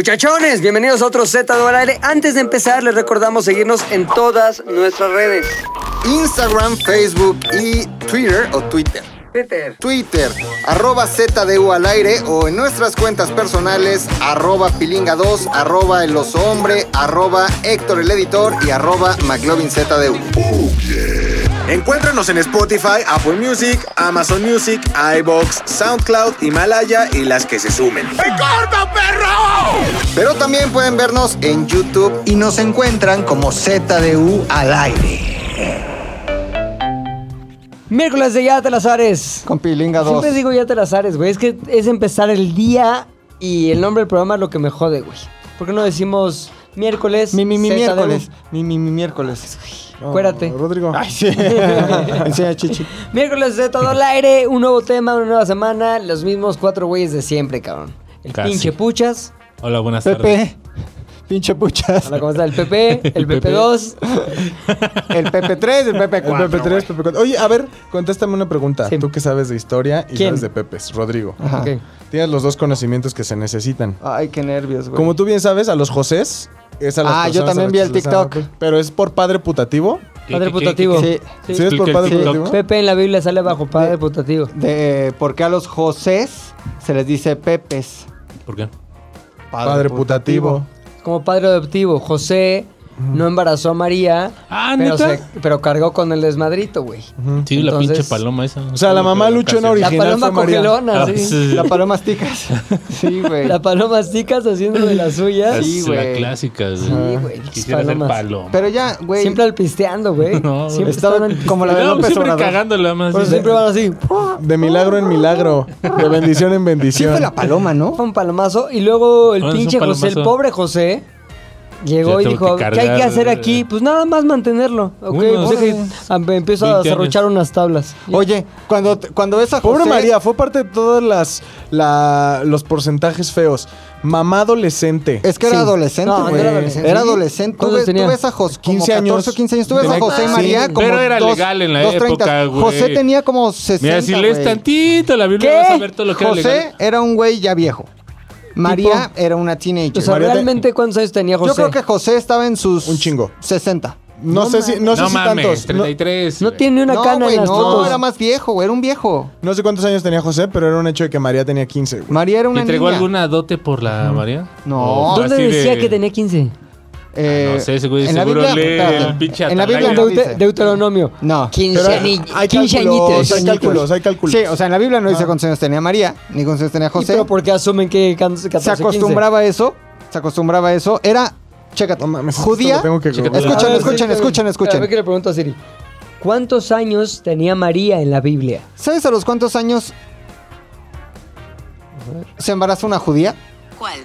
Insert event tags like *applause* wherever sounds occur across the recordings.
Muchachones, bienvenidos a otro Z al aire. Antes de empezar, les recordamos seguirnos en todas nuestras redes. Instagram, Facebook y Twitter o Twitter. Twitter. Twitter, arroba ZDU al aire o en nuestras cuentas personales, arroba pilinga2, arroba el oso hombre, arroba Héctor el editor y arroba McLovinZDU. Encuéntranos en Spotify, Apple Music, Amazon Music, iBox, SoundCloud, Himalaya y las que se sumen. Pero también pueden vernos en YouTube y nos encuentran como ZDU al aire. Miércoles de Ya Te las Ares. con Pilinga Siempre 2. digo Ya Te las Ares, güey. Es que es empezar el día y el nombre del programa es lo que me jode, güey. ¿Por qué no decimos miércoles? Mi, mi, mi ZDU? miércoles. Mi, mi, mi miércoles. Oh, Cuérate. Rodrigo. Ay, sí. *laughs* Enseña chichi. Miércoles de todo el aire, un nuevo tema, una nueva semana, los mismos cuatro güeyes de siempre, cabrón. El Casi. pinche puchas, Hola, buenas tardes. Pepe. Pinche puchas. hola, ¿cómo está? El PP, el *laughs* El Pepe. PP2. El Pepe 3, el Pepe 4. cuatro, El Pepe 3, Pepe 4. Oye, a ver, contéstame una pregunta. Sí. Tú que sabes de historia y ¿Quién? sabes de Pepes, Rodrigo. Ajá. Ok. Tienes los dos conocimientos que se necesitan. Ay, qué nervios, güey. Como tú bien sabes, a los Josés es a las Ah, yo personas a también las vi que el se les da TikTok. golpe. Pero es por padre putativo. Padre putativo. Sí. Sí. ¿Sí es por Explica el padre TikTok. putativo? Pepe en la Biblia sale bajo padre putativo. De por qué a los Josés se les dice Pepes. ¿Por qué? Padre putativo. Como padre adoptivo, José no embarazó a María, Ah, pero, ¿neta? se- pero cargó con el desmadrito, güey. Sí, la Entonces- pinche paloma esa. O sea, la mamá Lucho en La original paloma fue María. cogelona, Ah, sí. sí. La paloma ticas. Sí, güey. La paloma chicas haciendo de las suyas. Es Sí, la güey. clásica. Sí, güey, las Quisiera ser palomas. paloma. Pero ya, güey. Siempre al pisteando, güey. No, siempre Estaban estaban como la de No, López siempre Obrador. cagándola más. Pero Sí. siempre van así. *laughs* De milagro en milagro. De bendición en Sí bendición. fue la paloma, ¿no? Fue un palomazo. Y luego el Ah, es un pinche José, el palomazo. pobre José, llegó Ya y tengo dijo: que ¿Qué hay que cargar, hacer eh, aquí? Pues nada más mantenerlo. Ok, Unos pues deje- am- empiezo a 20 años. desarrochar unas tablas. Oye, cuando, cuando esa José... Pobre María, fue parte de todos las, la- los porcentajes feos. Mamá adolescente. Es que era Sí. adolescente, No, no güey. era era adolescente. ¿Sí? adolescente. Tú ¿Cuántos ves, tú tenía? ves a José. 15 años. 14 o 15 años. Tú ves a Tenía- José y Sí, María pero como. era dos- legal en la dos época, 30. güey. José tenía como 60. Mira, si lees güey. tantito la Biblia, ¿Qué? vas a ver todo lo que era José legal. era un güey ya viejo. María era una teenager. O sea, María te- ¿realmente cuántos años tenía José? Yo creo que José estaba en sus. Un chingo. 60. No, sé si, no, sé No si mames, tantos. No- 33. No güey. tiene una no, cana güey, en las no, fotos. era más viejo, güey, era un viejo. No sé cuántos años tenía José, pero era un hecho de que María tenía 15, güey. María era ¿Le una entregó niña. alguna dote por la María? No. ¿O fue ¿Dónde así de- decía que tenía 15? Eh, Ah, No sé, ese güey en la seguro Biblia- lee espérate, el pinche En la Biblia Atalaya. no Deute- dice. Deuteronomio. No. 15, Pero añi- hay 15 cálculos, añitos. Hay cálculos, hay cálculos. Sí, o sea, en la Biblia no dice cuántos años tenía María, ni cuántos años tenía Ah. ¿Y José. pero por qué asumen que can- 14, se acostumbraba a eso, se acostumbraba a eso, era, chécate, No mames, esto judía, lo tengo que Chécate. 15? Escuchen, A ver, escuchen, sí, está bien. escuchen, escuchen. A ver qué le pregunto a Siri. ¿Cuántos años tenía María en la Biblia? ¿sabes a los cuántos años se embarazó una judía? ¿Cuál?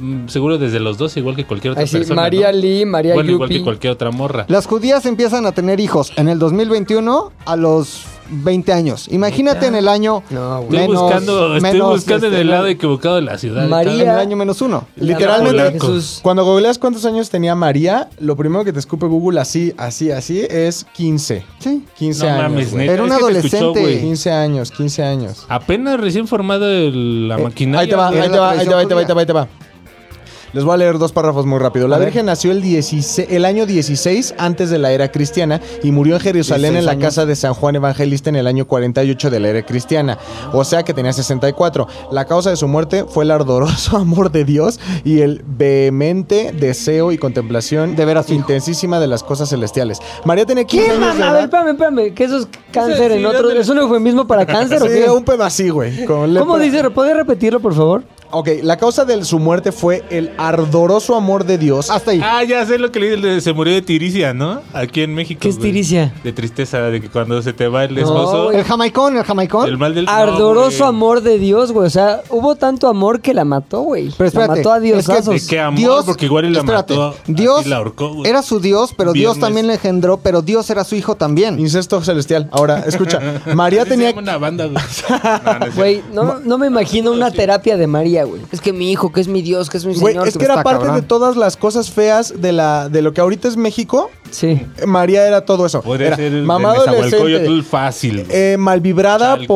Mm, Seguro desde los dos, igual que cualquier otra Así, persona. María ¿no? Lee, María Bueno, igual Yupi. que cualquier otra morra. Las judías empiezan a tener hijos en el 2021 a los 20 años. Imagínate en el año No, güey. Estoy menos- buscando, estoy menos, buscando en este, el lado equivocado de la ciudad. María- en el año menos uno. Literalmente, Polaco. Jesús. cuando googleas cuántos años tenía María, lo primero que te escupe Google así, así, así, es 15. Sí. 15 No años. mames, güey. neta. Era un es que te escuchó, adolescente. güey. 15 años, 15 años. Apenas recién formada el- la maquinaria. Eh, Ahí te va, era ahí la te va, ahí te va, ahí te va, ahí te tradición va, ahí te va. Les voy a leer dos párrafos muy rápido. La A ver. Virgen nació el, 16 el año 16 antes de la era cristiana y murió en Jerusalén 16 en la años. casa de San Juan Evangelista en el año 48 de la era cristiana, o sea que tenía 64. La causa de su muerte fue el ardoroso *laughs* amor de Dios y el vehemente deseo y contemplación De ver a su hijo. intensísima de las cosas celestiales. María tenía 15 ¿Qué años de mamá? A ver, edad. espérame, espérame. ¿Que eso es cáncer sí, en otro? dándole- ¿Es un eufemismo para cáncer o Sí, qué? un pedo así, güey. con ¿Cómo lepra. dice? ¿Puedes repetirlo, por favor? Ok, la causa de su muerte fue el ardoroso amor de Dios Hasta ahí. Ah, ya sé lo que le dije, se murió de tiricia, ¿no? Aquí en México. ¿Qué es güey. tiricia? De tristeza, de que cuando se te va el No, esposo, güey. El jamaicón, el jamaicón. el mal del... no, Ardoroso güey. amor de Dios, güey. O sea, hubo tanto amor que la mató, güey. Pero la espérate, mató a Dios. ¿De qué amor? Porque igual y la mató, Dios así la ahorcó, güey. era su Dios, pero Dios Viernes. también le engendró, pero Dios era su hijo también. Incesto celestial. Ahora, escucha, María Así se tenía. *laughs* llama una banda, güey. No, no es cierto. Güey, no, no me imagino una terapia de María, día, güey. Es que mi hijo, que es mi Dios, que es mi Güey, señor. es que era está parte cabrón. de todas las cosas feas de, la, de lo que ahorita es México. Sí. Eh, María era todo eso. Podría era ser el mamá de Nezahualcóyotl adolescente. fácil. güey. eh, malvibrada Chalco.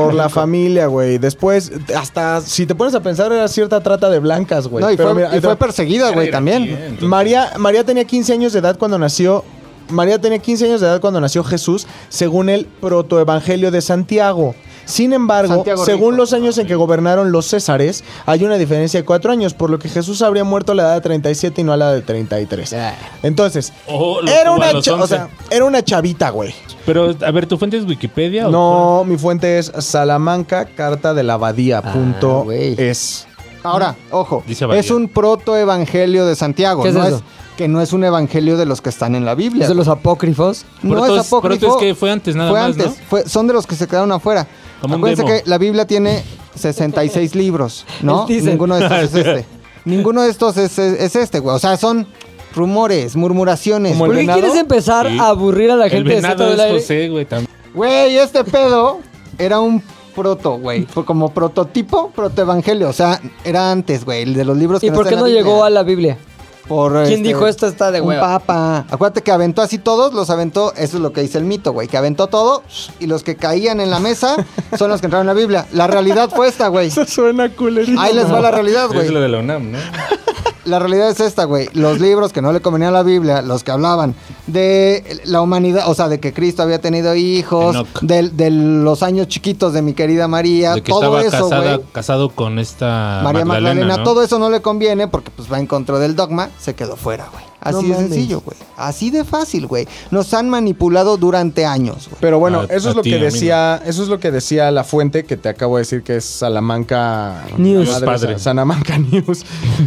por la familia, güey. Después, hasta si te pones a pensar, era cierta trata de blancas, güey. No, y Pues, Pero fue, mira, ahí y te fue va. perseguida, güey, Era también. bien, ¿eh? entonces. María, María tenía 15 años de edad cuando nació. María tenía 15 años de edad cuando nació Jesús, según el protoevangelio de Santiago. Sin embargo, Santiago según Rico. Ah, los años en que gobernaron los Césares, hay una diferencia de cuatro años, por lo que Jesús habría muerto a la edad de 37 y no a la de 33. Entonces, O lo era tuvo a una, los cha- o 11. sea, era una chavita, güey. Pero, a ver, ¿tu fuente es Wikipedia? o cuál? pues. No, mi fuente es Salamanca, carta de la abadía. Ah, punto güey. es. Ahora, ojo, Dice Bahía. es un protoevangelio de Santiago, ¿Qué es no eso? es que no es un evangelio de los que están en la Biblia. Es de los apócrifos. no Proto es es- proto apócrifo. es que fue antes nada fue más, antes, ¿no? fue- son de los que se quedaron afuera. Como un Acuérdense demo. que la Biblia tiene 66 libros, *laughs* ¿no? El teaser. Ninguno de estos es este. Ninguno de estos es, es- es este, güey. O sea, son rumores, murmuraciones. Como el ¿Por qué venado? quieres empezar Sí. a aburrir a la El gente de Zeta venado del es Aire? José, güey, también. Güey, este pedo era un proto, güey. Fue Como prototipo, protoevangelio. O sea, era antes, güey, el de los libros que ¿Y por qué no llegó a la Biblia? Este, ¿Quién dijo esto está de este, Un hueva? papa. Acuérdate que aventó así todos, los aventó. Eso es lo que dice el mito, güey. Que aventó todo y los que caían en la mesa son los que entraron en la Biblia. La realidad fue esta, *laughs* güey. suena culerísimo. Ahí les va la realidad, Es lo güey. de la UNAM, ¿no? La realidad es esta, güey. Los libros que no le convenían a la Biblia, los que hablaban de la humanidad, o sea, de que Cristo había tenido hijos, Enoch. del- de los años chiquitos de mi querida María, De que todo estaba eso, casada- güey. casado con esta María Magdalena, ¿no? todo eso no le conviene porque pues va en contra del dogma, se quedó fuera, güey. Así No de mames. sencillo, güey. Así de fácil, güey. Nos han manipulado durante años, güey. Pero bueno, A- eso a es lo ti, que a mí decía, eso es lo que decía la fuente que te acabo de decir que es Salamanca News. Madre, Padre. Salamanca *laughs* News.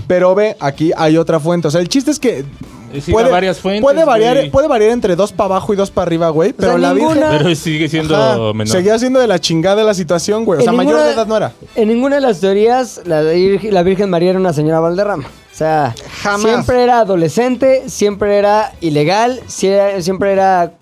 Pero ve, aquí hay otra fuente. O sea, el chiste es que Es ir a varias fuentes, puede variar, güey. puede variar entre dos para abajo y dos para arriba, güey. Pero sea, la ninguna- virgen Pero *laughs* sigue siendo Ajá, menor. seguía siendo de la chingada la situación, güey. O sea, En mayor ninguna- de edad no era. En ninguna de las teorías, la, vir- la Virgen María era una señora Valderrama. O sea, Jamás. siempre era adolescente, siempre era ilegal, si era- siempre era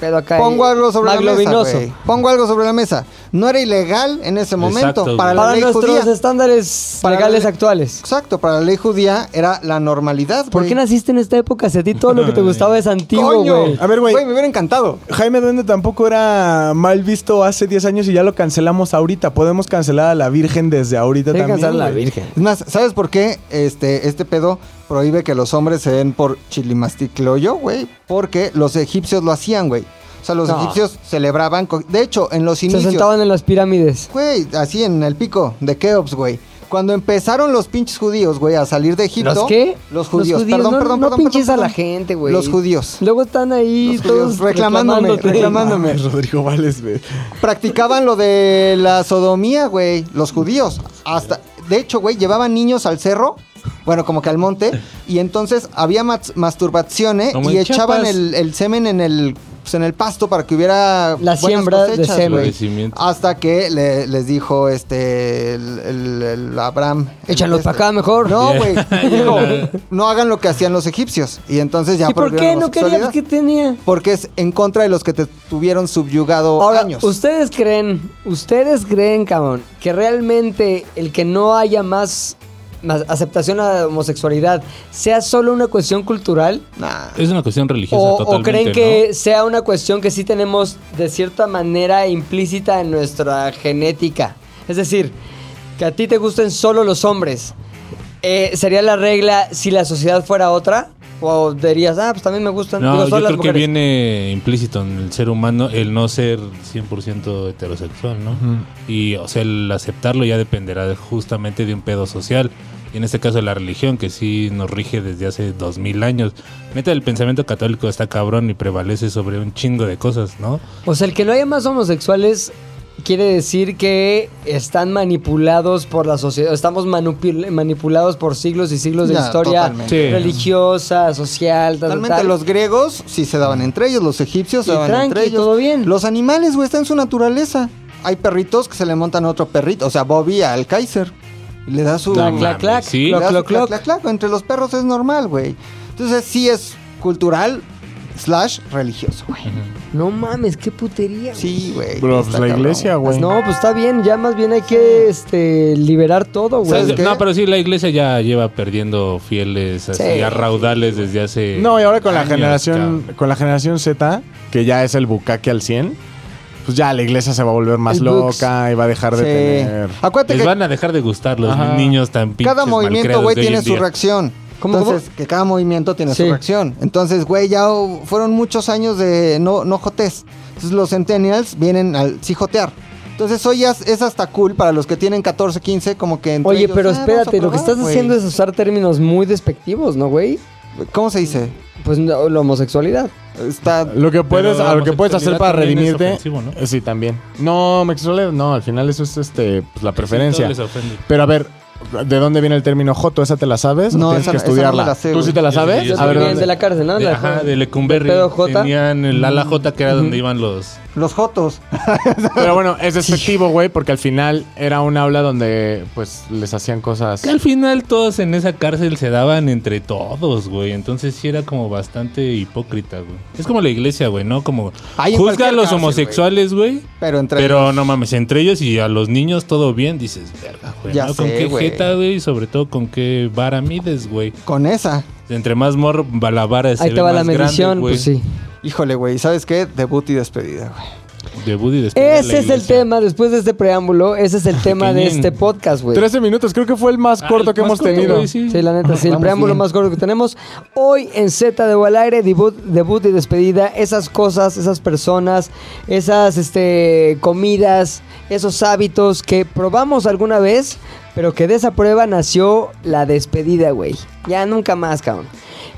pedo acá. Pongo algo sobre la mesa, maglobinoso. güey. Pongo algo sobre la mesa. No era ilegal en ese momento Exacto, para güey. la Para ley nuestros judía. estándares Para la legales ley- actuales. Exacto, para la ley judía era la normalidad, güey. ¿Por qué naciste en esta época si a ti todo lo que te gustaba es antiguo, Coño. güey? A ver, güey. Güey, me hubiera encantado. Jaime Duende tampoco era mal visto hace 10 años y ya lo cancelamos ahorita. Podemos cancelar a la Virgen desde ahorita Hay que también. cansar la güey. Virgen. Es más, ¿sabes por qué este, este pedo prohíbe que los hombres se den por chilimasticloyo, güey? Porque los egipcios lo hacían, güey. O sea, los No. egipcios celebraban. co- De hecho, en los Se inicios. sentaban en las pirámides. Güey, así en el pico de Keops, güey. Cuando empezaron los pinches judíos, güey, a salir de Egipto. ¿Los qué? Los judíos. perdón, no, perdón, no perdón. pinches perdón, a la perdón. gente, güey. Los judíos. Luego están ahí Los judíos todos reclamándome, reclamándote. reclamándome. Mames, Ah, Rodrigo Vales, güey. Practicaban lo de la sodomía, güey. Los judíos. Hasta. De hecho, güey, llevaban niños al cerro. Bueno, como que al monte. Y entonces había mas- masturbaciones Como y en echaban Chiapas. el, el semen en el. pues, en el pasto para que hubiera La buenas siembra de cosechas, semen. güey. Florecimiento. hasta que le- les dijo este el, el- el Abraham Échalos Este, para acá mejor. *laughs* no, güey. *laughs* Dijo, no hagan lo que hacían los egipcios. Y entonces ya ¿Y por qué prohibieron la no querías homosexualidad. que tenía? Porque es en contra de los que te tuvieron subyugado Ahora, años. ustedes creen, ustedes creen, cabrón, que realmente el que no haya más, más aceptación a la homosexualidad sea solo una cuestión cultural Nah. Es una cuestión religiosa o, o totalmente, creen que sea una cuestión que sí tenemos de cierta manera implícita en nuestra genética. Es decir, que a ti te gusten solo los hombres. Eh, ¿Sería la regla si la sociedad fuera otra? ¿O dirías, ah, pues también me gustan? No, Digo, yo solo las creo que mujeres. viene implícito en el ser humano el no ser 100% heterosexual, ¿no? Y, o sea, el aceptarlo ya dependerá de- justamente de un pedo social. Y en este caso la religión, que sí nos rige desde hace 2000 años. Neta, el pensamiento católico está cabrón y prevalece sobre un chingo de cosas, ¿no? O sea, el que no haya más homosexuales quiere decir que están manipulados por la sociedad, estamos manupil- manipulados por siglos y siglos de Ya, historia totalmente. Sí. religiosa, social, tal, Totalmente, tal. los griegos sí se daban entre ellos, los egipcios se Y daban tranqui, entre ellos. todo bien. Los animales, güey, está en su naturaleza. Hay perritos que se le montan a otro perrito, o sea, Bobby al Kaiser. Y le da su... No Ah, Clac, clac, mames, clac, sí. Le cloc, das cloc, clac, cloc. clac, clac. Entre los perros es normal, güey. Entonces sí es cultural, slash religioso, güey. No mames, qué putería. güey. Sí, güey. Bro, está pues la cabrón. iglesia, güey. No, pues está bien, ya más bien hay que este, liberar todo, ¿Sabes güey. ¿Sabes qué? qué? No, pero sí, la iglesia ya lleva perdiendo fieles así Sí. a raudales desde hace. No, y ahora con la años, generación cabrón. con la generación Z, que ya es el bucaque al 100, pues ya la iglesia se va a volver más El Bux. loca y va a dejar de Sí. tener. Acuérdate Les que van a dejar de gustar los Ajá. niños tan pinches. cada movimiento, malcreados güey, de hoy tiene en su día. reacción. ¿Cómo, Entonces, que cada movimiento tiene Sí. su reacción. Entonces, güey, ya hu- fueron muchos años de no, no jotes. Entonces, los centennials vienen al sí jotear. Entonces, hoy ya es, es hasta cool para los que tienen 14, 15, como que... entre Oye, ellos, pero "Ah, vamos a espérate, lo que probar, estás güey". haciendo es usar términos muy despectivos, ¿no, güey? ¿Cómo se dice? Pues no, la homosexualidad. Está... Lo que puedes, Pero pues, lo que puedes hacer para también es redimirte. eh, ofensivo, ¿no? Sí, también. No, homosexualidad, no, al final eso es este pues, la preferencia. Sí, todo les ofende. Pero a ver, ¿de dónde viene el término joto? ¿Esa te la sabes? o No, tienes esa- que esa no me estudiarla. la sé, ¿Tú sí güey. te la Yo sí, sabes? yo a sí. ver, Viene *laughs* ¿dónde? de la cárcel, ¿no? De- La- ajá, de de Lecumberri. pedo J. Tenían el ala J que era donde iban los. Los jotos. Pero bueno, es despectivo, güey, porque al final era un aula donde pues les hacían cosas. Que al final todos en esa cárcel se daban entre todos, güey. Entonces sí era como bastante hipócrita, güey. Es como la iglesia, güey, ¿no? Como Ahí en juzga a cualquier los cárcel, homosexuales, güey. Pero entre... Pero no mames, entre ellos y a los niños todo bien, dices, verga, güey. Ya ¿no? ¿Con sé, qué güey. jeta, güey? Y sobre todo con qué vara mides, güey. Con esa. Entre más morro, va la vara se Ahí te ve va la más grande, medición, güey. pues sí. Híjole, güey, ¿sabes qué? Debut y despedida, güey. Debut y despedida de Ese la es Ah, el iglesia. tema, después de este preámbulo, ese es el tema de Pequeñín. este podcast, güey. 13 minutos, creo que fue el más Ah, corto que más hemos corto, tenido. güey, sí. Sí, la neta, sí, el Vamos preámbulo bien. más corto que tenemos. Hoy en Z de O al aire, debut, debut y despedida, esas cosas, esas personas, esas este, comidas, esos hábitos que probamos alguna vez, pero que de esa prueba nació la despedida, güey. Ya nunca más, cabrón.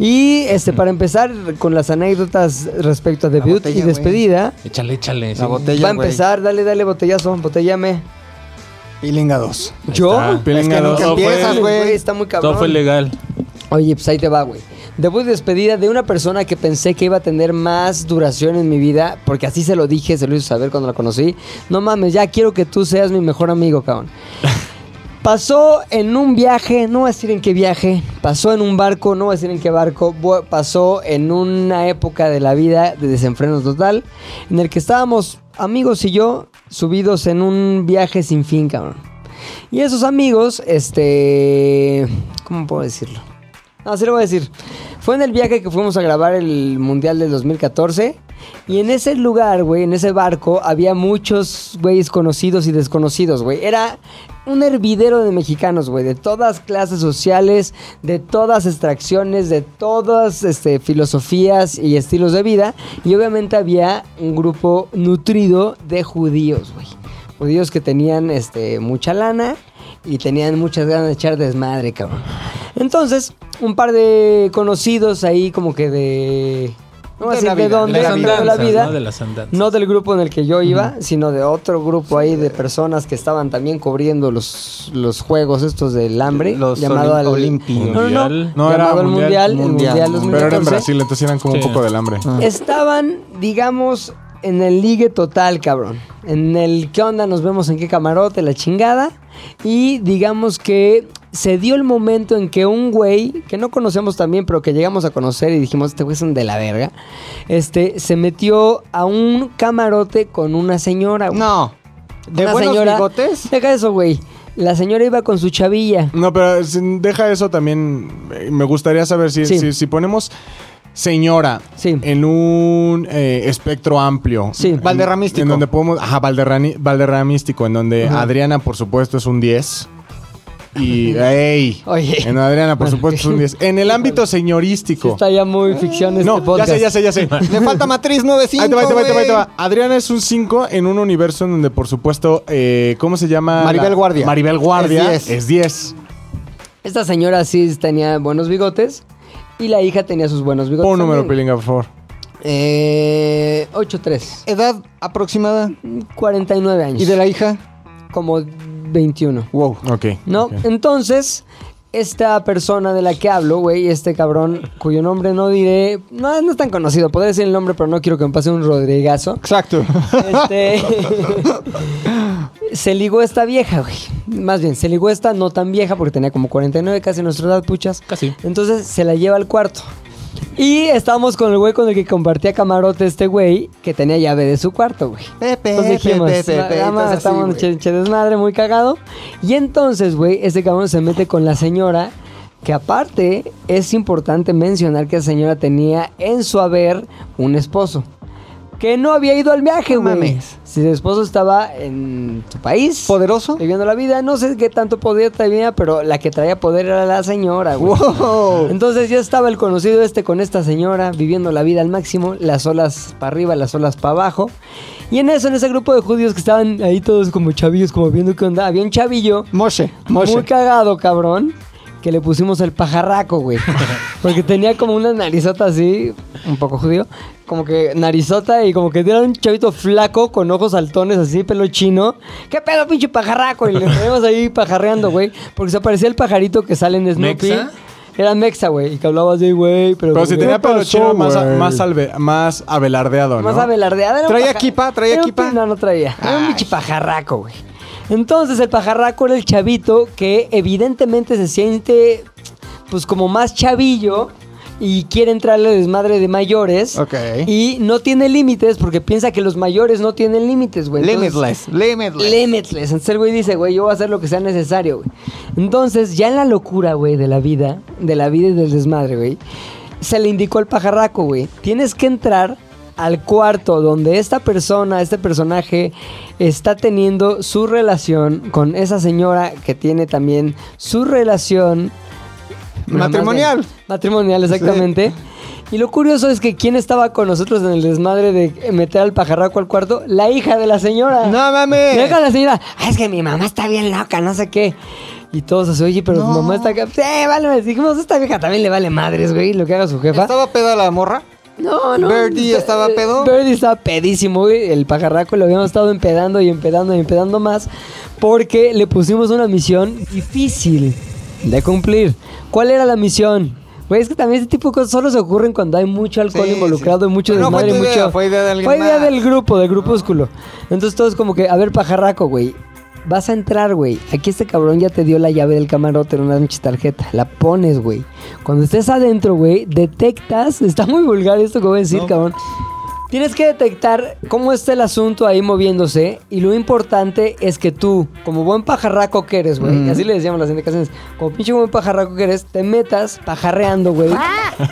Y este, para empezar con las anécdotas respecto a debut botella, y güey. despedida, Échale, échale. sí. La botella, va a güey. empezar, dale, dale botellazo, botellame. Pilinga 2. ¿Yo? está. Es que Pilinga nunca dos. empiezas, Güey, este güey. está muy cabrón. Todo fue legal. Oye, pues ahí te va, güey. Debut y despedida de una persona que pensé que iba a tener más duración en mi vida, porque así se lo dije, se lo hice saber cuando la conocí. No mames, ya quiero que tú seas mi mejor amigo, cabrón. Pasó en un viaje, no voy a decir en qué viaje, pasó en un barco, no voy a decir en qué barco, bu- pasó en una época de la vida de desenfreno total, en el que estábamos amigos y yo subidos en un viaje sin fin, cabrón. Y esos amigos, este... ¿Cómo puedo decirlo? No, sí lo voy a decir. Fue en el viaje que fuimos a grabar el Mundial del 2014. Y en ese lugar, güey, en ese barco, había muchos güeyes conocidos y desconocidos, güey. Era un hervidero de mexicanos, güey, de todas clases sociales, de todas extracciones, de todas este, filosofías y estilos de vida. Y obviamente había un grupo nutrido de judíos, güey. Judíos que tenían este, mucha lana y tenían muchas ganas de echar desmadre, cabrón. Entonces, un par de conocidos ahí como que de... No voy a De decir la de vida, dónde, de la pero vida. de la vida. ¿no? De las andanzas. No del grupo en el que yo iba, sino de otro grupo ahí de personas que estaban también cubriendo los, los juegos estos del hambre. Los llamado olim- al olimpios. No, no, no. Mundial. No, era llamado al mundial, mundial, mundial. el mundial 2014. Pero era en Brasil, entonces eran como Sí. un poco del hambre. Ah. Ah. Estaban, digamos, en el ligue total, cabrón. En el qué onda, nos vemos en qué camarote, la chingada. Y digamos que se dio el momento en que un güey, que no conocemos también, pero que llegamos a conocer y dijimos, este güey es un de la verga, este, se metió a un camarote con una señora. güey. No. ¿De Una buenos señora- bigotes? Deja eso, güey. La señora iba con su chavilla. No, pero sin- deja eso también. eh, Me gustaría saber si, Sí. si, si ponemos señora Sí. en un eh, espectro amplio. Sí. En- Valderramístico. En donde podemos. Ajá, valderrani- valderramístico. En donde Adriana, por supuesto, es un 10. *laughs* Y. ¡Ey! Oye. En Adriana, por supuesto, es un 10. En el ámbito Sí señorístico. está ya muy ficción este no, ya podcast. sé, ya sé, ya sé. *laughs* Le falta matriz Ahí te 95, va, ahí te va, ahí te va, ahí te güey. va. Adriana es un 5 en un universo en donde, por supuesto, eh, ¿cómo se llama? Maribel Guardia. Maribel Guardia Es 10. es 10. Esta señora sí tenía buenos bigotes. Y la hija tenía sus buenos bigotes. Pon un número, también. Pilinga, por favor. Eh, 8-3. Edad aproximada. 49 años. ¿Y de la hija? Como 21. Wow. Ok. ¿No? ok. Entonces, esta persona de la que hablo, güey, este cabrón, cuyo nombre no diré. No, no es tan conocido. Podría decir el nombre, pero no quiero que me pase un rodrigazo. Exacto. Este, *laughs* se ligó esta vieja, güey. Más bien, se ligó esta no tan vieja porque tenía como 49, casi nuestra edad, puchas. Casi. Entonces se la lleva al cuarto. Y estábamos con el güey con el que compartía camarote este güey, que tenía llave de su cuarto, güey. Pepe, Entonces dijimos, Pepe, nada Pepe, más, entonces así, estamos güey. che, che desmadre, muy cagado. Y entonces, güey, este cabrón se mete con la señora, que aparte es importante mencionar que la señora tenía en su haber un esposo. Que no había ido al viaje, No güey. mames. Si su esposo estaba en su país. ¿Poderoso? Viviendo la vida, no sé qué tanto poder tenía, pero la que traía poder era la señora, güey. ¡Wow! Entonces ya estaba el conocido este con esta señora viviendo la vida al máximo, las olas para arriba, las olas para abajo. Y en eso, en ese grupo de judíos que estaban ahí todos como chavillos, como viendo qué onda, había un chavillo Moshe, Moshe. muy cagado, cabrón, que le pusimos el pajarraco, *laughs* güey. Porque tenía como una narizota así, un poco judío, como que narizota y como que era un chavito flaco con ojos saltones así, pelo chino. ¿Qué pedo, pinche pajarraco? Y *laughs* le ponemos ahí pajarreando, güey. Porque se parecía el pajarito que sale en Snoopy. ¿Mexa? Era mexa, güey, y que hablaba así, güey, pero... *laughs* Pero si ¿qué tenía pelo pasó, chino más, güey? más, alve- más abelardeado, ¿no? Más abelardeada. ¿Traía equipa? ¿Traía equipa? No, no traía. Era un pinche pajarraco, güey. Entonces, el pajarraco era el chavito que evidentemente se siente, pues, como más chavillo y quiere entrarle al desmadre de mayores. Ok. Y no tiene límites porque piensa que los mayores no tienen límites, güey. Entonces, Limitless, limitless. Limitless. Entonces el güey dice, güey, yo voy a hacer lo que sea necesario, güey. Entonces, ya en la locura, güey, de la vida, de la vida y del desmadre, güey, se le indicó al pajarraco, güey, tienes que entrar al cuarto donde esta persona, este personaje, está teniendo su relación con esa señora que tiene también su relación pero más Matrimonial. bien, Matrimonial, exactamente. Y lo curioso es que quién estaba con nosotros en el desmadre de meter al pajarraco al cuarto, la hija de la señora. ¡No mames! Llega Ah. la señora, "Ah, es que mi mamá está bien loca, no sé qué. Y todos así, oye, pero tu mamá está acá. Sí, vale, me dijimos, esta vieja también le vale madres, güey, lo que haga su jefa. ¿Estaba peda la morra? No, no. ¿Birdie estaba eh, pedo? Birdie estaba pedísimo, güey. El pajarraco lo habíamos estado empedando y empedando y empedando más porque le pusimos una misión difícil de cumplir. ¿Cuál era la misión? Güey, es que también este tipo de cosas solo se ocurren cuando hay mucho alcohol Sí, involucrado y sí. mucho Pero no fue desmadre. y tu mucho... idea, fue idea de alguien Fue idea más. Ah. del grupo, del grupúsculo. Entonces todos como que, a ver, pajarraco, güey. Vas a entrar, güey. Aquí este cabrón ya te dio la llave del camarote en una pinche tarjeta. La pones, güey. Cuando estés adentro, güey, detectas. *laughs* Está muy vulgar esto que voy a decir, cabrón. Tienes que detectar cómo está el asunto ahí moviéndose. Y lo importante es que tú, como buen pajarraco que eres, güey, así le decíamos las indicaciones, como pinche buen pajarraco que eres, te metas pajarreando, güey.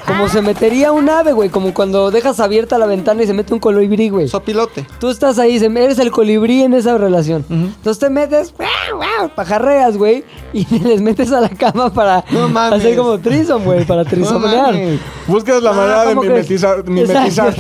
Como se metería un ave, güey. Como cuando dejas abierta la ventana y se mete un colibrí, güey. Sopilote. Tú estás ahí, se- eres el colibrí en esa relación. Entonces te metes, ¡guau, guau! pajarreas, güey, y *laughs* te les metes a la cama para No mames. hacer como trison, güey, para trisomear. mames. Buscas la Ah, manera de ¿cómo crees? mimetizar, mimetizar.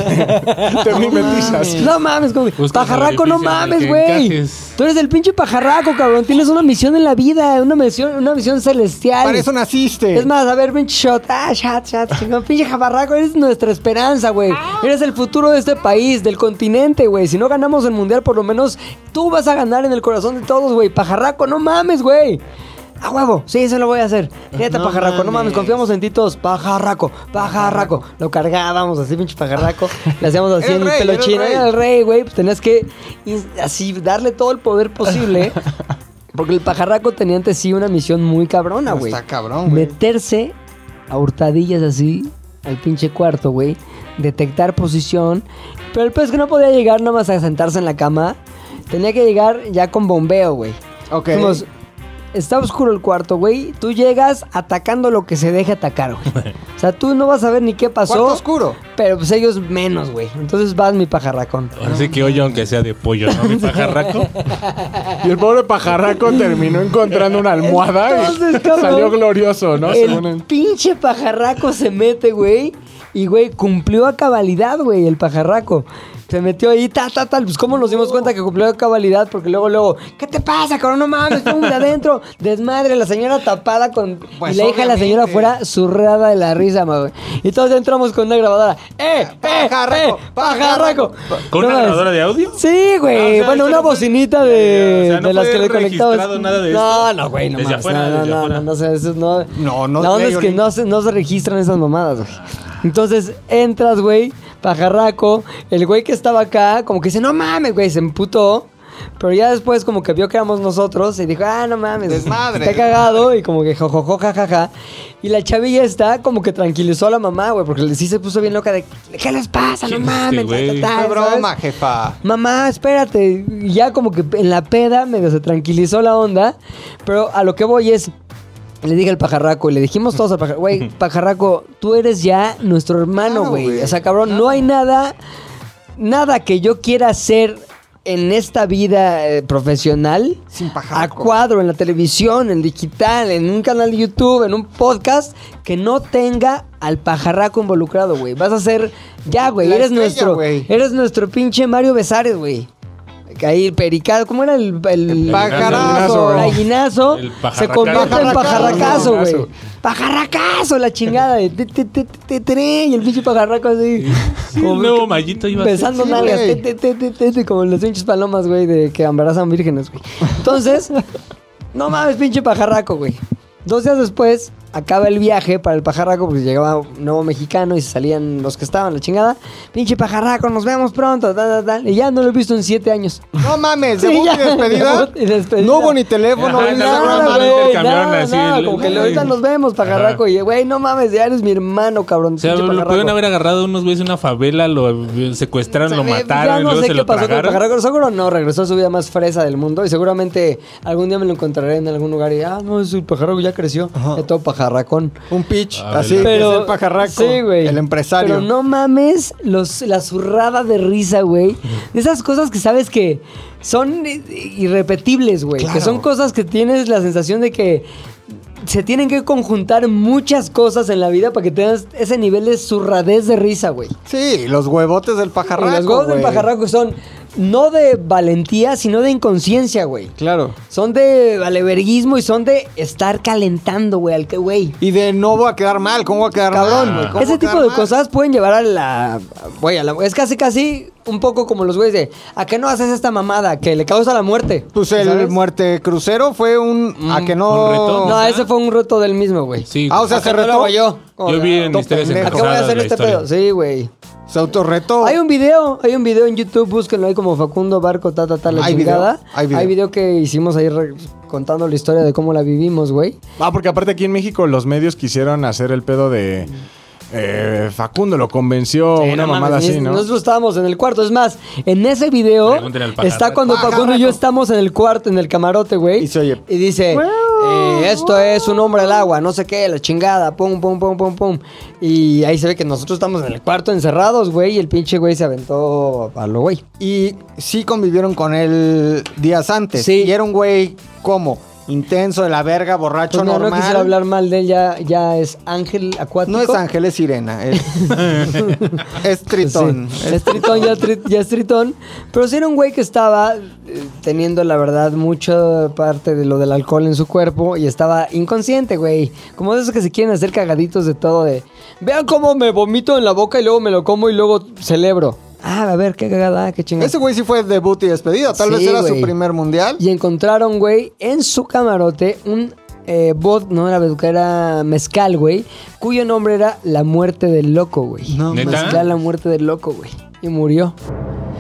*laughs* te mimetizas. No mames, como, Buscas pajarraco, no orificio en el mames, que güey. encajes. Tú eres el pinche pajarraco, cabrón. Tienes una misión en la vida, una misión, una misión celestial. Para eso naciste. Es más, a ver, pinche shot, ah, shot, shot, chingón, pinche jabarraco, eres nuestra esperanza, güey. Eres el futuro de este país, del continente, güey. Si no ganamos el mundial, por lo menos tú vas a ganar en el corazón de todos, güey. Pajarraco, no mames, güey. A huevo, sí, eso lo voy a hacer. Neta, pajarraco, no mames, confiamos en ti todos. Pajarraco, pajarraco. Lo cargábamos así, pinche pajarraco. Le hacíamos así Era el en el rey, pelo era el chino. rey. Era el rey, güey. Pues tenías que ins- así darle todo el poder *laughs* posible. Porque el pajarraco tenía ante sí una misión muy cabrona, Ah, güey Pues Está cabrón, güey. meterse a hurtadillas así al pinche cuarto, güey. Detectar posición. Pero el pez que no podía llegar nada más a sentarse en la cama. Tenía que llegar ya con bombeo, güey. Ok. Dijimos, está oscuro el cuarto, güey. Tú llegas atacando lo que se deje atacar, *laughs* güey. O sea, tú no vas a ver ni qué pasó. Cuarto oscuro. Pero pues ellos menos, güey. Entonces vas mi pajarracón. Así que hoy, aunque sea de pollo, ¿no? *laughs* Mi pajarraco. Y el pobre pajarraco terminó encontrando una almohada Entonces, y cabrón, salió glorioso, ¿no? el Según él. pinche pajarraco se mete, güey. Y, güey, cumplió a cabalidad, güey, el pajarraco. Se metió ahí, ta, ta, tal. Pues, ¿cómo nos dimos cuenta que cumplió a cabalidad? Porque luego, luego, ¿qué te pasa, cabrón? No mames, tengo de adentro. Desmadre, la señora tapada con. Pues, y la hija de la señora obviamente. fuera zurrada de la risa, ma, güey. Y todos entramos con una grabadora. ¡Eh, eh, Pajarraco, pajarraco! ¡Pajarraco! ¿Con No una mames. grabadora de audio? Sí, Ah, o güey. sea, bueno, esto una no fue- bocinita Ya, ya, de, ya. O sea, no de las fue que le registrado conectamos. nada de no, esto. no, güey, no Desde mames. afuera, no, desde no, afuera. no, no, o sea, eso no. No, no, La onda güey, es que ahorita. no se, no se registran esas mamadas, güey. Entonces entras, güey, pajarraco. El güey que estaba acá, como que dice, no mames, güey, se emputó. Pero ya después como que vio que éramos nosotros y dijo, ah, no mames, Desmadre. está cagado y como que jojojo, jajaja. Y la chavilla está como que tranquilizó a la mamá, güey, porque sí se puso bien loca de, ¿qué les pasa? No ¿Quién es mames, este ta, güey? ta, ta", Fue Ah, ¿sabes? broma, jefa. Mamá, espérate. Y Ya como que en la peda medio se tranquilizó la onda. Pero a lo que voy es. Le dije al pajarraco y le dijimos todos al pajarraco, *laughs* güey, pajarraco, tú eres ya nuestro hermano, Claro, güey. güey. o sea, cabrón, no hay nada, nada que yo quiera hacer en esta vida eh, profesional Sin a pajarraco. cuadro, en la televisión, en digital, en un canal de YouTube, en un podcast, que no tenga al pajarraco involucrado, güey. Vas a ser, ya, güey, La eres estrella, nuestro, güey. eres nuestro pinche Mario Besares, güey. Ahí pericado, ¿cómo era el, el, pajarazo. gallinazo? El se pajarracazo. convierte en Pajarracazo. pajarracazo, güey. Pajarracazo, la chingada. de te, te, te, te, te, te, Y el pinche pajarraco así. Sí, el nuevo mallito iba a ser. Besando Sí, nalgas. güey. te, te, te, te, te, como las pinches palomas, güey, de que embarazan vírgenes, güey. *laughs* Entonces, no mames, pinche pajarraco, güey. Dos días después, acaba el viaje para el pajarraco porque llegaba un nuevo mexicano y se salían los que estaban, la chingada. Pinche pajarraco, nos vemos pronto, tal, tal, tal. Y ya no lo he visto en siete años. No mames, de Sí, ya. despedida. Debut y despedida. No hubo ni teléfono, Ajá, ni *laughs* nada, nada, nada, güey. güey, intercambiaron nada, así nada, el- como que el- ahorita nos vemos, pajarraco. Ajá. Y, güey, no mames, ya eres mi hermano, cabrón. O sea, pinche lo pajarraco. pueden haber agarrado unos güeyes de una favela, lo secuestraron, lo Eh, mataron, ya y no luego sé se qué lo pasó con el tragaron. pajarraco. Seguro no, regresó a su vida más fresa del mundo. Y seguramente algún día me lo encontraré en algún lugar. Y, ah, no, es el pajarraco ya creció. Ya todo pajarracón. Un pitch, Ah, así, ¿verdad? es el pajarraco, Sí, güey. el empresario. Pero no mames los, la zurrada de risa, güey. De esas cosas que sabes que son i- irrepetibles, güey. Que son cosas que tienes la sensación de que se tienen que conjuntar muchas cosas en la vida para que tengas ese nivel de zurradez de risa, güey. Sí, los huevotes del Y pajarraco, los huevos del güey. pajarraco son no de valentía, sino de inconsciencia, güey. Claro. Son de valeverguismo y son de estar calentando, güey, al que, güey. Y de no voy a quedar mal, ¿cómo voy a quedar Cabrón, mal? güey. ¿Cómo voy ese a tipo quedar de mal? cosas pueden llevar a la. Güey, a la. Es casi, casi un poco como los güeyes de. ¿A qué no haces esta mamada? Que le causa la muerte. Pues el ¿Sabes? muerte crucero fue un... a que un no... reto. No, ese fue un Mm, reto del mismo, güey. Sí, Ah, o sea, ¿A qué se no lo retó. hago yo? Como Yo que, vi en ah, tonto, Misterios pendejo. ¿A qué voy a Encajonadas hacer la este historia. pedo? Sí, güey. Se autorretó. Hay un video, hay un video en YouTube, búsquenlo ahí como Facundo Barco, ta, ta, ta, la Hay video, chingada. hay video. que hicimos ahí re- contando la historia de cómo la vivimos, güey. Ah, porque aparte aquí en México los medios quisieron hacer el pedo de. eh, Facundo lo convenció, Sí, una no mames, mamada ni- así, ¿no? Nosotros estábamos en el cuarto. Es más, en ese video Pregúntenle al pajarraco. está cuando Facundo y yo estamos en el cuarto, en el camarote, güey. Ah, Y se oye. Y dice, eh, esto es un hombre al agua, no sé qué, la chingada, pum, pum, pum, pum, pum. Y ahí se ve que nosotros estamos en el cuarto encerrados, güey, y el pinche güey se aventó a lo güey. Y sí convivieron con él días antes. Sí. Y era un güey, ¿cómo? Intenso, de la verga, borracho, Pues mira, no normal. quisiera hablar mal de él, ya, ya es Ángel Acuático. No es ángel, es sirena. *laughs* Es, es tritón. Sí, Es- Es Tritón, ya, tri- ya es Tritón. Pero sí era un güey que estaba eh, teniendo, la verdad, mucha parte de lo del alcohol en su cuerpo y estaba inconsciente, güey. Como de esos que se quieren hacer cagaditos de todo, de vean cómo me vomito en la boca y luego me lo como y luego celebro. Ah, a ver, qué cagada, qué chingada. Ese güey sí fue debut y despedida. Tal Sí, vez era güey. su primer mundial. Y encontraron, güey, en su camarote un eh, bot, no era beduca, era mezcal, güey, cuyo nombre era La Muerte del Loco, güey. No, ¿Neta? Mezcal La Muerte del Loco, güey. Y murió.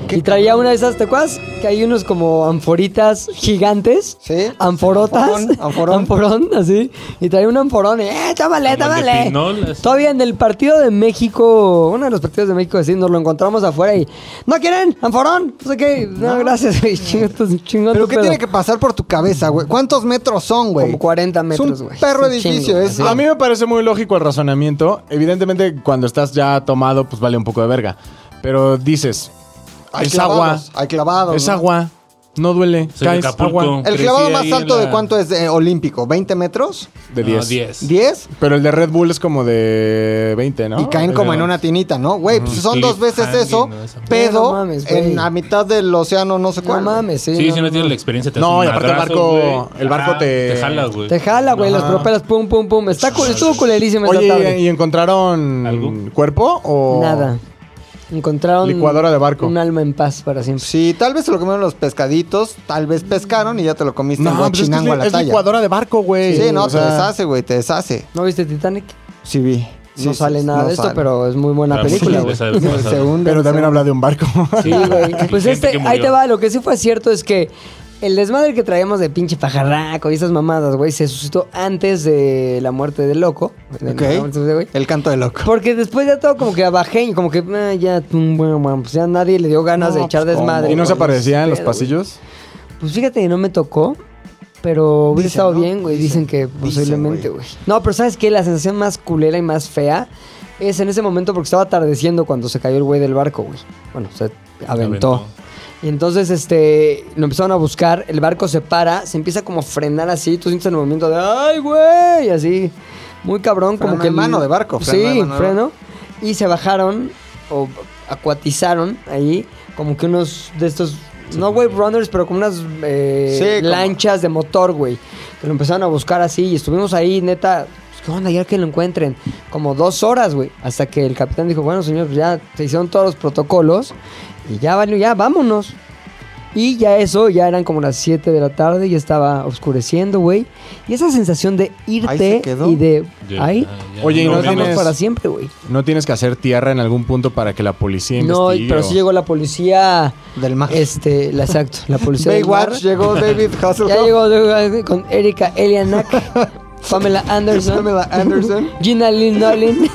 Y traía una de esas, ¿te acuerdas? Que hay unos como anforitas gigantes. Sí. Anforotas. Anforón, anforón. Anforón, así. Y traía un anforón. y, ¡Eh, tómale, Como el de tómale! Pinol, así. Todavía en el partido de México, uno de los partidos de México, así, nos lo encontramos afuera y... ¿No quieren? ¡Anforón! No sé qué. No, gracias, güey. Chinga tu- chingón Pero tu ¿qué pedo. tiene que pasar por tu cabeza, güey? ¿Cuántos metros son, güey? Como 40 metros, Es un güey. perro Es un edificio, chingo, es- así. A mí me parece muy lógico el razonamiento. Evidentemente, cuando estás ya tomado, pues vale un poco de verga. Pero dices, Hay es clavados, agua. Hay clavados. Es ¿no? agua, no duele, Soy de caes Acapulco. agua. El Crecí clavado ahí más en alto la- de cuánto es eh, olímpico, 20 metros, De No, 10. 10. 10 Pero el de Red Bull es como de 20, ¿no? y caen como en una tinita, ¿no? Güey, pues son dos veces cliffhanger, eso, ¿no? Esa- pedo No mames, güey. en la mitad del océano, no sé No cuál. mames, sí. no, Sí, si no, no no. tienes la experiencia, te No, hace un y aparte el madrazo, barco- güey. el barco Ajá, te- Te jala, güey. Te jala, güey, las propelas, pum, pum, pum. Está, cu- estuvo culerísimo esta Oye, tarde. ¿y, y encontraron ¿Algo? cuerpo o...? Nada. Encontraron Licuadora de barco. un alma en paz para siempre. Sí, tal vez se lo comieron los pescaditos, tal vez pescaron y ya te lo comiste en No, pues es, que es guachinango li- a la es talla. licuadora de barco, güey. Sí, no, O te sea, deshace, güey, te deshace. ¿No viste Titanic? Sí vi. no sí, sale sí, nada no de esto, sale. pero es muy buena Pero, película, sí, güey. esa es buena. Se hunde, Pero se también habla de un barco. Sí, güey. Pues Gente este, que murió. ahí te va, lo que sí fue cierto es que el desmadre que traíamos de pinche pajarraco y esas mamadas, güey, se suscitó antes de la muerte del loco. de Ok. la muerte de güey. El canto de loco. Porque después ya todo como que abajé y como que eh, ya, mm, bueno, bueno, pues ya nadie le dio ganas de echar pues, *laughs* desmadre. ¿Y no se con aparecía en los ese pedo, pasillos? güey. Pues fíjate que no me tocó, pero hubiera Dicen, estado ¿no? bien, güey. Dicen, Dicen, que dicen, posiblemente, güey. No, pero ¿sabes qué? La sensación más culera y más fea es en ese momento porque estaba atardeciendo cuando se cayó el güey del barco, güey. Bueno, se aventó. Aventó. Y entonces, este, lo empezaron a buscar, el barco se para, se empieza como a frenar así, tú sientes el movimiento de, ay, güey, así, muy cabrón, como Freno que... de el- mano de barco, Sí, freno de mano de freno. Y se bajaron, o acuatizaron ahí, como que unos de estos, no wave runners, pero como unas eh, Sí, como- lanchas de motor, güey, que lo empezaron a buscar así, y estuvimos ahí, neta... pues, ¿Qué onda? Ya que lo encuentren. Como dos horas, güey. Hasta que el capitán dijo, bueno, señor, pues ya se hicieron todos los protocolos. Y ya, valió, ya, vámonos. Y ya eso, ya eran como las 7 de la tarde, ya estaba oscureciendo, güey. Y esa sensación de Ahí se irte quedó. y de... Ya, Ahí ya, ya Oye, ¿y no nos vamos tienes- para siempre, güey. ¿No tienes que hacer tierra en algún punto para que la policía No, investigue? pero sí llegó la policía... Del mar. Este, la, exacto, *laughs* la policía del mar. Baywatch llegó David *laughs* Hasselhoff. Ya llegó eh, con Erika *laughs* Elianak, Pamela Anderson, Pamela Anderson. *laughs* Gina Lynn *laughs* Nolin.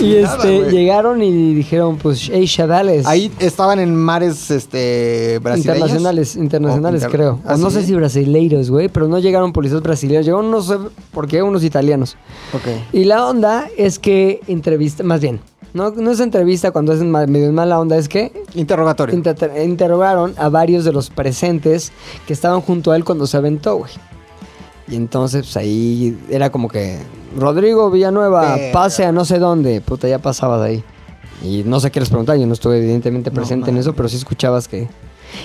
y Nada, este, güey. llegaron y dijeron, pues, hey, chavales. Ahí estaban en mares este, brasileños. Internacionales, internacionales O inter- creo. O ¿Ah, no sí? sé si brasileiros, güey, pero no llegaron policías brasileños. Llegaron, no sé por qué, unos italianos. Ok. Y la onda es que entrevista, más bien, no, no es entrevista cuando hacen ma- medio mala onda, es que Interrogatorio. inter- interrogaron a varios de los presentes que estaban junto a él cuando se aventó, güey. Y entonces pues, ahí era como que Rodrigo Villanueva, Verga. pase a no sé dónde. Puta, ya pasabas de ahí. Y no sé qué les preguntaba, yo no estuve evidentemente presente en eso, pero sí escuchabas que.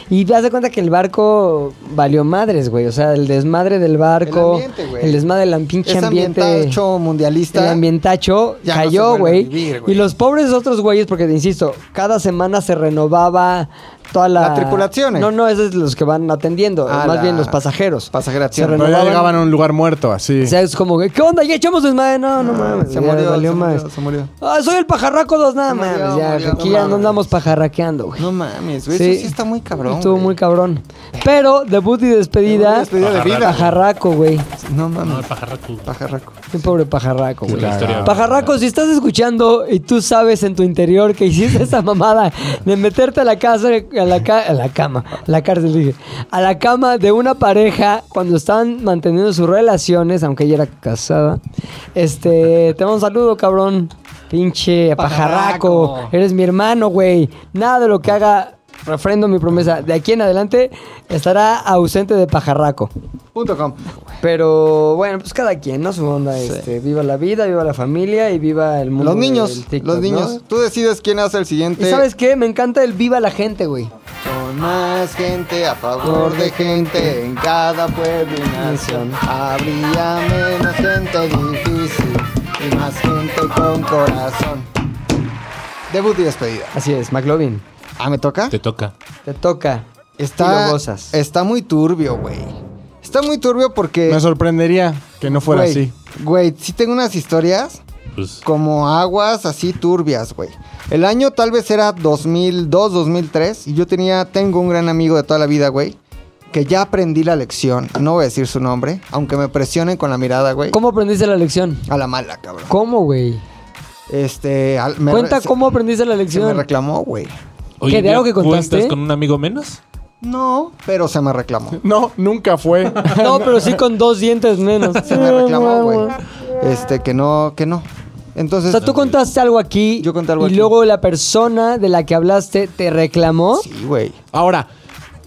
Y te das de cuenta que el barco valió madres, güey. O sea, el desmadre del barco, el, ambiente, güey. desmadre del pinche Ese ambiente. ambientacho El mundialista. ambientacho Ya no se cayó, vuelve a güey. vivir, y güey. los pobres otros güeyes, porque te insisto, cada semana se renovaba toda la. La tripulación, eh. No, no, esos son los que van atendiendo. Ah, más la- bien los pasajeros. Pasajeración. Se Pero ya renovaban. llegaban a un lugar muerto, así. O sea, es como, que, ¿qué onda? Ya echamos desmadre. No, no mames. se ya murió, valió se más. murió, se murió. Ah, soy el pajarraco dos, nada Se murió, mames. Ya, murió, aquí no ya mames. no andamos pajarraqueando, güey. No mames, güey. Eso sí está muy cabrón. Estuvo güey. muy cabrón. Pero debut y Debut y despedida. despedida de Pajarraco. vida. Pajarraco, güey. No No, mames. el pajarraco. Ah. Pajarraco. Mi pobre pajarraco, güey. La historia- Pajarraco, si estás escuchando y tú sabes en tu interior que hiciste esa mamada de meterte a la casa, a la, ca- a la cama, a la cárcel, dije, a la cama de una pareja cuando estaban manteniendo sus relaciones, aunque ella era casada. Este, te mando un saludo, cabrón. Pinche pajarraco. Pajarraco. Eres mi hermano, güey. Nada de lo que haga. Refrendo mi promesa. De aquí en adelante estará ausente de pajarraco. Punto com. Pero bueno, pues cada quien, ¿no? Su onda, este, viva la vida, viva la familia y viva el mundo. Los del niños. TikTok, los ¿no? niños. Tú decides quién hace el ¿Y siguiente. sabes qué? Me encanta el viva la gente, güey. Con más gente a favor de gente en cada pueblo y nación. Habría menos gente difícil y más gente con corazón. Debut y despedida. Así es, McLovin. Ah, ¿me toca? Te toca. Te toca. Y Está, lo gozas. está muy turbio, güey. Está muy turbio porque... Me sorprendería que no fuera güey, así. Güey, sí tengo unas historias Pues, como aguas así turbias, güey. El año tal vez era 2002, 2003 y yo tenía, tengo un gran amigo de toda la vida, güey, que ya aprendí la lección. No voy a decir su nombre, aunque me presionen con la mirada, güey. ¿Cómo aprendiste la lección? A la mala, cabrón. ¿Cómo, güey? Este, al- me Cuenta re- se- cómo aprendiste la se me lección. reclamó, güey. oye, ¿de ¿ya algo que cuentas contaste? con un amigo menos? No, pero se me reclamó. No, nunca fue. *laughs* No, pero sí con dos dientes menos. Se me reclamó, güey. Este, que no, que no. O Entonces, sea, tú contaste algo aquí. Yo conté algo Y aquí. luego la persona de la que hablaste te reclamó. sí, güey. Ahora,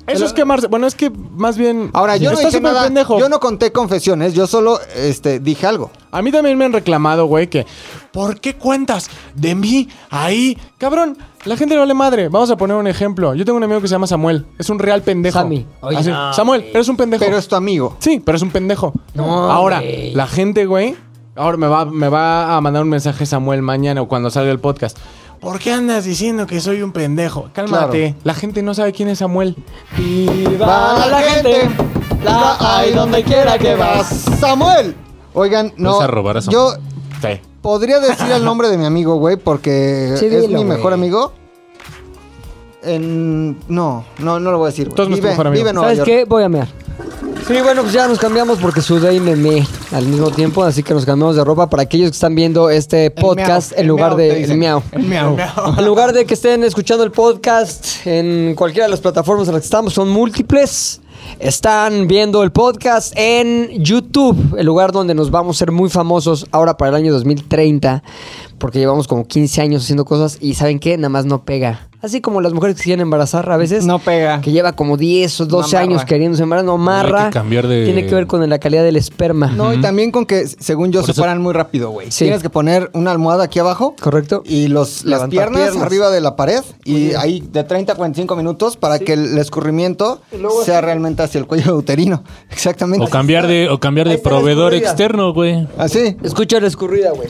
eso es quemarse. Bueno, es que más bien. Ahora, yo no Estás dije súper nada. pendejo. Yo no conté confesiones, yo solo este, dije algo. A mí también me han reclamado, güey, que ¿por qué cuentas de mí ahí? Cabrón, la gente le vale madre. Vamos a poner un ejemplo. Yo tengo un amigo que se llama Samuel. Es un real pendejo. Sammy. Oye, Así, no, Samuel, eres un pendejo. Pero es tu amigo. Sí, pero es un pendejo. No, ahora, güey. la gente, güey, ahora me va, me va a mandar un mensaje Samuel mañana o cuando salga el podcast. ¿Por qué andas diciendo que soy un pendejo? Cálmate. La gente no sabe quién es Samuel. Viva la gente. La hay donde quiera que vas. Samuel. Oigan, no. Vas a robar a yo Samuel. Sí. Podría decir el nombre de mi amigo, güey, porque Sí, es dilo, mi mejor güey. amigo. En... No, no, no lo voy a decir. güey. Entonces no es tu Vive- mejor amigo. Vive en Nueva ¿Sabes York. qué? Voy a mear. Sí, bueno, pues ya nos cambiamos porque sudé y meé al mismo tiempo, así que nos cambiamos de ropa para aquellos que están viendo este podcast miau, en el lugar miau, te de el dicen. miau. El miau. En lugar de que estén escuchando el podcast en cualquiera de las plataformas en las que estamos, son múltiples. Están viendo el podcast en YouTube, el lugar donde nos vamos a ser muy famosos ahora para el año 2030, porque llevamos como 15 años haciendo cosas y ¿saben qué? Nada más no pega. Así como las mujeres que se quieren embarazar a veces. No pega. Que lleva como 10 o 12 amarra. años queriéndose embarazar, no amarra. Hay que cambiar de- Tiene que ver con la calidad del esperma. No, y también con que, según yo, Por se eso- paran muy rápido, güey. Sí. Tienes que poner una almohada aquí abajo. ¿Correcto? Y los, las Levantar piernas, piernas. arriba de la pared. Y ahí de 30 a 45 minutos para que el escurrimiento sea realmente hacia el cuello uterino. *laughs* Exactamente. O cambiar de, o cambiar de Ahí está la proveedor escurrida. externo, güey. Así. Escucha la escurrida, güey.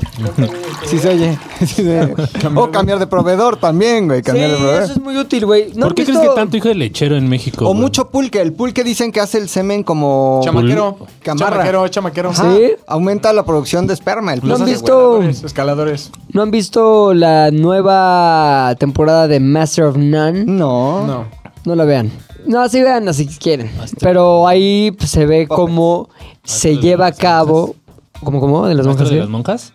Sí se oye. *laughs* Sí se *laughs* oye. o cambiar de proveedor también, güey. Sí, Cambiar de proveedor. eso es muy útil, güey. ¿No ¿Por han qué visto- crees que tanto hijo de lechero en México? O güey? mucho pulque. El pulque dicen que hace el semen como... Chamaquero. Camarra. Chamaquero, chamaquero. Ajá. ¿Sí? Aumenta la producción de esperma. El ¿No han pulque, visto, Escaladores, escaladores. ¿No han visto la nueva temporada de Master of None? güey. No. No. No la vean. No, sí vean, así que quieren. Pero ahí pues, se ve cómo se Maestro de lleva a las cabo. ¿Cómo, cómo? ¿De las ¿Maestro monjas? de sí? las monjas?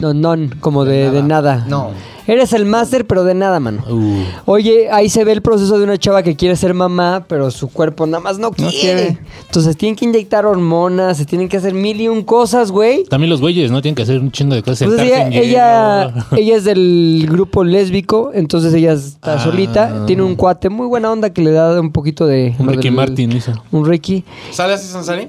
No, non, como de, de nada. No. Eres el máster, pero de nada, mano. Uh. Oye, ahí se ve el proceso de una chava que quiere ser mamá, pero su cuerpo nada más no quiere. quiere. Entonces tienen que inyectar hormonas, se tienen que hacer mil y un cosas, güey. También los güeyes, ¿no? Tienen que hacer un chingo de cosas. Entonces ella, sentarse en Pues ella, hielo. ella es del grupo lésbico, entonces ella está Ah. solita, tiene un cuate muy buena onda que le da un poquito de... Un lo Ricky del- Martin hizo. Un Ricky. ¿Sale así Sansari?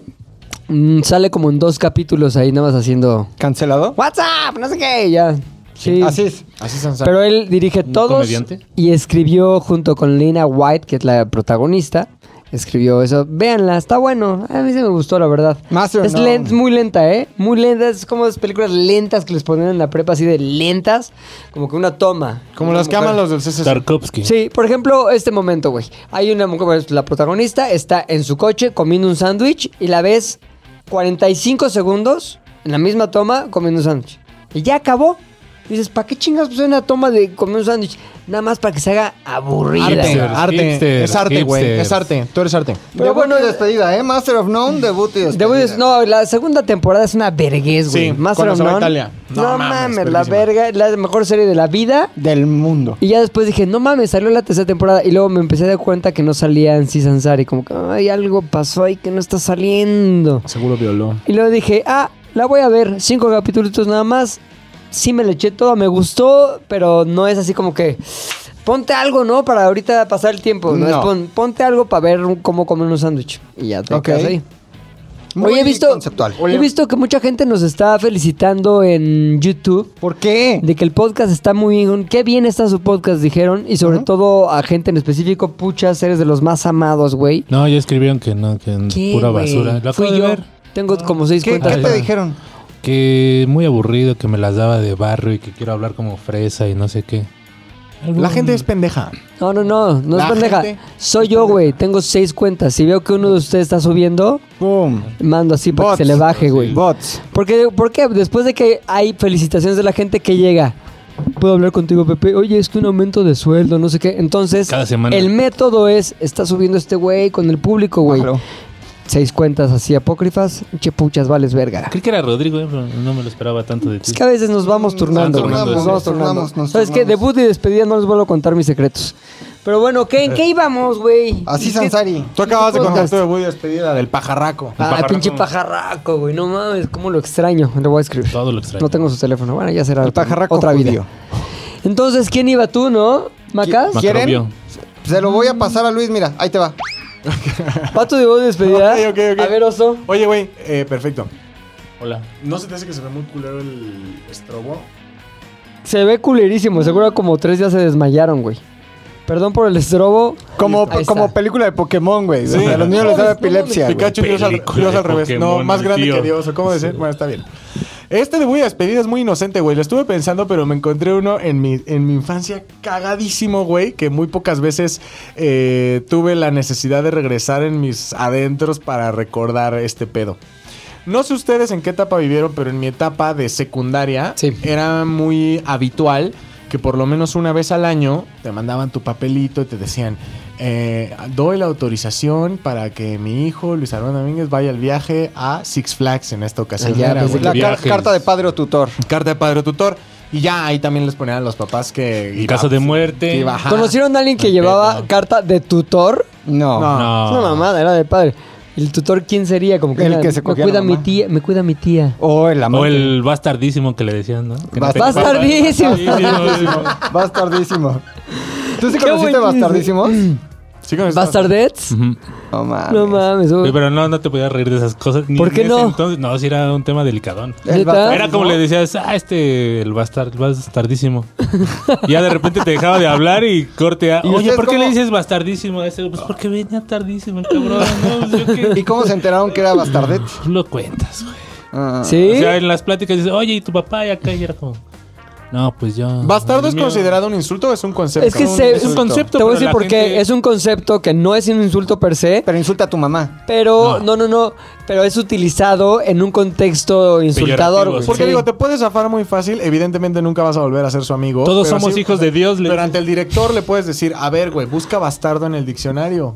Mm, sale como en dos capítulos ahí nada más haciendo... ¿Cancelado? WhatsApp, no sé qué, ya. Sí. Así es. Así Sansari. Pero él dirige todos comediante? y escribió junto con Lena White, que es la protagonista. Escribió eso. Véanla, está bueno. A mí se me gustó, la verdad. Master es no. len- muy lenta, ¿eh? Muy lenta. Es como las películas lentas que les ponían en la prepa, así de lentas. Como que una toma. Como Una las mujer. cámaras del *laughs* CCC. Tarkovsky. Sí, por ejemplo, este momento, güey. Hay una mujer, bueno, la protagonista está en su coche comiendo un sándwich y la ves 45 segundos en la misma toma comiendo un sándwich. Y ya acabó. Y dices, ¿para qué chingas pues, una toma de comer un sándwich? Nada más para que se haga aburrida. Arte, güey. Hipsters, arte. hipsters, es arte, güey. hipsters. Es arte. Tú eres arte. Pero Pero debut bueno, bueno, y despedida, ¿eh? Master of None, debut y despedida. Debo decir, no, la segunda temporada es una vergüenza, güey. Sí, Más cuando se va a no, Italia. no, No mames, mames, la verguísima. verga, la mejor serie de la vida. Del mundo. Y ya después dije, no mames, salió la tercera temporada. Y luego me empecé a dar cuenta que no salía en Sansari. Como que, ay, algo pasó ahí que no está saliendo. Seguro violó. Y luego dije, ah, la voy a ver. Cinco capítulos nada más. Sí me le eché todo, me gustó, pero no es así como que... Ponte algo, ¿no? Para ahorita pasar el tiempo. No, es No. pon- ponte algo para ver cómo comer un sándwich. Y ya te Ok. quedas ahí. Muy Oye, he visto, conceptual. he visto que mucha gente nos está felicitando en YouTube ¿Por qué? de que el podcast está muy bien. Qué bien está su podcast, dijeron. Y sobre todo a gente en específico, puchas, eres de los más amados, güey. No, ya escribieron que no, que ¿Qué, pura güey? basura. Lo acabo Fui de yo. ver. Tengo como seis ¿Qué, cuentas. qué te Ah, dijeron? Que muy aburrido, que me las daba de barro y que quiero hablar como fresa y no sé qué. Algo- La gente es pendeja. No, no, no, no es La pendeja. gente Soy yo, güey. Tengo seis cuentas. Si veo que uno de ustedes está subiendo, Boom. mando así para Bots. que se le baje, güey. Bots. Porque, ¿Por qué? Después de que hay felicitaciones de la gente que llega, puedo hablar contigo, Pepe. Oye, es que un aumento de sueldo, no sé qué. Entonces, Cada semana. el método es: está subiendo este güey con el público, güey. Bájalo. Seis cuentas así apócrifas, che puchas, vales verga. Creí que era Rodrigo, eh, pero no me lo esperaba tanto de ti. Es que a veces nos vamos turnando, güey. turnando, Nos sí. vamos turnando. Turnamos, nos ¿Sabes qué? turnamos. Debut y despedida no les vuelvo a contar mis secretos. Pero bueno, ¿qué, ¿en qué íbamos, güey? Así ¿Qué- Sansari. Tú acabas de Podcast. contar tu debut y despedida del pajarraco. Ah, pinche pajarraco, güey. No mames, cómo lo extraño. Le voy a escribir. Todo lo extraño. No tengo su teléfono. Bueno, ya será El otra- pajarraco otra vida. judío. Entonces, ¿quién iba tú, no? ¿Macas? Macrobio. Se lo voy a pasar a Luis, mira, ahí te va. ¿Pato de voz de despedida? *laughs* Ok, ok, ok. A ver, oso. Oye, güey, eh, perfecto. Hola. ¿No se te hace que se ve muy culero el estrobo? Se ve culerísimo. Seguro como tres días se desmayaron, güey. Perdón por el estrobo. Como, Ahí está. como película de Pokémon, güey. Sí. O sea, a los niños les da epilepsia. güey. Pikachu, Dios al, Película Dios de al revés. Pokémon, no, más el grande tío. que Dios. ¿o ¿Cómo decir? Sí. Bueno, está bien. Este de Voy a despedida es muy inocente, güey. Lo estuve pensando, pero me encontré uno en mi, en mi infancia cagadísimo, güey. Que muy pocas veces eh, tuve la necesidad de regresar en mis adentros para recordar este pedo. No sé ustedes en qué etapa vivieron, pero en mi etapa de secundaria Sí. era muy habitual que por lo menos una vez al año te mandaban tu papelito y te decían, eh, doy la autorización para que mi hijo Luis Armando Domínguez vaya al viaje a Six Flags en esta ocasión. Ah, ya, Era, pensé güey. que- La car- Viajes. carta de padre o tutor. Carta de padre o tutor. Y ya ahí también les ponían a los papás que... En caso de muerte. iba, ajá. ¿Conocieron a alguien que Al llevaba pedo. carta de tutor? No. No. Es una mamada, era de padre. ¿El tutor quién sería? Como que, El era, que se me cogía a la cuida mi mamá". tía, me cuida mi tía. O el O amante. el bastardísimo que le decían, ¿no? Que no te- Bastardísimo. Bastardísimo. Bastardísimo. ¿Tú sí Qué conociste buen- *clears throat* bastardísimos? Sí, con- ¿Bastardets? Ujú. No mames. No mames. Oye, güey. Pero no, no te podías reír de esas cosas. ni ¿Por en qué ese no? Entonces, no, sí era un tema delicadón. ¿Neta? bastardismo. Era como le decías, ah, este, el bastar- bastardísimo. Y ya de repente te dejaba de hablar y corte a, ¿Y oye, ustedes ¿por qué cómo? le dices bastardísimo a ese? Pues porque venía tardísimo el cabrón. No, Pues, yo ¿Y qué- cómo se enteraron que era bastardet? Tú lo cuentas, güey. Ah. ¿Sí? O sea, en las pláticas dices, oye, ¿y tu papá? Y acá y era como, no, pues yo... ¿Bastardo es Mío. considerado un insulto o es un concepto? Es que se- Es un concepto. Te voy a pero decir la por qué. gente- Es un concepto que no es un insulto per se, Pero insulta a tu mamá. pero no, no, no. Pero es utilizado en un contexto insultador. güey. Porque Sí. digo, te puedes zafar muy fácil, evidentemente nunca vas a volver a ser su amigo. Todos pero somos sí- hijos de Dios. le Pero dices. ante el director le puedes decir, a ver, güey, busca bastardo en el diccionario.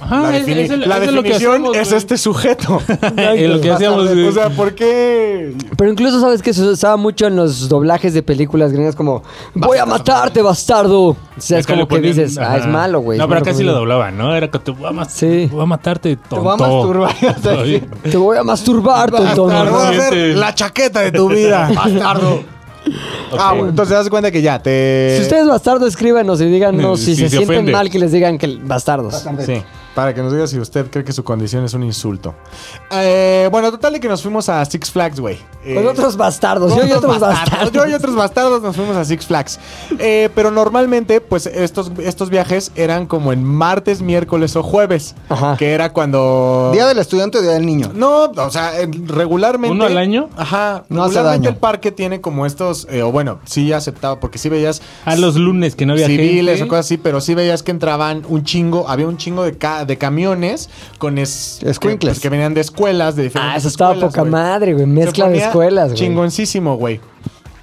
Ajá, la Ah, es- defini- es el- la es de lo que definición hacemos, es güey. este sujeto. *laughs* Es lo que hacíamos, güey. o sea, ¿por qué? Pero incluso sabes que se usaba mucho en los doblajes de películas gringas como voy a matarte, bastardo. O sea, es Acá le como que ponían- dices, ah, ajá. es malo, güey. No, es malo pero acá sí conmigo". lo doblaban, ¿no? Era que te voy a, mat- Sí. voy a matarte, tonto. voy a masturbar, ya te Oye, Te voy a masturbar, Bastardo, tontón. voy a hacer Obviamente. la chaqueta de *laughs* tu vida. Bastardo. Ah, bueno, entonces te das cuenta que ya te. Si ustedes bastardo, escríbanos y díganos si, Si se, se sienten ofende. mal que les digan que bastardos. Sí. Para que nos diga si usted cree que su condición es un insulto. Eh, bueno, total de que nos fuimos a Six Flags, güey. Eh, Con otros bastardos, yo y otros bastardos. Yo y otros bastardos nos fuimos a Six Flags. Eh, pero normalmente, pues estos, estos viajes eran como en martes, miércoles o jueves. Ajá. Que era cuando. Día del estudiante o día del niño. No, o sea, eh, regularmente. ¿Uno al año? Ajá. No hace regularmente daño. el parque tiene como estos. eh, o bueno, sí aceptaba, porque sí veías A los lunes que no había civiles gente. o cosas así, pero sí veías que entraban un chingo, había un chingo de, ca- de camiones con es, que, Escuincles. pues, que venían de escuelas, de diferentes Ah, eso estaba escuelas, poca güey. madre, güey. Se Mezcla de ponía escuelas, güey. Chingoncísimo, güey.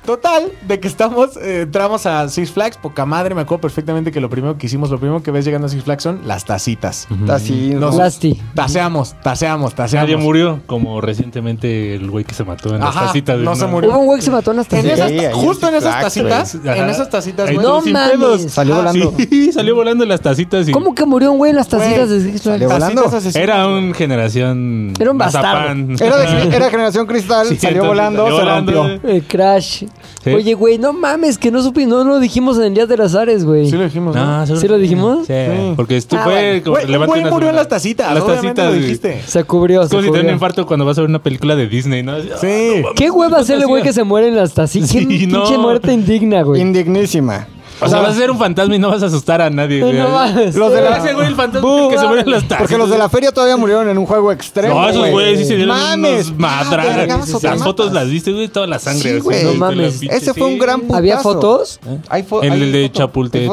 Total, de que estamos, eh, entramos a Six Flags, poca madre, me acuerdo perfectamente que lo primero que hicimos, lo primero que ves llegando a Six Flags son las tacitas. Mm, Está así. No, ¿no? Plasti. Taseamos, taseamos, taseamos. Nadie murió, como recientemente el güey que se mató en Ajá, las tacitas. no se murió. Hubo un güey que se mató en las En tacitas. esas- Sí, ahí en justo en Six esas Flags, tacitas, güey. en esas tacitas, Ahí güey. No sin mames. pedos. Salió Ah, volando. Sí, *laughs* salió volando las tacitas. Y ¿Cómo que murió un güey en las tacitas de Six Flags? salió volando? Tacitas asesinas. Era un generación. Era un mazapán. *laughs* Era, de- era generación cristal, Sí, salió entonces, volando, salió se volando. rompió. El Eh, crash. Sí. Oye, güey, no mames, que no supi, no lo dijimos en el Día de las Ares, güey. Sí lo dijimos, ¿no? No, seguro- ¿Sí lo dijimos? Sí. Porque esto fue. como Güey, levanta güey una murió en semana. las tacitas. Las obviamente tacitas. lo güey. dijiste. Se cubrió, Es se como si te da un cubrió. infarto cuando vas a ver una película de Disney, ¿no? Sí. ¿Qué hueva hacerle, güey, que se muere en las tacitas? Qué Sí, no. pinche muerte indigna, güey. Indignísima. O sea, vas a ser un fantasma y no vas a asustar a nadie. güey. No mames. Los de la- Ese güey, el fantasma que se muere en las tacitas. Porque los de la feria todavía murieron en un juego extremo. No, esos güeyes sí se dieron Mames, unos madrazos. vergazo, te Las fotos matas. las viste, güey, toda la sangre. Sí, así, güey. de No la mames. pinche- Ese fue un sí. gran putazo. ¿Había fotos? Hay fo- En hay el foto, de hay foto.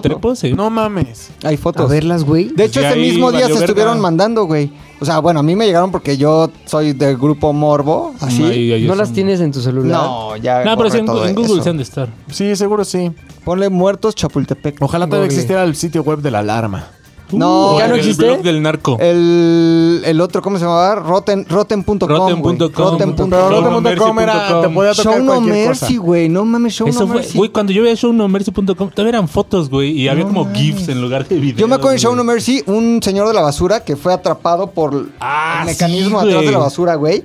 Chapultepec, pues, sí. No mames. Hay A fotos. verlas, güey. De hecho, Desde ese ahí mismo día se valió verga. estuvieron mandando, güey. O sea, bueno, a mí me llegaron porque yo soy del grupo Morbo, así. Ahí- ahí ¿No es las un- tienes en tu celular? No, ya. No, pero borré sí, en, todo en Google eso. se han de estar. Sí, seguro sí. Ponle muertos Chapultepec. Ojalá todavía Google. existiera el sitio web de la alarma. No, Eh, O ¿Ya no el existe? blog del narco. El, el otro, ¿cómo se llamaba? Rotten, rotten.com. Rotten.com. güey. Rotten.com. Pero Pero Rotten.com no com era, te podía tocar Show No cualquier Mercy, güey. No mames, Show Eso No fue, Mercy. güey, cuando yo veía shownomercy.com, todavía eran fotos, güey, y había como GIFs en lugar de videos. Yo me acuerdo en Show No güey. Mercy, un señor de la basura que fue atrapado por Ah, el mecanismo sí, atrás de güey. la basura, güey.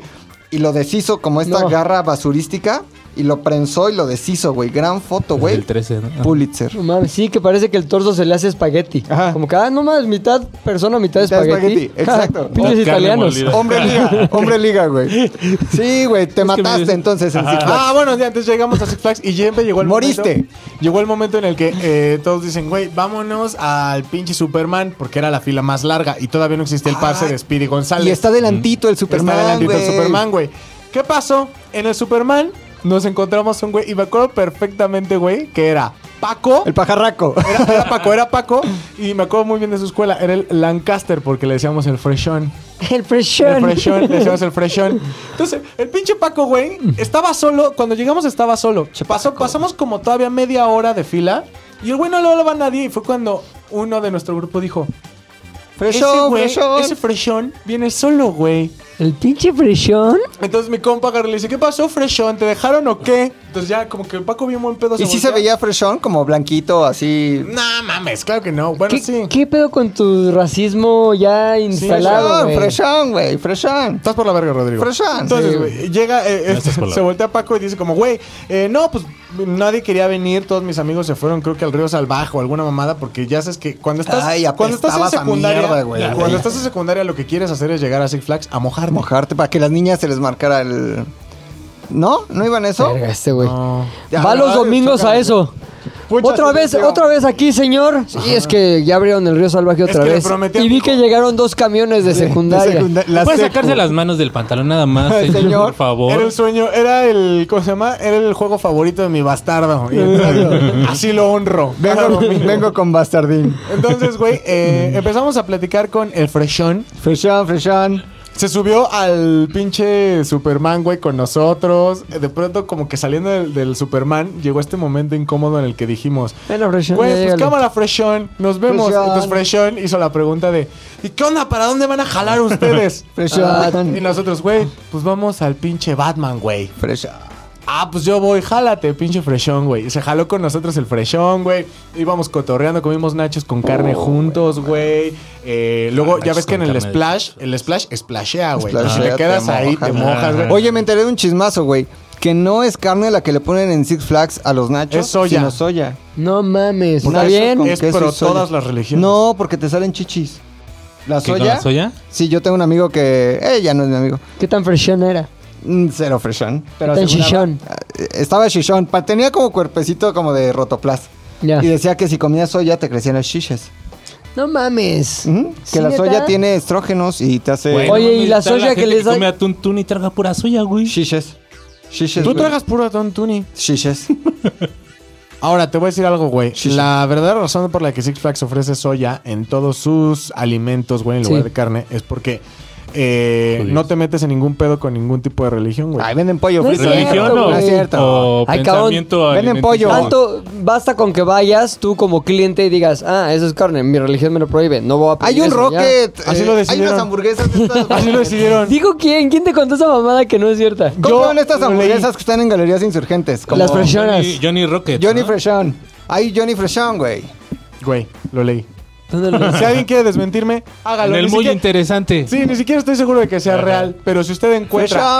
Y lo deshizo como esta No. garra basurística. Y lo prensó y lo deshizo, güey. Gran foto, güey. El Ah. 13, ¿no? Pulitzer. No mames, sí, que parece que el torso se le hace espagueti. Ajá. Como que, ah, no mames, mitad persona, mitad, Mitad espagueti. *laughs* espagueti, exacto. Pinches O carne italianos. molida. Hombre liga, hombre liga, güey. Sí, güey, te mataste dices- entonces en Ajá. Six Flags. Ah, bueno, ya entonces llegamos a Six Flags y siempre llegó el Moriste. momento. Llegó el momento en el que eh, todos dicen, güey, vámonos al pinche Superman, porque era la fila más larga y todavía no existía el pase de Speedy González. Ah. Y está adelantito el Superman, Está adelantito el güey. Superman, güey. ¿Qué pasó? En el Superman nos encontramos un güey, y me acuerdo perfectamente, güey, que era Paco. El pajarraco. Era, era Paco, era Paco. Y me acuerdo muy bien de su escuela. Era el Lancaster porque le decíamos el Freshón. El presión. El freshón, le decíamos el *laughs* freshón. Entonces, el pinche Paco, güey, estaba solo. Cuando llegamos estaba solo. Pasó, pasamos como todavía media hora de fila. Y el güey no le hablaba a nadie. Y fue cuando uno de nuestro grupo dijo... ese, Freshón, güey, freshón". ese freshón viene solo, güey. El pinche presión. Entonces mi compa agarra y le dice, ¿qué pasó, freshón? ¿Te dejaron o qué? Entonces ya como que el Paco bien buen pedo. ¿Y si se voltea. veía freshón? Como blanquito, así. No mames, claro que no. Bueno, ¿Qué, sí. qué pedo con tu racismo ya instalado, Freshón, güey? freshón, güey, freshón. Estás por la verga, Rodrigo. Freshón. Entonces, Sí, güey, llega, eh, Gracias por la- *laughs* se voltea Paco y dice como, güey, eh, no, pues nadie quería venir, todos mis amigos se fueron, creo que al río Salvaje o alguna mamada, porque ya sabes que cuando estás, Ay, cuando estás en apestabas a secundaria, mierda, güey. cuando estás en secundaria lo que quieres hacer es llegar a Six Flags a mojar, Mojarte para que las niñas se les marcara el. ¿No? ¿No iban a eso? Verga, este güey. Ya, Va la los verdad, domingos a chócala. eso. Pucha, otra se vez, metió. otra vez aquí, señor. Y es que ya abrieron el río salvaje Es otra que le vez. prometí a Y mi vi que hijo. llegaron dos camiones de secundaria. Puede sacarse las manos del pantalón nada más, señor, por Era favor. el sueño, era el, ¿cómo se llama? Era el juego favorito de mi bastardo. *laughs* Y entonces, así lo honro. cada Vengo, domingo. vengo con Bastardín. Entonces, güey, eh, empezamos a platicar con el freshón. Freshón, freshón. Se subió al pinche Superman, güey, con nosotros. Eh, De pronto, como que saliendo del, del Superman, llegó este momento incómodo en el que dijimos... Bueno, Freshón, Güey, ya pues llégale. cámara Freshón, nos vemos. Freshón. Entonces Freshón hizo la pregunta de, ¿y qué onda? ¿Para dónde van a jalar ustedes? y Ah. Freshón. nosotros, güey, pues vamos al pinche Batman, güey. Freshón. Ah, pues yo voy, jálate, pinche freshón, güey. Y Se jaló con nosotros el freshón, güey. Íbamos cotorreando, comimos nachos con carne Oh, juntos, güey. Eh, luego, Ah, ya nachos ves que en con el carne. splash, el splash splashea, güey. Si Splashea, te quedas te ahí, mojas. te mojas, güey. Oye, me enteré de un chismazo, güey. Que no es carne la que le ponen en Six Flags a los nachos, Es soya. sino soya. No mames, Por Pues ¿está eso bien? con Es queso pro y soya. todas las religiones. No, porque te salen chichis. ¿La ¿Qué, soya? con la soya? Sí, yo tengo un amigo que... Ella no es mi amigo. ¿Qué tan freshón era? Mm, Cero freshón. Pero ¿Qué tan según- chichón? Eh, Estaba chichón. Pa- Tenía como cuerpecito como de rotoplas. Ya. Y decía que si comías soya te crecían las chiches. No mames. Ujú, Que ¿Sí, la neta? soya tiene estrógenos y te hace... Bueno, Oye, ¿y mames, la está soya que gente les da- Come atún, tún y traga pura soya, güey. Chiches. Chiches, Tú güey. tragas puro tontuni. *laughs* Chiches. Ahora, te voy a decir algo, güey. Sí, sí. La verdadera razón por la que Six Flags ofrece soya en todos sus alimentos, güey, en Sí. lugar de carne, es porque eh, Judíos. no te metes en ningún pedo con ningún tipo de religión, güey. Ahí venden pollo No es frito. ¿Religión cierto, o, güey. No es cierto. o Ay, cabrón. pensamiento Venden pollo. alimenticio? Tanto basta con que vayas tú como cliente y digas, ah, eso es carne, mi religión me lo prohíbe, no voy a pedir Hay un eso, ya". rocket. Así eh, lo hay decidieron. unas hamburguesas de estas. *laughs* Así *laughs* lo decidieron. Digo, ¿quién? ¿Quién te contó esa mamada que no es cierta? ¿Cómo Yo se llaman estas lo leí. hamburguesas que están en galerías insurgentes? Como Las freshonas. Johnny, Johnny Rocket. Johnny ¿no? Freshon. Hay Johnny Freshon, güey. Güey, lo leí. ¿Dónde *laughs* lo *laughs* Si alguien quiere desmentirme, En hágalo. el Ni muy siquiera- interesante. Sí, ni siquiera estoy seguro de que sea Ajá. real, pero si usted encuentra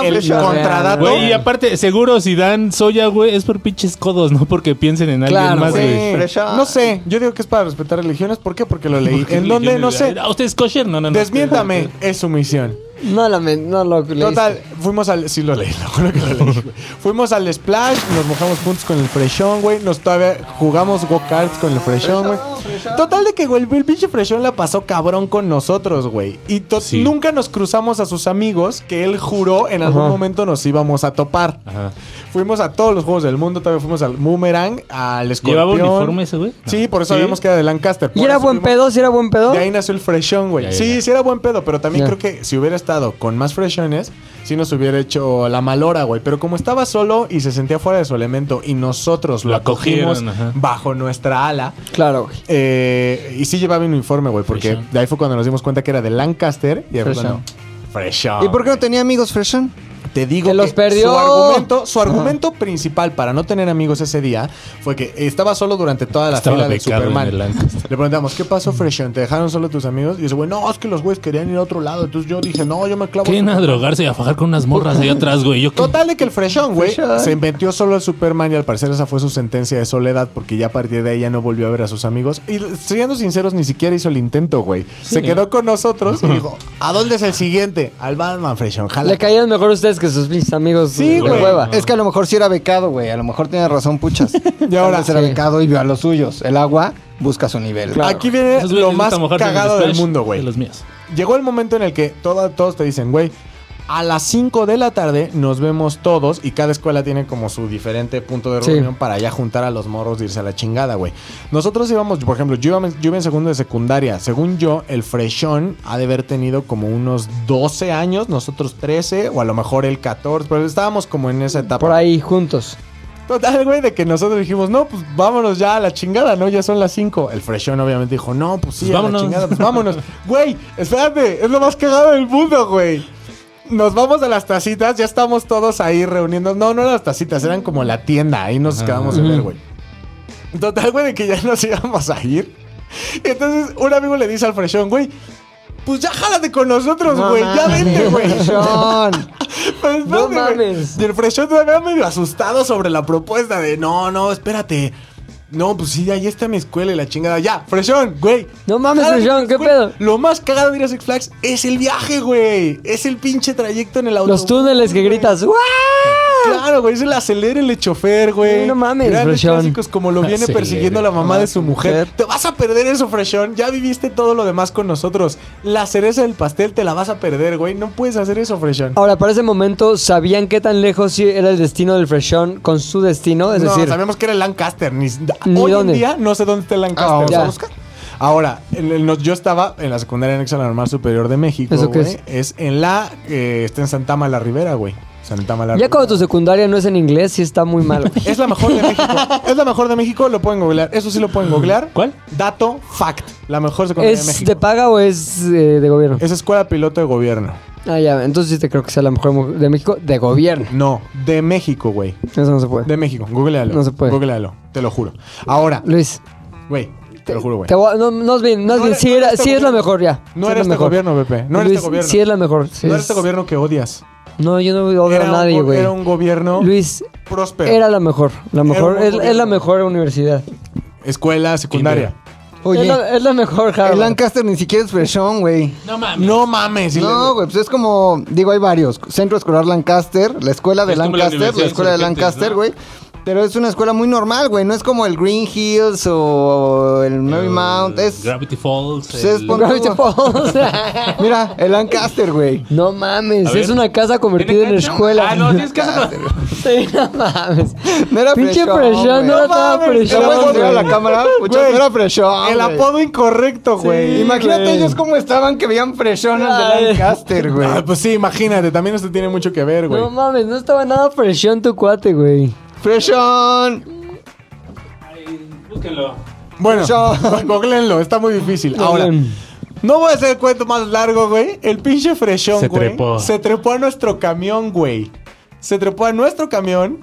Fresh up, el fresh up. contradato, Güey, y aparte, seguro si dan soya, güey, es por pinches codos, no porque piensen en alguien Claro, más, sí. güey. fresh up. no sé, yo digo que es para respetar religiones, ¿por qué? Porque lo leí. Porque ¿En dónde? religiones, No sé. ¿verdad? ¿A Ah, usted es kosher? No, no, no. Desmiéntame, es su misión. No, la men- no lo leíste. Total, fuimos al. Sí, lo leí, *laughs* lo juro que lo leí. güey. Fuimos al Splash, nos mojamos juntos con el Freshón, güey. Nos todavía jugamos go-karts con el Freshón, güey. Total de que, güey, el pinche Freshón la pasó cabrón con nosotros, güey. Y to- Sí. nunca nos cruzamos a sus amigos que él juró en algún momento nos íbamos a topar. Ajá. Fuimos a todos los juegos del mundo, todavía fuimos al Boomerang, al Escorpión. ¿Llevaba uniforme ese, güey? Sí, por eso ¿Sí? habíamos quedado de Lancaster. ¿Y por era eso buen fuimos- pedo? ¿Sí era buen pedo? de ahí nació el freshón, güey. Ya, ya, Sí, ya. sí era buen pedo, pero también Ya. creo que si hubiera estado con más freshones, sí nos hubiera hecho la malora, güey. Pero como estaba solo y se sentía fuera de su elemento y nosotros lo Lo acogimos acogieron, ajá. bajo nuestra ala, Claro, güey. eh, y sí llevaba un uniforme, güey, porque Freshón. de ahí fue cuando nos dimos cuenta que era de Lancaster y era Freshón. cuando... Freshón. ¿Y por qué no tenía amigos Freshon? Te digo Que los perdió. Su argumento, su argumento principal para no tener amigos ese día fue que estaba solo durante toda la Estaba fila de becado Superman. en el Lancaster. Le preguntamos, ¿qué pasó, Freshon? ¿Te dejaron solo tus amigos? Y dice, güey, no, es que los güeyes querían ir a otro lado. Entonces yo dije, no, yo me clavo. Quieren a drogarse y a fajar con unas morras ahí atrás, güey. Yo qué- Total de que el Freshon, güey, Freshón. se metió solo al Superman y al parecer esa fue su sentencia de soledad porque ya a partir de ahí ya no volvió a ver a sus amigos. Y siendo sinceros, ni siquiera hizo el intento, güey. Se quedó *laughs* con nosotros y dijo, ¿a dónde es el siguiente? Al Batman, Freshon, jala. Le caían mejor ustedes que sus pinches amigos. Sí, de güey. Hueva. Es que a lo mejor sí era becado, güey. A lo mejor tenía razón, puchas. Y ahora- Tal vez era Sí. becado y vio a los suyos. El agua busca su nivel. Aquí viene Esos güeyes lo les más gusta mojarse en el cagado del splash mundo, güey. De los míos. Llegó el momento en el que todo- todos te dicen, güey, A las 5 de la tarde nos vemos todos y cada escuela tiene como su diferente punto de Sí. reunión para ya juntar a los morros de irse a la chingada, güey. Nosotros íbamos, por ejemplo, yo iba, yo iba en segundo de secundaria. Según yo, el freshón ha de haber tenido como unos 12 años, nosotros 13 o a lo mejor el 14, pero estábamos como en esa etapa. Por ahí, juntos. Total, güey, de que nosotros dijimos, no, pues vámonos ya a la chingada, ¿no? Ya son las 5. El freshón obviamente dijo, no, pues sí, Pues a vámonos. la chingada, pues vámonos. güey, espérate, es lo más cagado del mundo, güey. Nos vamos a las tacitas, ya estamos todos ahí reuniendo. No, no eran las tacitas, eran como la tienda, ahí nos quedamos de ver, güey. Total, güey, de que ya nos íbamos a ir. Y entonces un amigo le dice al freshón, güey, pues ya jálate con nosotros, güey, ya vente, *laughs* güey. John. Pues, No espérate, güey. mames. Y el freshón todavía medio asustado sobre la propuesta de no, no, espérate. No, pues sí, ahí está mi escuela y la chingada. Ya, Freshón, güey. No mames, Jálate Freshón, mi ¿qué escuela. pedo? Lo más cagado de ir a Six Flags es el viaje, güey. Es el pinche trayecto en el auto. Los túneles que gritas. ¡guau! Claro, güey, es el acelérele chofer, güey. Sí, no mames, Grandes Freshón. clásicos como lo viene Acelérele. persiguiendo la mamá de su mujer. Te vas a perder eso, Freshón. Ya viviste todo lo demás con nosotros. La cereza del pastel te la vas a perder, güey. No puedes hacer eso, Freshón. Ahora, para ese momento, ¿sabían qué tan lejos sí era el destino del Freshón con su destino? Es no, decir, sabemos que era el Lancaster. Ni, Ni hoy dónde. en día no sé dónde está el Lancaster. Ah, vamos a Ya. buscar. Ahora, en el- no- yo estaba en la secundaria anexa a la Normal Superior de México. ¿Eso qué güey. es? en la. eh, está en Santa Mala Rivera, güey. Santa Mala ya Rivera. cuando tu secundaria no es en inglés, sí está muy mal. *laughs* güey. Es la mejor *laughs* de México. es la mejor de México, lo pueden googlear. Eso sí lo pueden googlear. ¿Cuál? Dato, fact. La mejor secundaria de ¿Es México. de paga o es eh, de gobierno? es escuela piloto de gobierno. Ah, ya, entonces sí te creo que sea la mejor mu- de México de gobierno. No, de México, güey. Eso no se puede. De México. Googlealo. No se puede. Googlealo. Te lo juro. Ahora, Luis, güey. Te lo juro, güey. te voy a- no, no es bien, no es No bien. eres- Sí, no era- eres sí este es la gobierno. mejor ya. No Sí era es este la mejor. gobierno, Pepe. No era Luis, este gobierno. Sí es la mejor. sí No era es- este gobierno que odias. No, yo no odio Era a un nadie, go- güey. Era un gobierno Luis, próspero. era la mejor. La un mejor buen es, es la gobierno. mejor universidad. Escuela, secundaria. Es Oye, la, es la mejor, *laughs* el Harvard. Lancaster ni siquiera es freshón, güey. No mames. y No, güey, pues es como, digo, hay varios. Centro Escolar Lancaster, la escuela de Es como la Lancaster, la, Universidad de escuela de Insurgentes, Lancaster, ¿no? güey. Pero es una escuela muy normal, güey. No es como el Green Hills o el Marymount. Es, Gravity Falls. pues es el- *laughs* pon- Gravity Falls. mira, el Lancaster, güey. No mames, A ver. es una casa convertida en ¿Tiene cancha? escuela. Ah, no, tienes *laughs* casa. *laughs* Sí, no mames. No era Pinche freshón, presión, güey. no era tan mames, ¿Te puedes presión. poner a la güey. cámara? Muchachos, Güey, no era freshón, El güey. apodo incorrecto, güey. Imagínate güey. ellos cómo estaban que veían freshón al Ay. de Lancaster, güey. Ah, pues sí, imagínate. También esto tiene mucho que ver, güey. No mames, no estaba nada presión tu cuate, güey. Freshón. Búsquenlo. bueno, yo- *laughs* googleenlo. Está muy difícil. Ahora, no voy a hacer el cuento más largo, güey. El pinche freshón, Se güey. trepó. Se trepó a nuestro camión, güey. Se trepó a nuestro camión.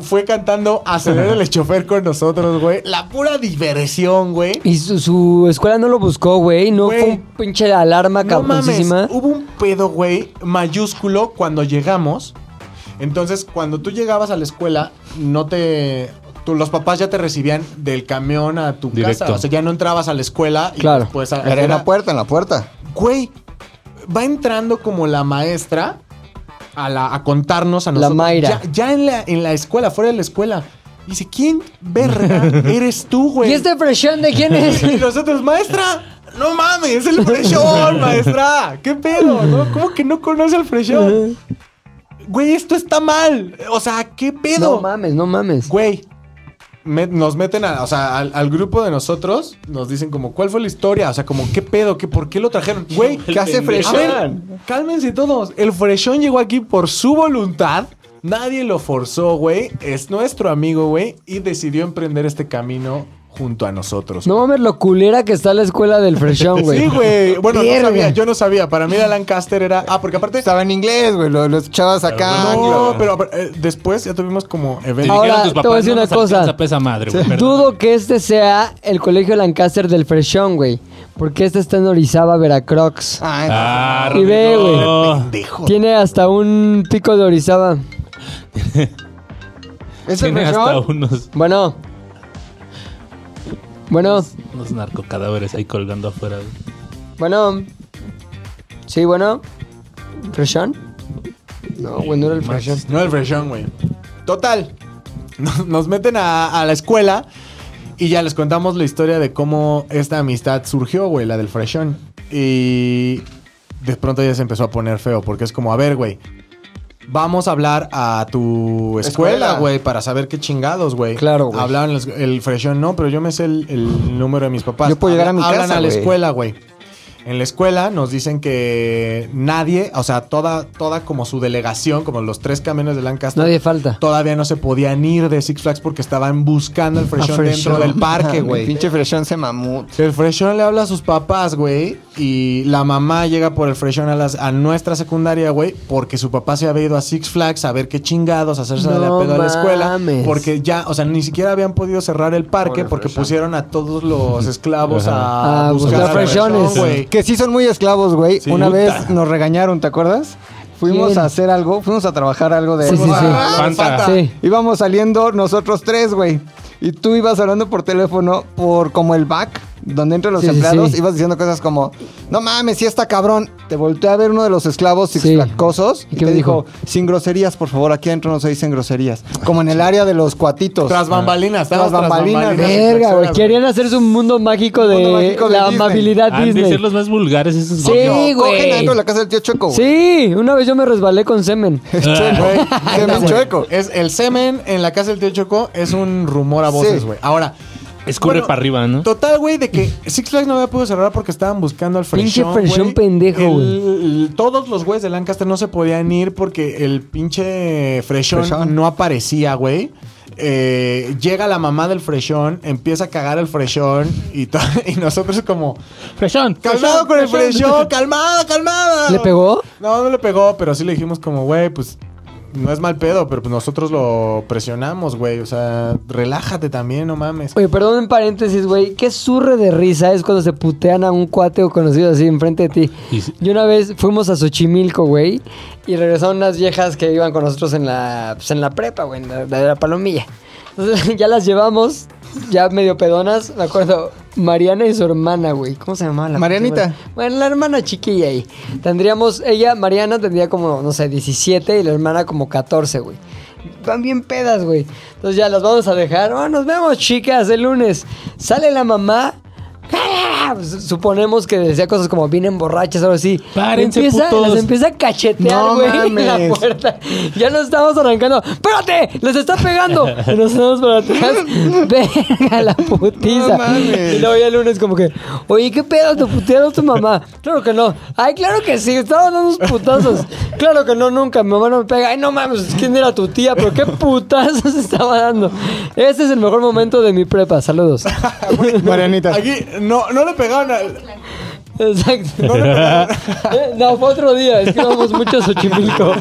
Fue cantando *laughs* Acelerar el chofer con nosotros, güey. La pura diversión, güey. Y su, su escuela no lo buscó, güey. No Güey. fue un pinche alarma No mames, uh, cabroncísima. hubo un pedo, güey, mayúsculo cuando llegamos. Entonces, cuando tú llegabas a la escuela, no te... tú- los papás ya te recibían del camión a tu Directo. casa. O sea, ya no entrabas a la escuela. Y Claro. Después a- Era en era- la puerta, en la puerta. Güey, va entrando como la maestra a, la, a contarnos a La nosotros. Mayra. Ya, ya en, la, en la escuela, fuera de la escuela. Dice, ¿quién *laughs* verga eres tú, güey? ¿Y este presión de quién *laughs* es? Y nosotros, maestra, no mames, es el freshón, maestra. ¿Qué pedo? ¿no? ¿Cómo que no conoce al freshón? Güey, esto está mal. O sea, ¿qué no pedo? mames, no mames. Güey, me- nos meten a, o sea, al, al grupo de nosotros, nos dicen como, ¿cuál fue la historia? O sea, como, ¿qué pedo? ¿Qué, ¿Por qué *laughs* lo trajeron? Güey, ¿Qué hace a freshón? ver, cálmense todos. El freshón llegó aquí por su voluntad. Nadie lo forzó, güey. Es nuestro amigo, güey. Y decidió emprender este camino junto a nosotros. No mames, lo culera que está la escuela del presión, güey. *laughs* Sí, güey. Bueno, no Verga. sabía, yo no sabía. Para mí la Lancaster era. Ah, porque aparte. Estaba en inglés, güey. Lo, lo escuchabas acá. No, pero eh, después ya tuvimos como Te eventos. Ahora, dijeron tus te voy a papás, decir "No una nos cosa. alcanza pa' esa madre, güey, perdón". Dudo que este sea el colegio Lancaster del Freshón, güey. Porque este está en Orizaba, Veracruz. Ah, entonces- Ah, Y ve, Rodrigo. Tiene hasta un pico de Orizaba. ¿Es el Tiene hasta freshón? unos, Bueno. Bueno, unos narcocadáveres ahí colgando afuera. güey. bueno. Sí, bueno. ¿Freshón? No, güey, no era el Freshón. No el freshón, güey. Total. *laughs* Nos, nos meten a, a la escuela y ya les contamos la historia de cómo esta amistad surgió, güey, la del freshón. Y de pronto ya se empezó a poner feo, porque es como, a ver, güey, vamos a hablar a tu escuela, Escuela. güey, para saber qué chingados, güey. Claro, güey. Hablaban los- el freshón, no, pero yo me sé el, el número de mis papás. Yo puedo llegar a mi Hablan casa, a la güey. escuela, güey. En la escuela nos dicen que nadie, o sea, toda, toda como su delegación, como los tres camiones de Lancaster, Nadie falta. todavía no se podían ir de Six Flags porque estaban buscando al freshón dentro Freshón. del *laughs* parque, El güey. pinche freshón se mamó. El freshón le habla a sus papás, güey, y la mamá llega por el freshón a, las, a nuestra secundaria, güey, porque su papá se había ido a Six Flags a ver qué chingados, a hacerse de la No pedo a la escuela, mames. porque ya, o sea, ni siquiera habían podido cerrar el parque Pobre porque Freshón. pusieron a *laughs* todos los esclavos a, A buscar buscar al freshón, Ah, pues, freshones. güey. Que sí son muy esclavos, güey. Sí. Una Puta. vez nos regañaron, ¿te acuerdas? Fuimos ¿Quién? a hacer algo, fuimos a trabajar algo de... Sí, sí, sí. Ah, Fanta. Sí. Íbamos saliendo nosotros tres, güey. Y tú ibas hablando por teléfono por como el back, donde entran los Sí, sí, empleados. sí. Ibas diciendo cosas como, no mames, si está cabrón. Te volteé a ver uno de los esclavos Sí. sixflacosos ¿Y y qué te me dijo? dijo? sin groserías, por favor, aquí adentro no se dicen groserías. Como en el área de los cuatitos. Tras bambalinas, Tras estamos tras bambalinas. bambalinas. Verga, güey. Querían hacerse un mundo mágico de mundo mágico de la Disney. amabilidad Han de Disney. ser los más vulgares esos Sí, güeyes. Cogen güey. adentro de la casa del tío Choco, güey. Sí, una vez yo me resbalé con semen. *laughs* Ah, eh. Se me chueco. Es el semen en la casa del tío Choco es un rumor a voces, Sí. güey. Ahora, Escurre Bueno, para arriba, ¿no? total, güey, de que Six Flags no había podido cerrar porque estaban buscando al Pinche freshón. freshón güey. pendejo, El- güey. el- Todos los güeyes de Lancaster no se podían ir porque el pinche freshón, Freshón. no aparecía, güey. Eh, llega la mamá del freshón, empieza a cagar al freshón y, to- *laughs* y nosotros como... Freshón. ¡Calmado con el freshón! ¡Calmado, calmado! ¿Le pegó? No, no le pegó, pero sí le dijimos como, güey, pues no es mal pedo, pero pues nosotros lo presionamos, güey. O sea, relájate también, no mames. Oye, perdón en paréntesis, güey. Qué surre de risa es cuando se putean a un cuate o conocido así enfrente de ti. Y si- Y una vez fuimos a Xochimilco, güey, y regresaron unas viejas que iban con nosotros en la, pues, en la prepa, güey, en la, de la palomilla. Entonces *laughs* ya las llevamos, ya medio pedonas, me acuerdo, Mariana y su hermana, güey. ¿Cómo se llamaba la Marianita. Bueno, la hermana chiquilla ahí. Tendríamos, ella, Mariana tendría como, no sé, 17 y la hermana como 14, güey. Van bien pedas, güey. Entonces ya las vamos a dejar. "Oh, nos vemos, chicas, el lunes. Sale la mamá. *laughs* Suponemos que decía cosas como vienen borrachas o algo así. Párense, empieza, putos. Las empieza a cachetear, No güey, *laughs* en la mames. puerta. Ya nos estamos arrancando. ¡Espérate! ¡Les está *laughs* pegando! Y nos estamos para atrás. ¡Venga la putiza! No mames. y luego ya el lunes como que, oye, ¿qué pedo? ¿Te putearon tu mamá? Claro que no. Ay, claro que sí. Estaban dando unos putazos. *laughs* Claro que no, nunca. Mi mamá no me pega. Ay, no mames. ¿Quién era tu tía? ¿Pero qué putazos estaba dando? Ese es el mejor momento de mi prepa. *laughs* Saludos. Marianita. Aquí no, no le pegaron al... Exacto. Eh, No, fue otro día. Es que íbamos mucho a *laughs* Xochimilco.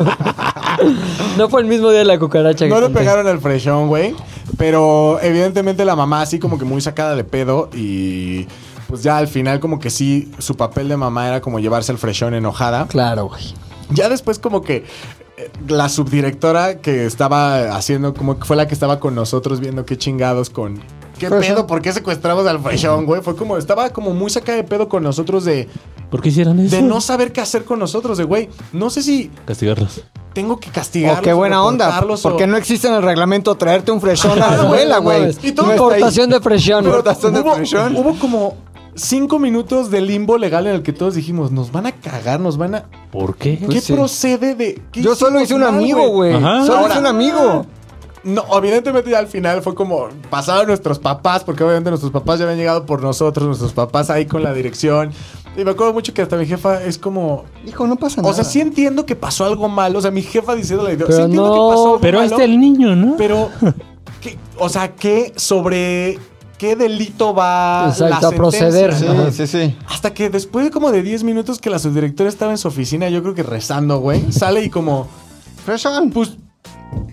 No fue el mismo día de la cucaracha. que No le conté. pegaron al freshón, güey. Pero evidentemente la mamá así como que muy sacada de pedo y pues ya al final como que sí, su papel de mamá era como llevarse al freshón enojada. Claro, güey. Ya después como que eh, la subdirectora que estaba haciendo, como que fue la que estaba con nosotros viendo qué chingados con... ¿Qué pedo? ¿Por qué secuestramos al freshón, güey? Fue como, estaba como muy sacada de pedo con nosotros de, ¿Por qué hicieron eso? de no saber qué hacer con nosotros, de güey. No sé si Castigarlos. tengo que castigarlos. o qué buena onda. reportarlos, Porque o- no existe en el reglamento traerte un freshón a la escuela, güey. Y Y todo todo importación de presión. Pero Cortazón de presión. hubo como cinco minutos de limbo legal en el que todos dijimos, nos van a cagar, nos van a... ¿Por qué? ¿Qué sí. procede de...? qué Pues Yo solo hicimos hice un mal, amigo, güey. Ajá. Solo Ahora- hice un amigo. Ah. No, evidentemente ya al final fue como pasaron nuestros papás, porque obviamente nuestros papás ya habían llegado por nosotros, nuestros papás ahí con la dirección. Y me acuerdo mucho que hasta mi jefa es como. Hijo, no pasa nada. O sea, sí entiendo que pasó algo malo. O sea, mi jefa diciendo la idea. Sí Pero este entiendo no, que pasó algo Pero ahí malo, está el niño, ¿no? Pero. ¿qué- o sea, ¿qué sobre qué delito va la Exacto, a sentencia, proceder. no? Ajá. sí, sí. Hasta que después de como de 10 minutos que la subdirectora estaba en su oficina, yo creo que rezando, güey, sale y como. Freshón. Pues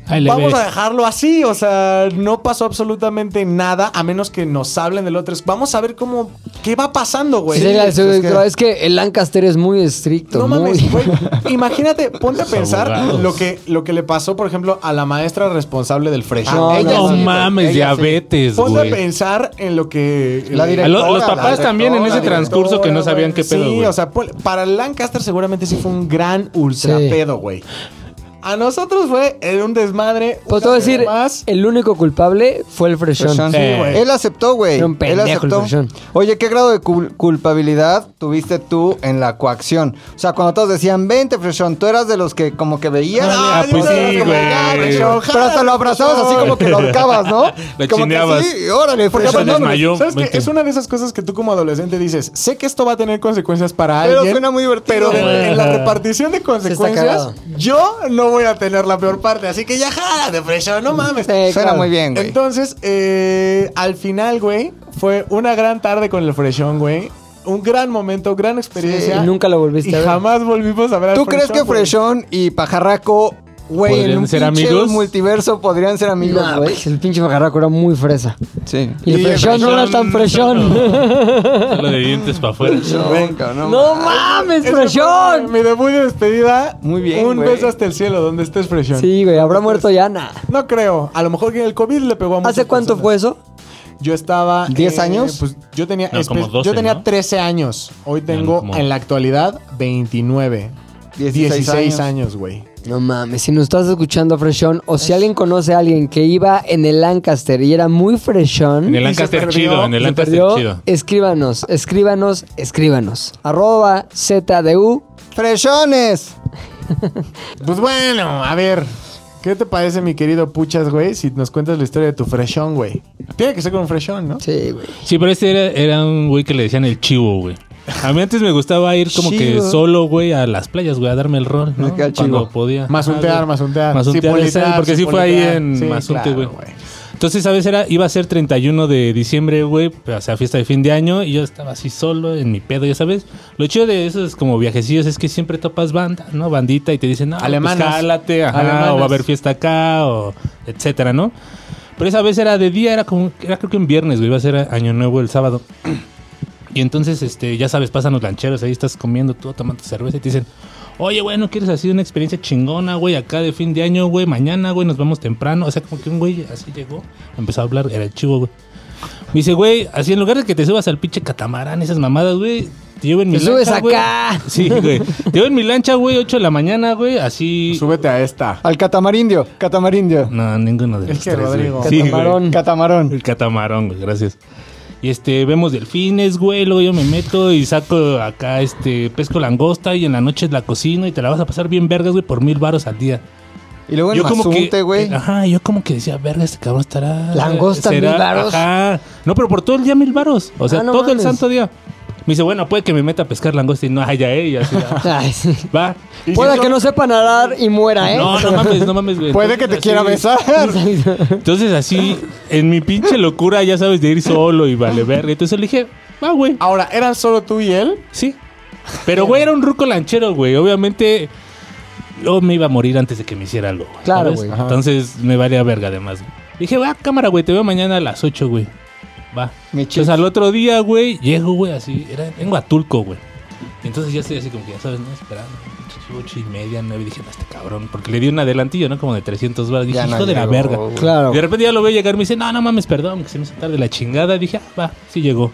Ahí le Vamos ves. a dejarlo así, o sea, no pasó absolutamente nada a menos que nos hablen del otro. Vamos a ver cómo, qué va pasando, güey. Sí, la es subdirectora, es, que... el Lancaster es muy estricto. No muy... mames, güey. *laughs* Imagínate, ponte a pensar abogados. lo que, lo que le pasó, por ejemplo, a la maestra responsable del fresh. Ah, No, Ella No sí, mames, ella sí. diabetes, Ponte a güey. pensar en lo que. La eh, directora, A lo- a los la papás directora, también en ese la transcurso que no sabían qué pedo, Sí, pues, güey. o sea, pon- para Lancaster seguramente sí fue un gran ultra Sí. pedo, güey. A nosotros fue en un desmadre. *laughs* Pues te voy a una vez decir, más. el único culpable fue el Freshón. Presión. Sí, Eh. güey. Eh, Él aceptó, güey. Era un Él pendejo el aceptó. Presión. Oye, ¿qué grado de cul- culpabilidad tuviste tú en la coacción? O sea, cuando todos decían, vente, Freshón, tú eras de los que como que veías. Ah, pues tú eras sí, como, güey. "Ya, Freshón, Pero hasta lo abrazabas así como que lo ahorcabas, ¿no? Lo como chineabas. Que así, órale, Porque Freshón, se no, desmayó. pues, ¿Sabes qué? Vete. Es una de esas cosas que tú como adolescente dices, sé que esto va a tener consecuencias para Pero alguien. suena muy divertido, Pero güey. en la repartición de consecuencias, cagado. yo no voy a tener la peor parte. Así que ya jala de fresa, no mames. Suena muy bien, güey. Entonces, eh, al final, güey, fue una gran tarde con el freshón, güey. Un gran momento, gran experiencia. Y nunca lo volviste Y a ver. jamás volvimos a ver al ¿eh? ¿Tú crees que güey. Freshón y Pajarraco, güey, en ¿Podrían un ser pinche amigos? multiverso podrían ser amigos, No, güey? güey, el pinche pajarraco era muy fresa. Sí. Y el Y el Freshón no era Freshón, tan Freshón. Lo de dientes para *laughs* afuera. Venga, no. ¡No mames, Ese fue Freshón! Mi debut y despedida. Muy bien, Un güey. beso hasta el cielo, donde estés, freshón. Sí, güey, habrá muerto Yana. No creo. A lo mejor que el COVID le pegó a muchas ¿Hace cuánto personas. fue eso? Yo estaba. ¿Diez años? Pues yo tenía. No, espe- como 12, yo tenía ¿no? 13 años. Hoy tengo como- en la actualidad 29. 16 años. años, güey. No mames, si nos estás escuchando, Freshón, o si alguien conoce a alguien que iba en el Lancaster y era muy En Freshón, el Lancaster perdió, chido, en el se Lancaster perdió, chido. escríbanos, escríbanos, escríbanos. Arroba ZDU. ¡Freshones! Pues bueno, a ver. ¿Qué te parece, mi querido Puchas, güey? Si nos cuentas la historia de tu freshón, güey. Tiene que ser con un freshón, ¿no? Sí, *laughs* güey. Sí, pero este era, era un güey que le decían el chivo, güey. A mí antes me gustaba ir como que Chivo. solo, güey, a las playas, güey, a darme el rol, ¿no? Acá el Cuando chivo. podía. Más un tear, güey. más un tear. Más un tear, politear, sí, porque sí fue ahí politear. en Mazunte, claro, güey. Entonces, ¿sabes? Era, iba a ser 31 de diciembre, güey, o sea, fiesta de fin de año, y yo estaba así solo en mi pedo, ya sabes. Lo chido de esos como viajecillos es que siempre topas banda, ¿no? Bandita y te dicen, no, Alemanas. pues jálate, ajá, Alemanas. o va a haber fiesta acá, o etcétera, ¿no? Pero esa vez era de día, era como, era creo que un viernes, güey, iba a ser año nuevo el sábado. Y entonces, este, ya sabes, pasan los lancheros, ahí estás comiendo tú, tomando cerveza y te dicen, oye, güey, ¿no quieres así una experiencia chingona, güey? Acá de fin de año, güey, mañana, güey, nos vamos temprano. O sea, como que un güey así llegó, empezó a hablar, era el chivo, güey. Me dice, güey, así en lugar de que te subas al pinche catamarán, esas mamadas, güey, te llevo en mi Te subes lancha, güey". acá. *laughs* Sí, güey. Te llevo en mi lancha, güey, 8 de la mañana, güey, así... Pues Súbete a esta. Al catamarindio, catamarindio. No, ninguno de Es los que tres, güey. Rodrigo. Sí, güey. Catamarón. Catamarón. El catamarón, güey, gracias. Y este, vemos delfines, güey, luego yo me meto y saco acá, este, pesco langosta y en la noche la cocino y te la vas a pasar bien vergas, güey, por mil varos al día. Y luego en Mazunte, güey. eh, Ajá, yo como que decía, verga, este cabrón estará... Langosta, será- mil varos. Ajá. No, pero por todo el día mil varos. O sea, Ah, no todo el mames. santo día. Me dice, bueno, puede que me meta a pescar langosta y no haya ella. Así, *laughs* ah, Ay, sí. va. Pueda que no sepa nadar y muera, ¿eh? No, no mames, no mames, güey. Puede que te Entonces, quiera así- besar. entonces así, en mi pinche locura, ya sabes, de ir solo y vale verga. Entonces le dije, va, güey, *laughs* Ahora, ¿eran solo tú y él? sí. Pero, güey, era un ruco lanchero, güey. Obviamente, yo me iba a morir antes de que me hiciera algo, güey. Claro, ¿sabes? güey. Ajá. Entonces me valía verga, además. güey. Dije, va, cámara, güey, te veo mañana a las 8, güey. Va. Mi Entonces al otro día, güey, llego, güey, así. Era en Huatulco, güey. Y entonces ya estoy así como que, ya sabes, no, esperando. Ocho y media, nueve, dije, no, este cabrón. Porque le di un adelantillo, ¿no? Como de 300 baros. Dije, Ya no hijo de la llegó, verga. güey. Claro. De repente ya lo veo llegar, me dice, no, no mames, perdón, que se me hizo tarde la chingada. Dije, ah, va, sí llegó.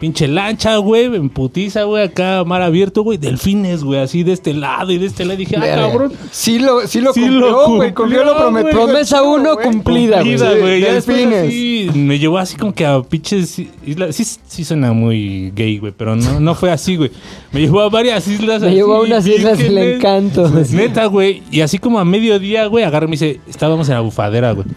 Pinche lancha, güey, en putiza, güey, acá, mar abierto, güey, delfines, güey, así de este lado y de este lado. Dije, ah, Verga. cabrón. Sí lo, sí lo Sí cumplió, lo güey. Cumplió lo cumplió, prometido. güey. Promesa uno cumplida, güey. Vida, güey, ya después Delfines. así me llevó así como que a pinches islas. Sí, sí suena muy gay, güey, pero no, no fue así, güey. Me llevó a varias islas. Me así, llevó a unas islas del vírgenes. encanto. Neta, güey. Y así como a mediodía, güey, agarra y me dice, estábamos en la bufadera, güey.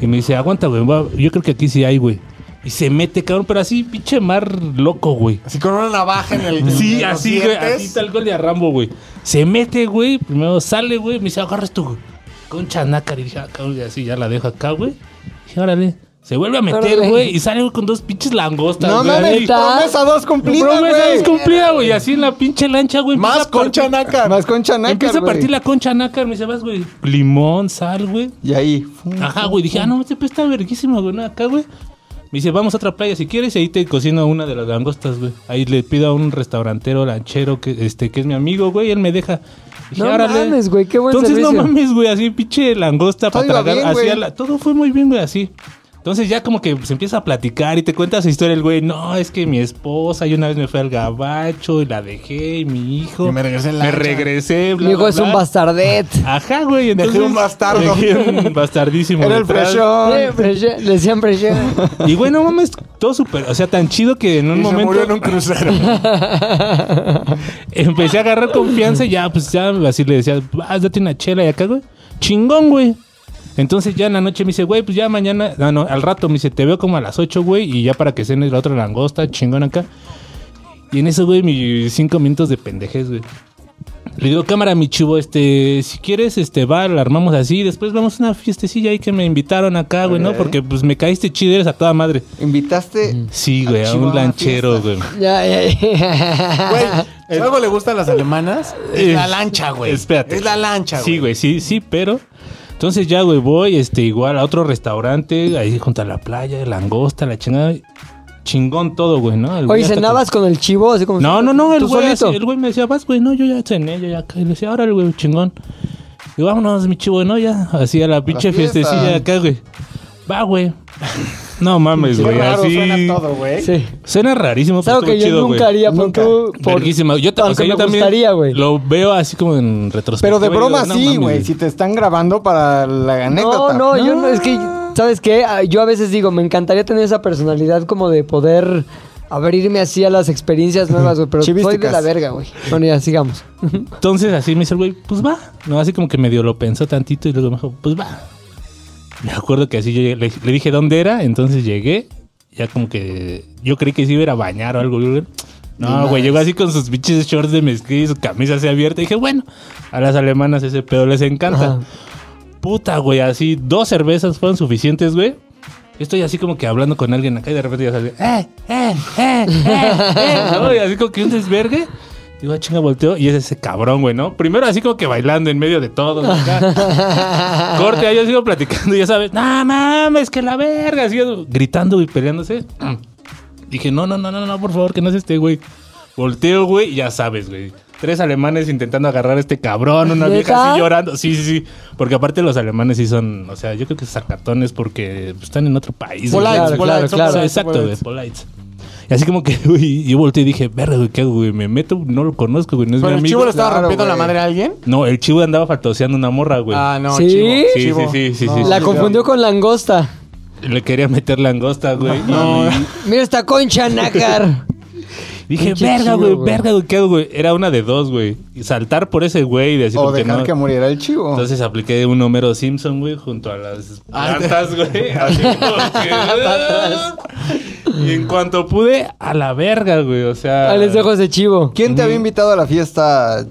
Y me dice, aguanta, güey. voy a- Yo creo que aquí sí hay, güey. Y se mete, cabrón, pero así, pinche mar loco, güey. Así con una navaja en el. en Sí, los así, güey. dientes. Así tal cual de a Rambo, güey. Se mete, güey. Primero sale, güey. Me dice, agarra esto, con nácar. Y dije, ah, cabrón, y así ya la dejo acá, güey. Dije, órale. Se vuelve a meter, Órale. güey. Y sale güey, con dos pinches langostas, No güey. mames, ahí. promesa dos cumplida, Promesa güey. descumplida, güey. Y así en la pinche lancha, güey. Más empieza a partir- concha nácar. Más con Chanaca, Empieza a partir la concha nácar, me dice, vas, güey. Limón, sal, güey. Y ahí. Ajá, güey. Dije, ah, no, este pez está verguísimo, güey. no, acá, güey. Me dice, vamos a otra playa si quieres. Y ahí te cocino una de las langostas, güey. Ahí le pido a un restaurantero lanchero que, este, que es mi amigo, güey. y Él me deja. Dije, No "Árale". mames, güey, qué buen Entonces, servicio. no mames, güey. Así, pinche langosta Todo para iba tragar. bien, así a güey. la- Todo fue muy bien, güey, así. Entonces ya como que se empieza a platicar y te cuenta su historia el güey. No, es que mi esposa, y una vez me fue al gabacho y la dejé, y mi hijo. Y me regresé en lancha. Me regresé, bla, Mi hijo bla, es un bla". *laughs* bastardet. Ajá, güey. Entonces, Dejé un bastardo. Dejé *laughs* un bastardísimo. Era el detrás. freshón. Eh, Breche- Le decían Breche. *laughs* Y güey, no mames, todo súper. O sea, tan chido que en un Y se momento. murió en un crucero. Empecé a agarrar confianza y ya, pues ya así le decía, ah, date una chela y acá, güey. Chingón, güey. Entonces ya en la noche me dice, güey, pues ya mañana, no, no, al rato me dice, te veo como a las 8, güey, y ya para que cenes la otra langosta, chingón acá. Y en eso, güey, mis cinco minutos de pendejez, güey. Le digo, cámara, mi chivo, este, si quieres, este, va, la armamos así, y después vamos a una fiestecilla ahí que me invitaron acá, güey, ¿no? Ok. Porque pues me caíste chido, eres a toda madre. Invitaste. Sí, güey, a chivo a un una lanchero, fiesta. güey. Ya, ya, ya. Güey, si algo le gusta a las alemanas, es la Es- lancha, güey. espérate. Es la lancha, Sí, güey, sí, sí, pero. Entonces ya, güey, voy, este, igual a otro restaurante, ahí junto a la playa, langosta, la chingada. Chingón todo, güey, ¿no? El güey Oye, hasta ¿cenabas con el chivo? Así como no, no, no, el ¿Tú güey, solito? así, el güey me decía, vas, güey, no, yo ya cené, yo ya acá. Y le decía, ahora el güey, chingón. Y vámonos, mi chivo, no, ya, así a la pinche fiesta. fiestecilla acá, güey. Va, güey. No mames, güey, así. Suena, güey. Sí. rarísimo, Es algo estuvo que yo chido, nunca güey. haría por Nunca. tú. Por... Verguísima. Yo, ta- o aunque sea, yo me también gustaría, güey. lo veo así como en retrospectiva. Pero de y digo, broma no sí, mames, güey. Si te están grabando para la No, anécdota. no, yo no, es que, ¿sabes qué? Ah, Yo a veces digo, me encantaría tener esa personalidad como de poder abrirme así a las experiencias nuevas, güey, pero soy de Chivísticas. la verga, güey. Bueno, ya, sigamos. Entonces así me dice el güey, pues va. No, así como que medio lo pensó tantito y luego me dijo, pues va. Me acuerdo que así yo llegué, le, le dije dónde era, entonces llegué. Ya como que yo creí que se iba a ir a bañar o algo. güey. No, güey, llegó así con sus pinches shorts de mezclilla y su camisa así abierta. Y dije, bueno, a las alemanas ese pedo les encanta. Ajá. Puta, güey, así dos cervezas fueron suficientes, güey. Estoy así como que hablando con alguien acá y de repente ya sale, ¡eh, eh, eh, eh, eh", ¿no? Y así como que un desvergue. Digo, ah, chinga, volteo y es ese cabrón, güey, ¿no? Primero así como que bailando en medio de todo. ¿no? Acá. Corte, ahí yo sigo platicando y ya sabes, no mames, que la verga. Así gritando y peleándose. Dije, no, no, no, no, no, por favor, que no es este, güey. Volteo, güey, y ya sabes, güey. Tres alemanes intentando agarrar a este cabrón, ¿Neta? una vieja así llorando. Sí, sí, sí. Porque aparte los alemanes sí son, o sea, yo creo que sacartones porque están en otro país. güey. Claro, claro, O sea, claro. exacto, güey, polites. Y así como que, *laughs* güey, yo volteé y dije, verga, güey, ¿qué hago, güey? Me meto, no lo conozco, güey, no es Pero mi el amigo. chivo le estaba Claro, rompiendo la güey. madre a alguien. No, el chivo andaba faltoseando una morra, güey. Ah, no, ¿Sí? chivo. sí, sí, chivo. sí, sí, sí, La sí. confundió con langosta. Le quería meter langosta, güey. y- Mira esta concha, nácar. *laughs* Dije, Pinche verga, chido, güey, güey. verga, güey, ¿qué hago, güey? Era una de dos, güey. Y Saltar por ese güey y decir O como que dejar no. que muriera el chivo. Entonces apliqué un Homero Simpson, güey, junto a las Ah, *laughs* plantas, güey. Así como que- Y en cuanto pude, a la verga, güey. O sea. A les dejo ese chivo. ¿Quién te había invitado a la fiesta?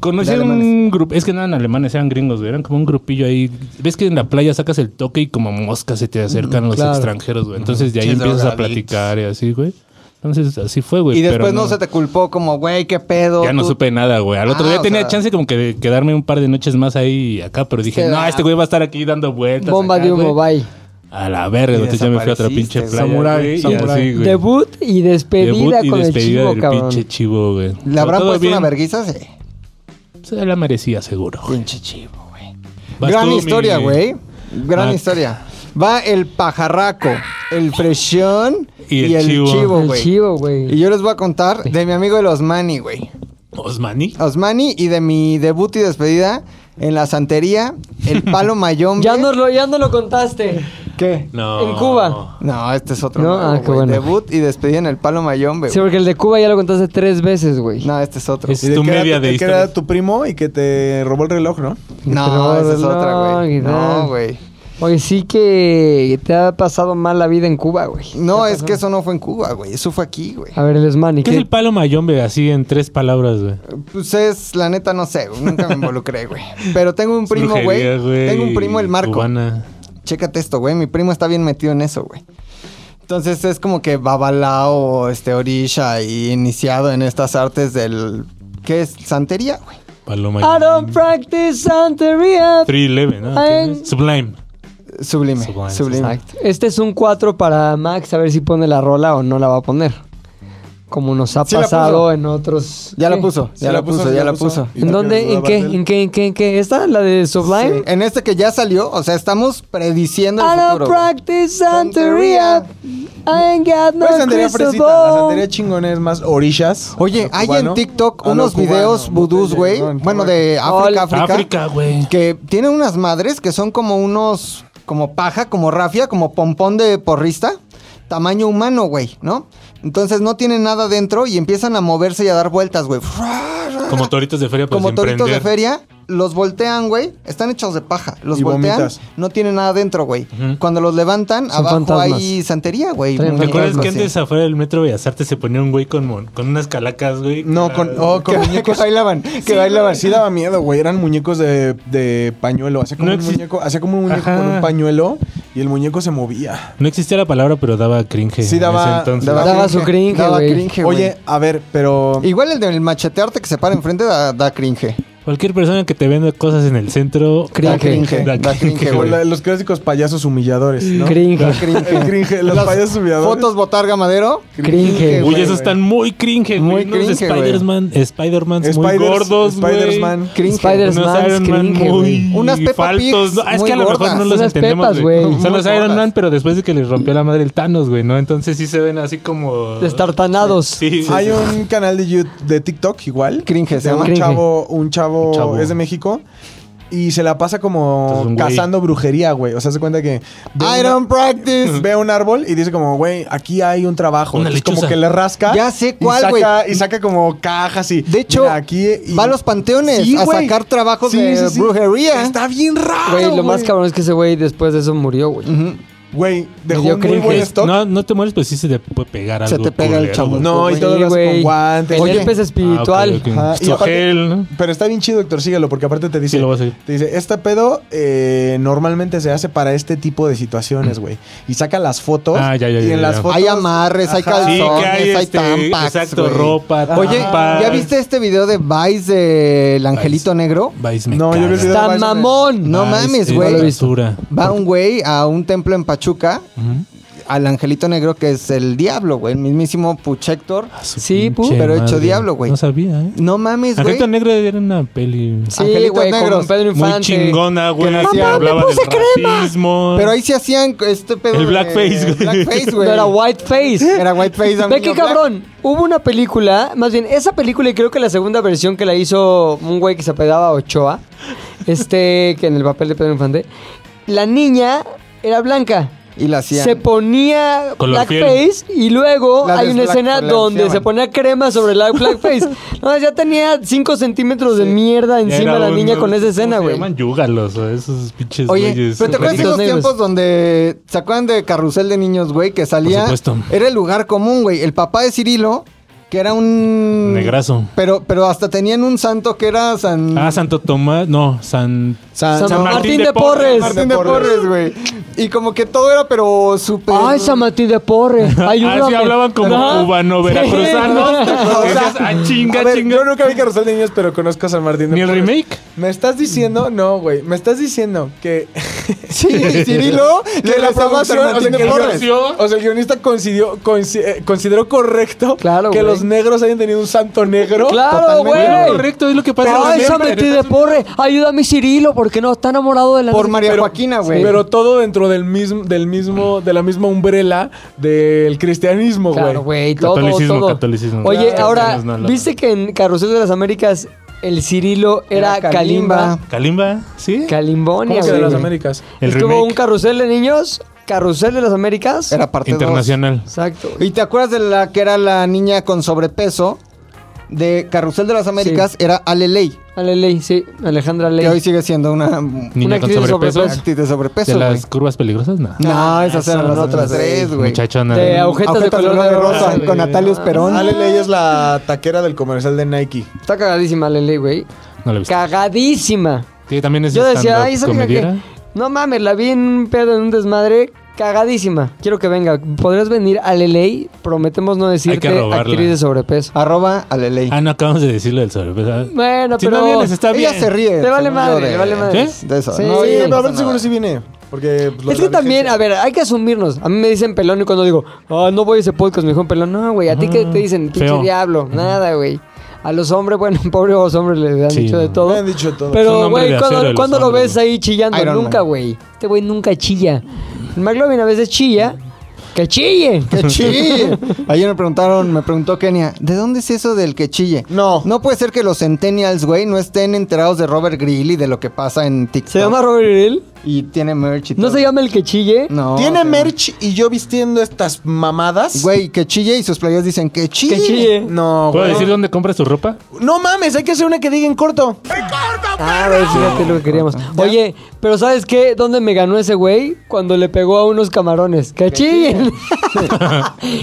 Conocí De a un alemanes. grupo, es que no eran alemanes, eran gringos, güey. Eran como un grupillo ahí. Ves que en la playa sacas el toque y como moscas se te acercan Mm, los claro. extranjeros, güey. Entonces de ahí Pinches empiezas a drogadictos. platicar y así, güey. Entonces así fue, güey. y Pues, pero después no, se te culpó como, güey, qué pedo. Ya no tú- supe nada, güey. Al otro Ah, día o tenía sea- chance como que de quedarme un par de noches más ahí y acá, pero dije, Queda- no, este güey va a estar aquí dando vueltas. Bomba acá, de humo, güey". bye. A la verga, güey. Entonces ya me fui a otra pinche playa. Samurái, güey, y samurái. así, güey. Debut y despedida Debut y con despedida el chivo, del cabrón. pinche chivo, güey. ¿Le habrán Todo puesto bien, una verguiza? Sí. Se la merecía, seguro. güey. Pinche chivo, güey. Vas Gran tú, mi- historia, güey. Gran Ah. historia. Va el pajarraco, el freshón Y y el el, chivo. chivo, el güey. chivo, Y güey. yo les voy a contar de mi amigo el Osmani, güey. Osmani. Osmani y de mi debut y despedida en la santería, *laughs* el palo mayombe. Ya no, lo, ya no lo contaste. ¿Qué? No. En Cuba. No, este es otro. No, nuevo, ah, qué güey. bueno. Debut y despedida en el palo mayombe. Sí, güey. porque el de Cuba ya lo contaste tres veces, güey. No, este es otro. Es güey. tu que era- media de que era historia. tu primo y que te robó el reloj, ¿no? No, esa es no, otra, güey. ¿qué tal? No, güey. Oye, sí que te ha pasado mal la vida en Cuba, güey. No, es que eso no fue en Cuba, güey. Eso fue aquí, güey. A ver, el Esmani. ¿Qué es el palo mayombe? Así en tres palabras, güey. Pues es, la neta, no sé, güey. Nunca me involucré, güey. Pero tengo un Es primo, brujería, güey. Tengo un primo, el Marco. Cubana. Chécate esto, güey. Mi primo está bien metido en eso, güey. Entonces es como que babalao, este, orisha y iniciado en estas artes del... ¿Qué es? Santería, güey. Palo I mayombe. don't practice Santería. 311, ¿no? Ay. ¿Qué es? Sublime. Sublime, Sublime, sublime. Exacto. Este es un 4 para Max, a ver si pone la rola o no la va a poner. como nos ha Sí la pasado puso. en otros. Ya la ¿Qué? puso, Sí ya la puso, ya la puso. ¿En dónde? ¿En qué? ¿En qué? ¿En qué? ¿En qué? ¿Esta? ¿La de Sublime? Sí, En este que ya salió, o sea, estamos prediciendo I el don't futuro. güey. practice Santería. I ain't got no Pues santería crystal fresita, ball. La santería chingona es más orishas. Oye, a lo hay cubano, en TikTok a lo unos cubano, videos vudús, botella, güey. ¿no? En Bueno, Cuba. de Ol- África, África. África, güey. Que tienen unas madres que son como unos. Como paja, como rafia, como pompón de porrista. Tamaño humano, güey, ¿no? Entonces no tienen nada dentro y empiezan a moverse y a dar vueltas, güey. Como toritos de feria, pero como sin toritos de prender. feria, los voltean, güey. Están hechos de paja. Los Y voltean, vomitas. no tienen nada dentro, güey. Ujú. Cuando los levantan, Son abajo fantasmas. hay santería, güey. Traen Muy ¿Te acuerdas loco, que sí. antes afuera del metro Bellas Artes se ponía un güey con, mon- con unas calacas, güey? No, Ah, con, *laughs* oh, con Que muñecos. bailaban, que Sí, bailaban. Sí daba miedo, güey. Eran muñecos de, de pañuelo. Hacía como No un exist- muñeco, hacía como un muñeco Ajá. con un pañuelo y el muñeco se movía. No existía la palabra, pero daba cringe. Sí, daba- en ese entonces. daba- Daba su cringe, Daba güey. cringe, güey. Oye, a ver, pero Igual el del machetearte que se para enfrente da, da cringe. Cualquier persona que te venda cosas en el centro. Cringe. Da cringe. Da Da cringe, cringe, como güey. la- los clásicos payasos humilladores, ¿no? Cringe. El cringe, los Las payasos humilladores. Fotos Botarga Madero. Cringe. Uy, esos están muy cringe, Muy güey. Unos cringe, güey. Spider-Man, Spider-Man muy Spiders- gordos, güey. Spider-Man. Cringe. Spider- Unos Spider-Man Iron Man cringe, muy güey. Unas Peppa faltos. Pigs No, es muy que a lo mejor gordas. no los Unas entendemos, Peppas, güey. güey. Son los Muy Iron gordas. Man, pero después de que les rompió la madre el Thanos, güey, ¿no? Entonces sí se ven así como... Destartanados. Sí, sí, Hay sí. un canal de YouTube, de TikTok igual. Cringe, se de un llama. Cringe. chavo, un chavo, Un chavo. es de México y se la pasa como Entonces, un güey. cazando brujería, güey. O sea, se cuenta que ve, I una- don't practice. ve un árbol y dice como, güey, aquí hay un trabajo. Una Es como lechuza. que le rasca. Ya sé y cuál, saca- güey. Y saca como cajas y. De hecho, "Mira, aquí y- Va a los panteones Sí, a güey. sacar trabajos Sí, de sí, sí. brujería. Está bien raro. Güey, lo más cabrón es que ese güey después de eso murió, güey. Ujú. Güey, dejó dio un muy cringe. buen Es- stock. No, no te mueres, pero sí se te puede pegar Se algo. te pega el culero, chamo. güey. No, y Sí, todo lo hace güey. con guantes. ¿eh? El herpes espiritual. Ah, ok, ok. Ajá, y Su aparte- gel, ¿no? Pero está bien chido, Héctor, síguelo, porque aparte te dice, Sí, lo voy a seguir. te dice, este pedo eh, normalmente se hace para este tipo de situaciones, güey. Y saca las fotos Mm. Ah, ya, ya, y ya, en ya. las fotos *laughs* Hay amarres, hay Sí, Ajá. calzones, que hay, hay este, tampax. Exacto, güey. ropa, Oye, tampax. ¿ya viste este video de Vice del Angelito Negro? Vice me No, yo vi el caga. video. ¡Tan mamón! No Vice mames, es güey. basura. Va un güey a un templo en Pachuca, al Angelito Negro que es el diablo, güey, el mismísimo Puchector. Sí, pu, Pinche pero hecho madre. diablo, güey. No sabía, ¿eh? No mames, güey. Angelito Negro era una peli Sí, Angelitos güey, negros, con Pedro Infante. muy chingona, güey. nacía- que Mamá, me hablaba del racismo. Pero ahí se hacían este pedo. El de- blackface, güey. *laughs* Blackface, No güey. era whiteface. Era whiteface. Ve amigo, qué black. cabrón. Hubo una película, más bien, esa película y creo que la segunda versión que la hizo un güey que se apellidaba Ochoa, este, que en el papel de Pedro Infante, la niña era blanca. Y la hacían. Se ponía Color piel. blackface y luego La hay una desblac- escena la donde se blanqueaban. ponía crema sobre la *laughs* blackface. no, ya tenía 5 centímetros de mierda Era encima de la un- niña con esa ¿cómo escena, se güey. llaman yúgalos, o esos pinches Oye, güeyes. pero te acuerdas de Angelitos esos negros. tiempos donde se acuerdan de Carrusel de Niños, güey, que salía. Por supuesto. Era el lugar común, güey. El papá de Cirilo, que era un. Negrazo. Pero, pero hasta tenían un santo que era San. Ah, Santo Tomás, no, San... San, San Martín, de Porres. Martín de Porres, güey. Y como que todo era, pero súper. Ay, San Martín de *laughs* Porres. Ayúdame. Así Ah, hablaban como Ajá. *laughs* cubano-veracruzanos. Decías, ah, chinga, A ver, chinga. yo nunca vi Carrusel de Niños, pero conozco a San Martín. de Ni el Porres. remake. Me estás diciendo, no, güey. Me estás diciendo *laughs* que. *laughs* Sí, Cirilo, que le la aprobación producción, a o Martín sea, que de el Porres. guion- O sea, el guionista coincidió- coinci- eh, consideró correcto Claro, que güey. los negros hayan tenido un santo negro. Claro, Totalmente. güey. Correcto, es lo que pasa. Ay, siempre. San Martín de Porres. Ayúdame, Cirilo, porque no está enamorado de la Por María Joaquina, güey. Pero todo dentro del mismo, del mismo, de la misma umbrela del cristianismo, güey. Claro, güey, todo, Catolicismo, todo. catolicismo. Oye, Claro. ahora, No, no, no. ¿viste que en Carrusel de las Américas el Cirilo era, Era Kalimba? Kalimba. Kalimba, ¿sí? Calimbonia, ¿Cómo que de güey. las Américas? El Estuvo remake. un carrusel de niños, carrusel de las Américas. Era parte dos. Internacional. Exacto. ¿Y te acuerdas de la que era la niña con sobrepeso? De Carrusel de las Américas era Ale Ley, Ale Ley, sí, Alejandra Ley. que hoy sigue siendo una Niña Una con actriz de sobrepeso. sobrepeso. actriz de sobrepeso, ¿De güey. las curvas peligrosas? No. Ah, No, esas eran las otras tres, güey. Muchachona. de agujetas, Agujetas de color de rosa. con Natalia Esperón. Ale Ley es la taquera del comercial de Nike. Está cagadísima Ale Ley, güey. No la he visto. Cagadísima. Sí, también es Yo decía, stand-up ay, esa vieja comediera. que... No mames, la vi en un pedo, en un desmadre. Cagadísima. Quiero que venga. ¿Podrías venir a Ley? Prometemos no decirte robarla. actriz de sobrepeso. Arroba Ale Ley. Ah, no, acabamos de decirlo del sorpresa. Bueno, Si pero... no vienes, está Ella bien. se ríe. Te vale según yo, madre, de- le vale madre. ¿Sí? De eso. Sí, sí, No, ella Oye, no pero a pasa ver, seguro nada. si viene. Porque pues, lo de es la que también, emergencia- a ver, hay que asumirnos. A mí me dicen pelón y cuando digo, ah, no voy a ese podcast, me dijo pelón, no, güey, a ti que te dicen, pinche feo. diablo, nada, güey. A los hombres, bueno, *laughs* pobres hombres les han Sí, dicho de no. todo. Me han dicho todo. Son Pero, hombre güey, de acero ¿cuándo, los cuándo lo hombres, ves ahí chillando? Iron Man. nunca, güey. Este güey nunca chilla. El McLovin a veces chilla. ¡Que chille! *laughs* ¡Que chille! Ayer me preguntaron, me preguntó Kenia, ¿de dónde es eso del que chille? No. No puede ser que los Centennials, güey, no estén enterados de Robert Grill y de lo que pasa en TikTok. ¿Se llama Robert Grill? Y tiene merch y ¿No todo. se llama el que chille? No. Tiene se llama- merch y yo vistiendo estas mamadas. Güey, que chille y sus playas dicen que chille. Que chille. No, ¿Puedo güey. decir dónde compras tu ropa? No mames, hay que hacer una que diga en corto. Ah, güey, fíjate lo que queríamos. Oye, pero ¿sabes qué? ¿Dónde me ganó ese güey? Cuando le pegó a unos camarones. ¡Que chillen! *laughs*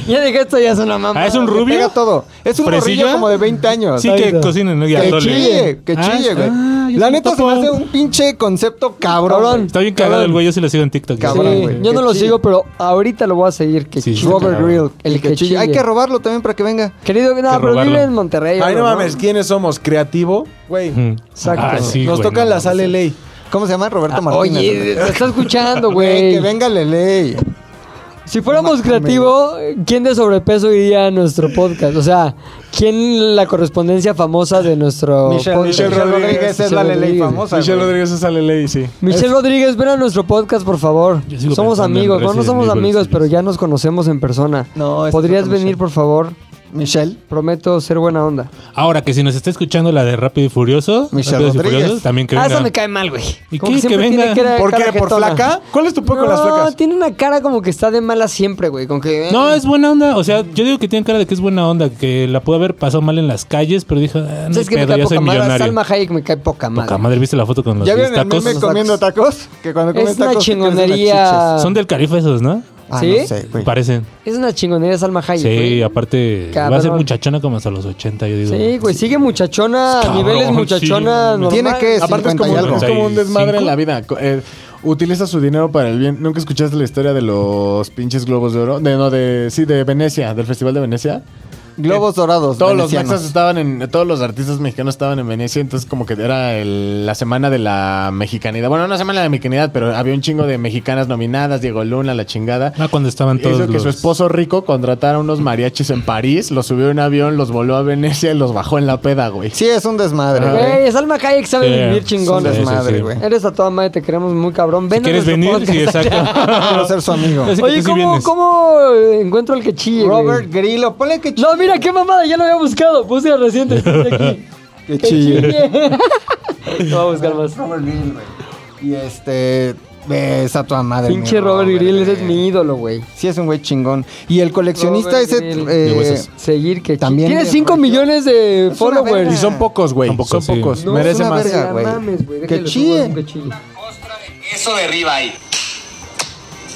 ya dije esto, ya es una mamá. Ah, es un Que rubio. pega todo. Es un ¿Fresilla? morrillo como de 20 años. Sí, que cocinen, ¿no? Y Que atole. chille, que Ah, chille, güey. ah, ya La se me neta se me tocó. hace un pinche concepto cabrón. Cabrón. güey. Está bien cagado el güey, yo sí lo sigo en TikTok. Cabrón, Sí, Sí. güey. yo no Que lo chille. sigo, pero ahorita lo voy a seguir. Que Sí, sí, chille. Robert Grill, el que chille. Hay que robar. robarlo también para que venga. Querido, no, Que pero robarlo. vive en Monterrey. Ay, no bro, mames, ¿quiénes somos? ¿Creativo? Güey. Mm. Exacto. Ah, sí, Nos güey, toca no la mames. sale ley. Ah, ¿Cómo se llama? Roberto Martínez. Oye, güey. te está escuchando, *laughs* Güey, güey. que venga Lele. Si fuéramos creativo, ¿quién de sobrepeso iría a nuestro podcast? O sea, ¿quién la correspondencia famosa de nuestro Michelle, podcast? Michelle Rodríguez, es la Michelle Lele Rodríguez. famosa. Michelle güey. Rodríguez es sale ley, sí. Michelle Rodríguez, ven a nuestro podcast, por favor. Yo sigo Somos pensando en amigos, no, no Resident somos Evil, amigos, sí, pero sí. ya nos conocemos en persona. No, es ¿Podrías otra venir, Michelle. por favor? Michelle. Prometo ser buena onda. Ahora, que si nos está escuchando la de Rápido y Furioso, Michelle Rápidos y Rodríguez. Furiosos, también que Ah, venga. esa me cae mal, güey. ¿Y Como qué? Que siempre venga. tiene ¿Por cara qué? ¿Por jetona. flaca? ¿Cuál es tu peor con las No, flacas? tiene una cara como que está de mala siempre, güey. Con que, eh, No, es buena onda. O sea, yo digo que tiene cara de que es buena onda, que la pudo haber pasado mal en las calles, pero dijo, ah, no ¿Sabes es que me cae ya soy poca madre? millonario. Salma Hayek me cae poca madre. Poca madre, ¿viste la foto con los ¿Ya vieron el tacos? meme comiendo tacos? Que cuando comes Es una tacos te crecen las chiches. chingonería. Son del Carifa esos, ¿no? Ah, ¿Sí? no sé, güey. Parecen. Es una chingonería Salma Hayek. Sí, güey. aparte va a ser Cabrón. muchachona como hasta los 80, yo digo. Sí, güey, sigue muchachona, Cabrón, niveles muchachona. sí, no mames. Tiene normal. que ser Aparte es 50 como, y un- algo. es como un desmadre 35. en la vida. Co- eh, utiliza su dinero para el bien. ¿Nunca escuchaste la historia de los pinches globos de oro? De, no, de, sí, de Venecia, del Festival de Venecia. Globos dorados. Todos los venecianos. mexas estaban en, todos los artistas mexicanos estaban en Venecia, entonces como que era el- la semana de la mexicanidad. Bueno, no la semana de la mexicanidad, pero había un chingo de mexicanas nominadas, Diego Luna, la chingada. Ah, cuando estaban todos Hizo que los... su esposo rico contratara unos mariachis en París, los subió a un avión, los voló a Venecia y los bajó en la peda, güey. Sí, es un desmadre. güey. Güey, Salma Hayek sabe Ah, Sí, vivir chingón. sí, sí, desmadre, sí. güey. Eres a toda madre, te queremos muy cabrón. Ven Si a quieres nuestro venir, sí, podcast. Quiero exacto. ser su amigo. Yo sé que Oye, tú Ah. sí ¿cómo, vienes. ¿cómo eh, encuentro el que chille? güey? Robert Grillo, ponle que No, mira, qué mamada, ya lo había buscado. Puse reciente. *laughs* está aquí. Que Que chille. Lo voy a buscar más. Robert Grill, güey. Y este. Ves a tu madre. Pinche mi Robert Grill, eh. ese es güey. mi ídolo, güey. Sí, es un güey chingón. Y el coleccionista Robert ese. Grill. eh, De huesos. Seguir que también También tiene de 5 regio. millones de Es una followers. verga. Y son pocos, güey. Son Son pocos, pocos. sí. No, Merece una más. verga. No güey. mames, güey, Que déjalo, chille. subo, que chille. Eso de ribeye.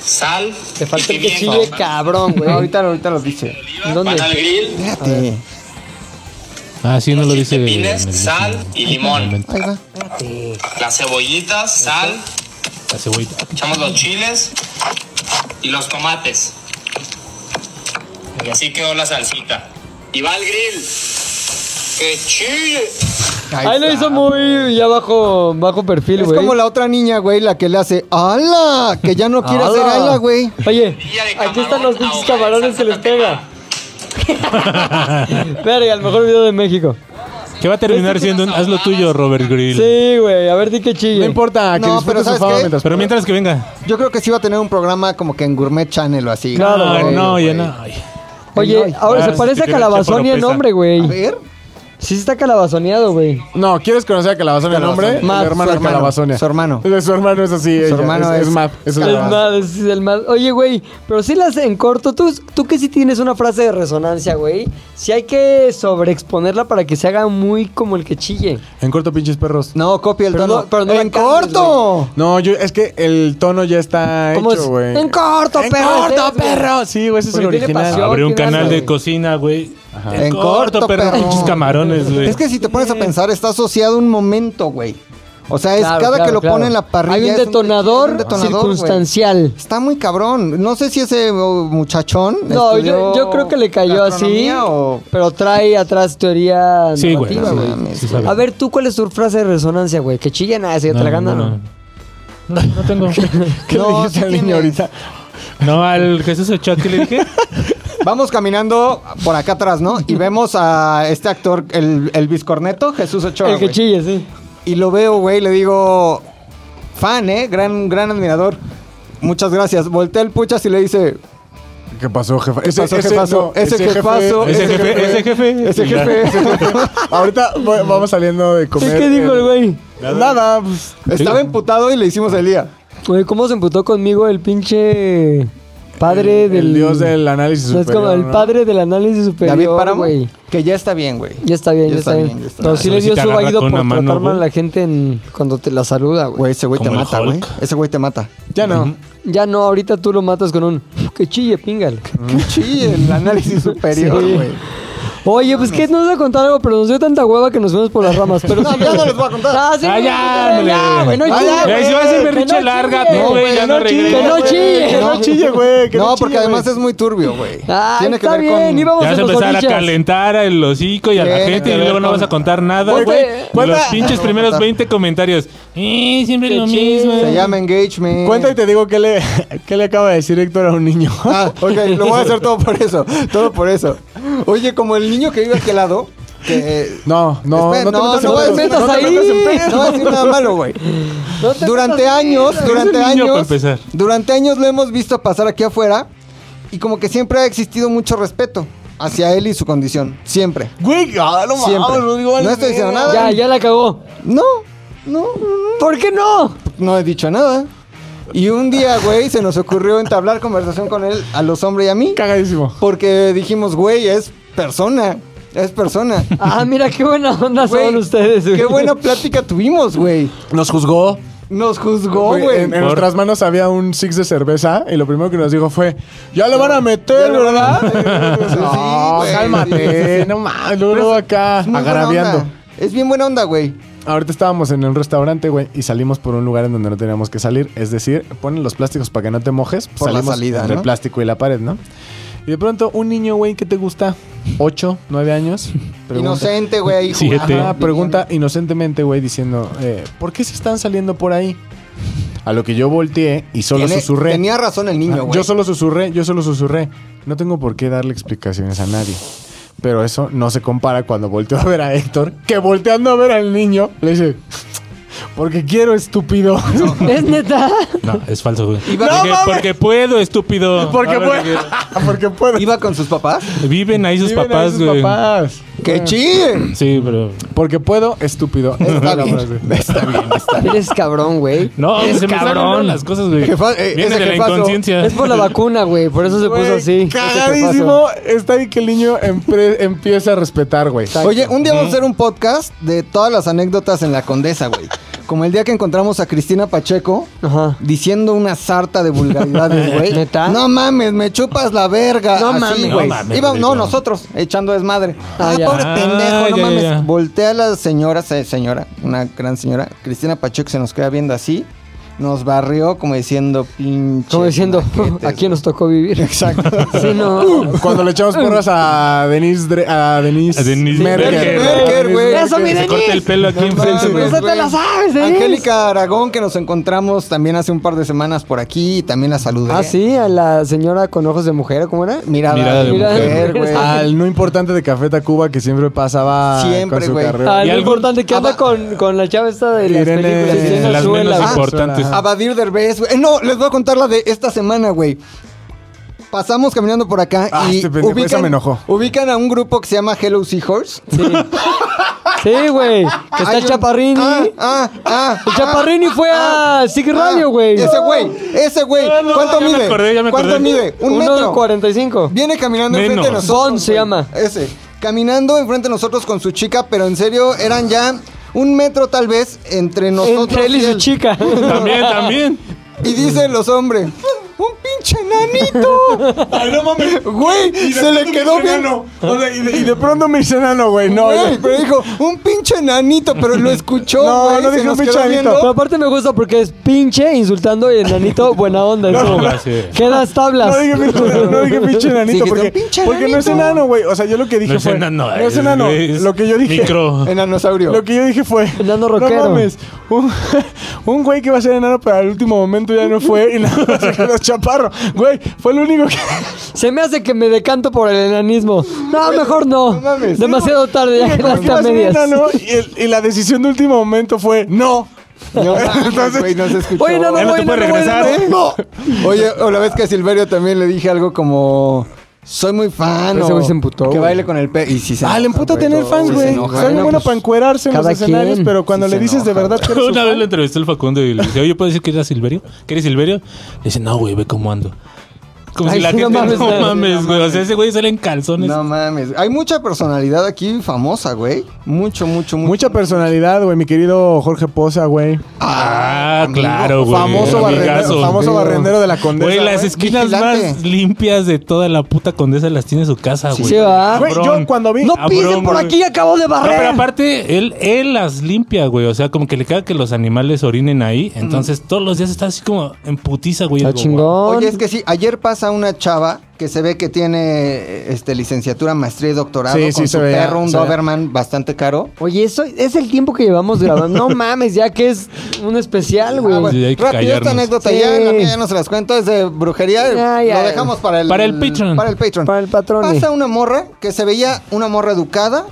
Sal. Te falta y el que pimienta. chille, cabrón, güey. ahorita, ahorita lo dice. ¿Dónde? Van al grill, Espérate. *laughs* Ah, sí, no lo dice... pepines, en el- sal y limón. Ahí va. Las cebollitas, sal, La cebollita. echamos los chiles y los tomates. Y así quedó la salsita. Y va al grill. ¡Qué chile! Ahí lo hizo muy ya bajo, bajo perfil, Es güey. como la otra niña, güey, la que le hace ¡Ala! Que ya no quiere hacer ¡Ala! ala, güey. Oye, Tortilla de aquí están camarón los pinches ahogada en camarones que salsa les pega. *laughs* Verga, el mejor video de México. Que va a terminar siendo un... Haz lo tuyo, Robert Grill. Sí, güey, a ver, di que chille. No importa, que No, disfrute pero su ¿sabes fama qué? mientras... Pero mientras que venga. Yo creo que sí va a tener un programa como que en Gourmet Channel o así. Claro, Ah, güey, no, ya güey. no. Ay. Oye, ahora Ah, se sí, parece que a tiene Calabazón chapa y el presa. nombre, A güey. *laughs* ver. Sí está calabazoneado, güey. No, ¿quieres conocer a Calabazonia el Calabazonia. nombre? El Matt, hermano su de hermano, Calabazonia. su hermano. Es- Su hermano es así. ella, hermano es, es- es Matt. Es el El Ah. hermano. más, es el más. Oye, güey, pero sí las en corto. Tú, tú que sí tienes una frase de resonancia, güey. Sí hay que sobreexponerla para que se haga muy como el que chille. En corto, pinches perros. No, copia el Pero tono. no- pero no la ¡En cambies, corto! No, yo, es que el tono ya está ¿Cómo es? hecho, güey. En corto, ¡En perro. corto, es, güey. perro! Sí, güey, ese es Porque el tiene pasión. original. Abrió un ¿quién canal hace? de cocina, güey. En corto, perro. Pinches camarones, güey. Es que si te pones a pensar, está asociado a un momento, güey. O sea, es Claro, cada claro, que lo claro. pone en la parrilla. Hay un es es detonador, un güey. circunstancial. Está muy cabrón. No sé si ese oh, muchachón. No, yo, estudió yo creo que le cayó así. gastronomía *laughs* o- Pero trae atrás teoría Sí, güey. narrativa, sí, güey. sí, sí sabe. Ah, A ver, tú, ¿cuál es tu frase de resonancia, güey? Que chillen a ese, te la ganan. no. No, No, no tengo. ¿Qué No, le dijiste sí al niño tienes. ahorita? *laughs* No, al Jesús Ochoa, ¿qué le dije? Vamos caminando por acá atrás, ¿no? Y vemos a este actor, el, el biscorneto, Jesús Ochoa. El que güey. chille, sí. Y lo veo, güey, le digo, fan, ¿eh? Gran, gran admirador. Muchas gracias. Voltea el puchas y le dice, ¿Qué pasó, jefa? ¿qué pasó, jefazo? ese, jefazo, ese jefe, ese jefe. ese jefe, ese jefe. Ahorita voy- vamos saliendo de comer. ¿Y qué dijo el güey? Nada, pues. Estaba emputado y le hicimos el día. Güey, ¿cómo se emputó conmigo el pinche padre El del... dios del análisis Es como superior, el ¿no? padre del análisis David superior, Páramo, güey. que ya está bien, güey. Ya está bien, ya, está, bien. ya está Pero bien. sí Ah, le eso dio sí te su agarra vaído con por una mano, tratar mal a güey. la gente en- cuando te la saluda, Güey, güey. ese güey te Como el mata, güey. Hulk. Ese güey te mata. Ya no. Ya no, ahorita tú lo matas con un... Que chille, píngale. Sí, el análisis superior, Sí. güey. Oye, pues que nos va a contar algo, pero nos dio tanta hueva que nos vemos por las ramas. *laughs* Pero No, sí- ya no les voy a contar. Ah, sí, Ah, ya, ya, ya, güey, no Ah, chille, ya, Ya, y si vas a hacer güey, que berrinche, no lárgate, chille. güey, ya no regreses. Que no chille, que no chille. güey. que No, chille, porque güey. además es muy turbio, güey. Ah, está ver bien, íbamos en Ya vas a los empezar a orillas. calentar el hocico y a la Tiene gente que y ver luego no con- vas a contar nada, Oye, güey. güey, Los cuenta- pinches primeros 20 comentarios. Eh, siempre Que lo chille. mismo. Se llama engagement. Cuenta y te digo qué le, qué le acaba de decir Héctor a *laughs* un niño. Ah, ok, lo voy a hacer todo por eso. Todo por eso. Oye, como el niño que vive aquí al lado, que. No, no, Espera, no, te metas en no, pedos. te metas No te ahí. metas en pedos. No voy a decir nada malo, güey. No te Durante metas, años, güey. durante niño para años. empezar. Durante años lo hemos visto pasar aquí afuera. Y como que siempre ha existido mucho respeto hacia él y su condición. Siempre. Güey, ah, no Siempre. mames, Rodrigo, vale No estoy diciendo verga. nada. Ya, ya la cagó. No, no, no, ¿Por qué no? no he dicho nada. Y un día, güey, se nos ocurrió entablar conversación con él, a los hombres y a mí. Cagadísimo. Porque dijimos, güey, es persona. Es persona. Ah, mira, qué buena onda *laughs* Güey, son ustedes, güey. Qué buena plática tuvimos, güey. Nos juzgó. Nos juzgó, Güey, güey. En, en Por- nuestras manos había un six de cerveza y lo primero que nos dijo fue, ya le van a meter, ¿verdad? Sí, No, güey. cálmate, no mames, luego, luego acá, Es muy buena agraviando. onda. Es bien buena onda, güey. Ahorita estábamos en el restaurante, güey, y salimos por un lugar en donde no teníamos que salir. Es decir, ponen los plásticos para que no te mojes. pues, Por la salimos salida, entre ¿no? el plástico y la pared, ¿no? Y de pronto, un niño, güey, ¿qué te gusta? ¿Ocho? ¿Nueve años? Pregunta. Inocente, güey. ahí Sí, jugando. Ajá, pregunta inocentemente, güey, diciendo, eh, ¿por qué se están saliendo por ahí? A lo que yo volteé y solo Tiene- susurré. Tenía razón el niño, Ah, güey. Yo solo susurré, yo solo susurré. No tengo por qué darle explicaciones a nadie. Pero eso no se compara cuando volteo a ver a Héctor, que volteando a ver al niño, le dice, porque quiero, estúpido. Es neta. No, es falso, güey. Iba- Porque- ¡No mames! porque puedo, estúpido. porque, A ver, puedo, porque puedo. Iba con sus papás. Viven ahí sus Viven ahí papás, sus güey. papás. ¡Qué chille! Sí, pero. Porque puedo, estúpido. Está La bien. frase. Está bien. Eres cabrón, güey. No, se me salen cabrón. luego las cosas, güey. Jefa- eh, Viene ese de la jefazo. inconsciencia. Es por la vacuna, güey. Por eso se puso Güey, así. Cagadísimo. Está ahí que el niño empre- empieza a respetar, güey. Oye, un día vamos a hacer un podcast de todas las anécdotas en la condesa, güey. Como el día que encontramos a Cristina Pacheco Ajá. diciendo una sarta de vulgaridades, güey. ¿Neta? No mames, me chupas la verga. No No mames. mames, güey. No mames, Iba- No, Rodrigo. nosotros, echando desmadre. Ah, Ah, ya. pobre Ah, pendejo, no ya, mames. ya. Voltea a la señora, se- señora, una gran señora, Cristina Pacheco se nos queda viendo así. Nos barrió como diciendo, pinche. Como diciendo, ¿a quién nos tocó vivir? *laughs* Exacto. Sí, *laughs* no. Cuando le echamos porras a Denise, Dre- a Denise, A Denise Merkel. Merkel. Merkel, güey. Eso, Que mi se Denis. corta el pelo aquí No enfrente, mames, güey. Esa te Pues güey. la sabes, Denis. Angélica Aragón, que nos encontramos también hace un par de semanas por aquí, y también la saludé. Ah, sí, a la señora con ojos de mujer, ¿cómo era? Mirada, Mirada de mujer, mujer, güey. güey. Al no importante de Café Tacuba que siempre pasaba Siempre, con su güey. carrera. Ah, ¿Y lo algo- importante que anda con, con la chava esta de las Irene- películas. Sí, Irene las Azuela, menos güey. Ah, importantes. A Badir Derbez, güey. Eh, No, les voy a contar la de esta semana, güey. Pasamos caminando por acá Ah, y este pendejo, esa me enojó. ubican a un grupo que se llama Hello Seahorse. Sí, güey. Que está Hay un- Chaparrini. Ah, ah, ah. El Chaparrini fue a Sig ah, Radio, güey. Ese güey, ese güey. Ah, no, ¿Cuánto ya me mide? acordé, ya me ¿Cuánto acordé. mide? Un metro. 1.45. Viene caminando enfrente de Menos. nosotros. Bon se güey. llama. Ese. Caminando enfrente de nosotros con su chica, pero en serio, eran ya un metro tal vez entre nosotros. Entre él y su él. chica. *laughs* También, también. Y dicen los hombres, un pinche nanito! *laughs* Ay, no mames. Güey, se le quedó bien. O sea, y, de, y de pronto me dice enano, güey. No, Güey, güey. pero dijo, un pinche nanito, pero lo escuchó, No, güey. no se dije nos un quedó pinche viendo. nanito. Pero aparte me gusta porque es pinche insultando y enanito buena onda. es como, gracias. Quedas tablas. No dije pinche, no dije pinche enanito, Dijiste, porque, "Pinche porque no es enanito". enano, güey. O sea, yo lo que dije No es fue. enano. no es enano. Lo que yo *laughs* dije. Micro. Enanosaurio. Lo que yo dije fue. Enano rockero". No mames. Un, *laughs* un güey que va a ser enano, pero al último momento ya no fue y nada más se quedó chaparro. Güey, fue el único que. Se me hace que me decanto por el enanismo. No, mejor no. mames. Demasiado tarde, *laughs* ya Dije, como que quedaste iba a a ser medias. enano y, el- y la decisión de último momento fue no. *laughs* No, mames, güey, no se escuchó. Oye, no, no, Ya no voy, te no, puedes no, voy, regresar, no, ¿eh? no. Oye, o la vez que a Silverio también le dije algo como. Soy muy fan. Ese o güey se emputó, Que güey. baile con el pe. Y si se. Ah, le emputa tener fans, güey. Son Soy muy bueno para encuerarse en los eh, pues. cada escenarios, quien. pero cuando pues, Sí le se dices de enoja, verdad que eres *laughs* su Una vez fan, le entrevisté el Facundo y le dije, oye, ¿puedes decir que eres Silverio? ¿Que eres Silverio? Le dice, no, güey, ve cómo ando. Como Ay, si la sí, no gente no mames, mames, no, sí, no güey. O sea, ese güey sale en calzones. No mames. Hay mucha personalidad aquí famosa, güey. Mucho, mucho, mucho. Mucha personalidad, güey, mi querido Jorge Poza, güey. ah, claro, güey. Famoso barrendero, Amigazo. famoso barrendero de la condesa. Güey, las güey. esquinas Vigilante. más limpias de toda la puta condesa las tiene en su casa, güey. Sí, va. Güey, yo Cabrón. cuando vi No Cabrón, pisen por güey. aquí, acabo de No, Ah, pero barrer. aparte, él, él las limpia, güey. O sea, como que le caga que los animales orinen Mm. ahí. Entonces, todos los días está así como en putiza, güey. Está Digo, guau. Ah, chingón. Oye, es que sí, ayer pasa una chava que se ve que tiene este licenciatura, maestría y doctorado Sí, con sí, su se veía, perro, un se veía. Doberman bastante caro. Oye, eso es el tiempo que llevamos grabando. No mames, ya que es un especial, güey. Ah, bueno. Sí, hay que Rápido esta callarnos. anécdota Sí. ya, la mía ya no se las cuento, es de brujería. Ya, ya. Lo dejamos para el, Para el Patreon. Para el Patreon. Para el patrón. eh. Pasa una morra que se veía una morra educada,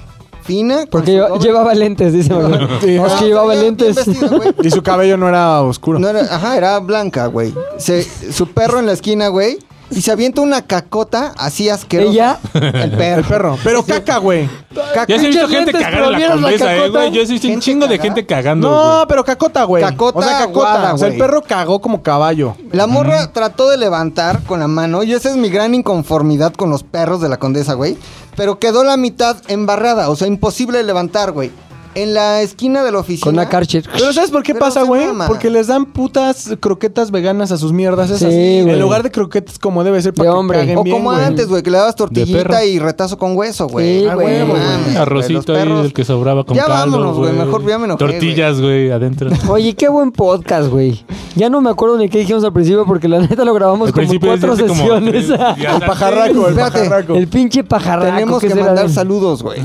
fina. con Porque su lleva- doble- lleva lentes, dice. mamá. Sí. Es Ah, que llevaba bien- bien lentes. vestida, güey. y su cabello no era oscuro. No era- ajá, era blanca, güey. Se- Su perro en la esquina, güey. Y se avienta una cacota así asquerosa. ¿Ella? El perro. El perro. Pero caca, güey. Caca. Ya se ha visto Pinches gente lentes, cagar pero en la vieras la condesa, eh, cacota. güey. Yo he visto un Gente chingo de cagada. gente cagando, No, güey. pero cacota, güey. Cacota o sea, cacota. aguada, o sea, el güey. perro cagó como caballo. La morra Mm-hmm. trató de levantar con la mano y esa es mi gran inconformidad con los perros de la condesa, güey. Pero quedó la mitad embarrada, o sea, imposible levantar, güey. En la esquina de la oficina. Con una Karcher. Pero ¿sabes por qué Pero pasa, se güey? mama. Porque les dan putas croquetas veganas a sus mierdas esas. Sí, güey. en lugar de croquetas como debe ser para De que hombre. caguen O bien, como güey. antes, güey, que le dabas perro. tortillita y retazo con hueso, güey. Sí, Ah, güey. güey, Mames, güey, los Arrocito ahí perros- del que sobraba con Ya caldo, vámonos, güey, mejor ya me enojé, Tortillas, güey, adentro. Oye, qué buen podcast, güey. Ya no me acuerdo ni qué dijimos al principio porque la neta lo grabamos Al como principio cuatro es de como sesiones. tres días El antes. pajarraco, el Espérate. pajarraco. el pinche pajarraco. Tenemos ¿qué que será mandar de- saludos, güey.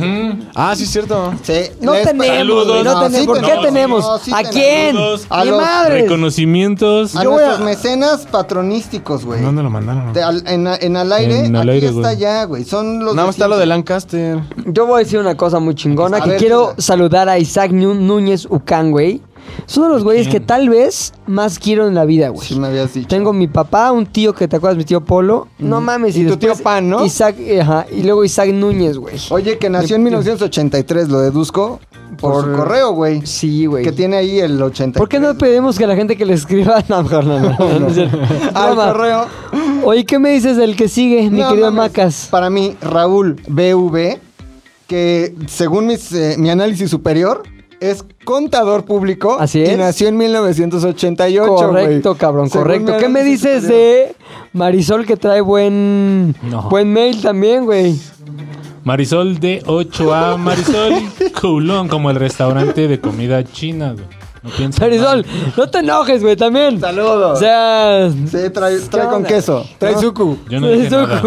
Ah, sí, es cierto. Sí, No les- tenemos, Saludos. no No, tenemos. sí ¿Por qué tenemos. tenemos? No, sí ¿A tenemos. quién? Saludos. A ¡Mi los madre! Reconocimientos. A Yo voy nuestros a- mecenas patronísticos, güey. ¿Dónde lo mandaron? De al- en, en al aire, En Al aquí Aire, está güey. ya, güey. Son los. Nada más está vecinos. lo de Lancaster. Yo voy a decir una cosa muy chingona, A que ver, quiero dila. saludar a Isaac Ñu- Núñez Ucán, güey. Es uno de los güeyes que tal vez más quiero en la vida, güey. Sí, me habías dicho. Tengo mi papá, un tío que te acuerdas, mi tío Polo. No mames. Mm. Y tu después tío Pan, ¿no? Isaac, ajá. Y luego Isaac Núñez, güey. Oye, que nació en 1983, lo deduzco por, su correo, güey. Sí, güey. Que tiene ahí el 83. ¿Por qué no pedimos que la gente que le escriba... *laughs* No, mejor no, no, no, no es cierto. *laughs* Al Broma. correo. Oye, ¿qué me dices del que sigue, mi No querido mames. Macas? Para mí, Raúl BV, que según mis, eh, mi análisis superior, es contador público. Así es. Y nació en 1988, güey. Correcto, cabrón, Según mi correcto. ¿Qué me análisis dices superior. de Marisol que trae buen No. buen mail también, güey? Marisol de 8A. Marisol Coulon, como el restaurante de comida china, güey. No piensa Marisol, mal. no te enojes, güey, también. O Saludos. sea, Sí, trae, ¿qué trae con onda? queso. Trae No. suku. Yo *laughs* no dije nada.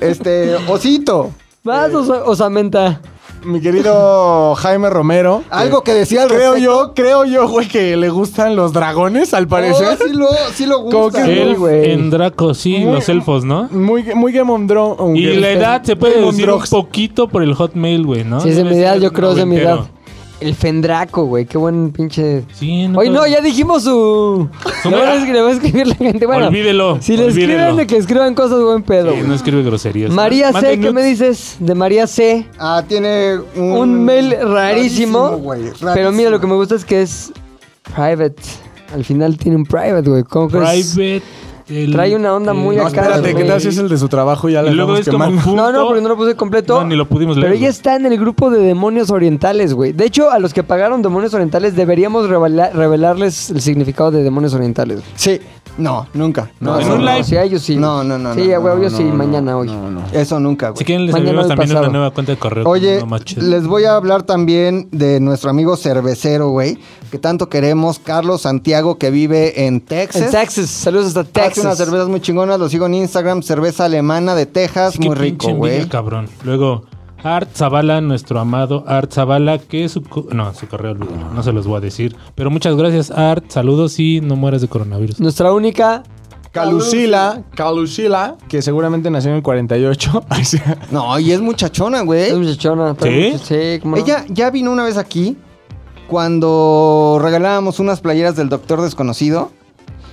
Este, osito. Vas, osa- osamenta. Mi querido Jaime *laughs* Romero. Algo que decía al Creo respecto. yo, creo yo, güey, que le gustan los dragones, al parecer. Oh, sí lo, sí lo Como gusta. que- Elf güey. en Draco, sí, los elfos, ¿no? Muy, muy Game of Thrones. Y la edad se puede Game of decir un Thrones. poquito por el hotmail, güey, ¿no? Si es de mi Debe edad, ser yo creo es de mi edad. noventero. El Fendraco, güey, qué buen pinche. Sí, Oye, no, ya dijimos su. Su- Le voy a escri- le voy a escribir la gente. Bueno, Olvídelo, Si le olvídelo. escriben, de que escriban cosas buen Sí, pedo. güey. no escribe groserías. María C, Manden ¿qué me nudes. dices? De María C. Ah, tiene un, un mail rarísimo, güey, pero mira lo rarísimo. que me gusta es que es private. Al final tiene un private, güey. ¿Cómo crees? Private. el- Trae una onda muy el- No, acá, espérate, ¿qué güey. tal si es el de su trabajo? Ya Y la luego estamos es como quemando. punto. No, no, porque no lo puse completo. No, ni lo pudimos leer. Pero ella güey. está en el grupo de demonios orientales, güey. De hecho, a los que pagaron demonios orientales deberíamos revela- revelarles el significado de demonios orientales. Sí, No, nunca. No, eso no, no, live? Sí, a ellos sí. No, no, no, Sí, no, a huevo, no, yo sí, no, mañana, hoy. Eso nunca, güey. Si quieren, les Mañana enviamos del también una pasado. nueva cuenta de correo. con Oye, uno más chido. les voy a hablar también de nuestro amigo cervecero, güey, que tanto queremos, Carlos Santiago, que vive en Texas. En Texas, saludos hasta Hace unas Texas. cervezas muy chingonas, lo sigo en Instagram, cerveza alemana de Texas, Sí, qué muy pinche rico, envidia, güey. cabrón. Luego, Art Zavala, nuestro amado Art Zavala, que su... co- No, su correo, olvídalo, no se los voy a decir. Pero muchas gracias, Art. Saludos y no mueras de coronavirus. Nuestra única. Calucila, Calucila, que seguramente nació en el 48. *laughs* Ay, sí. No, y es muchachona, güey. Es muchachona. pero- ¿Sí? Sí, cómo no. ¿Eh? Ella ya vino una vez aquí cuando regalábamos unas playeras del Doctor Desconocido.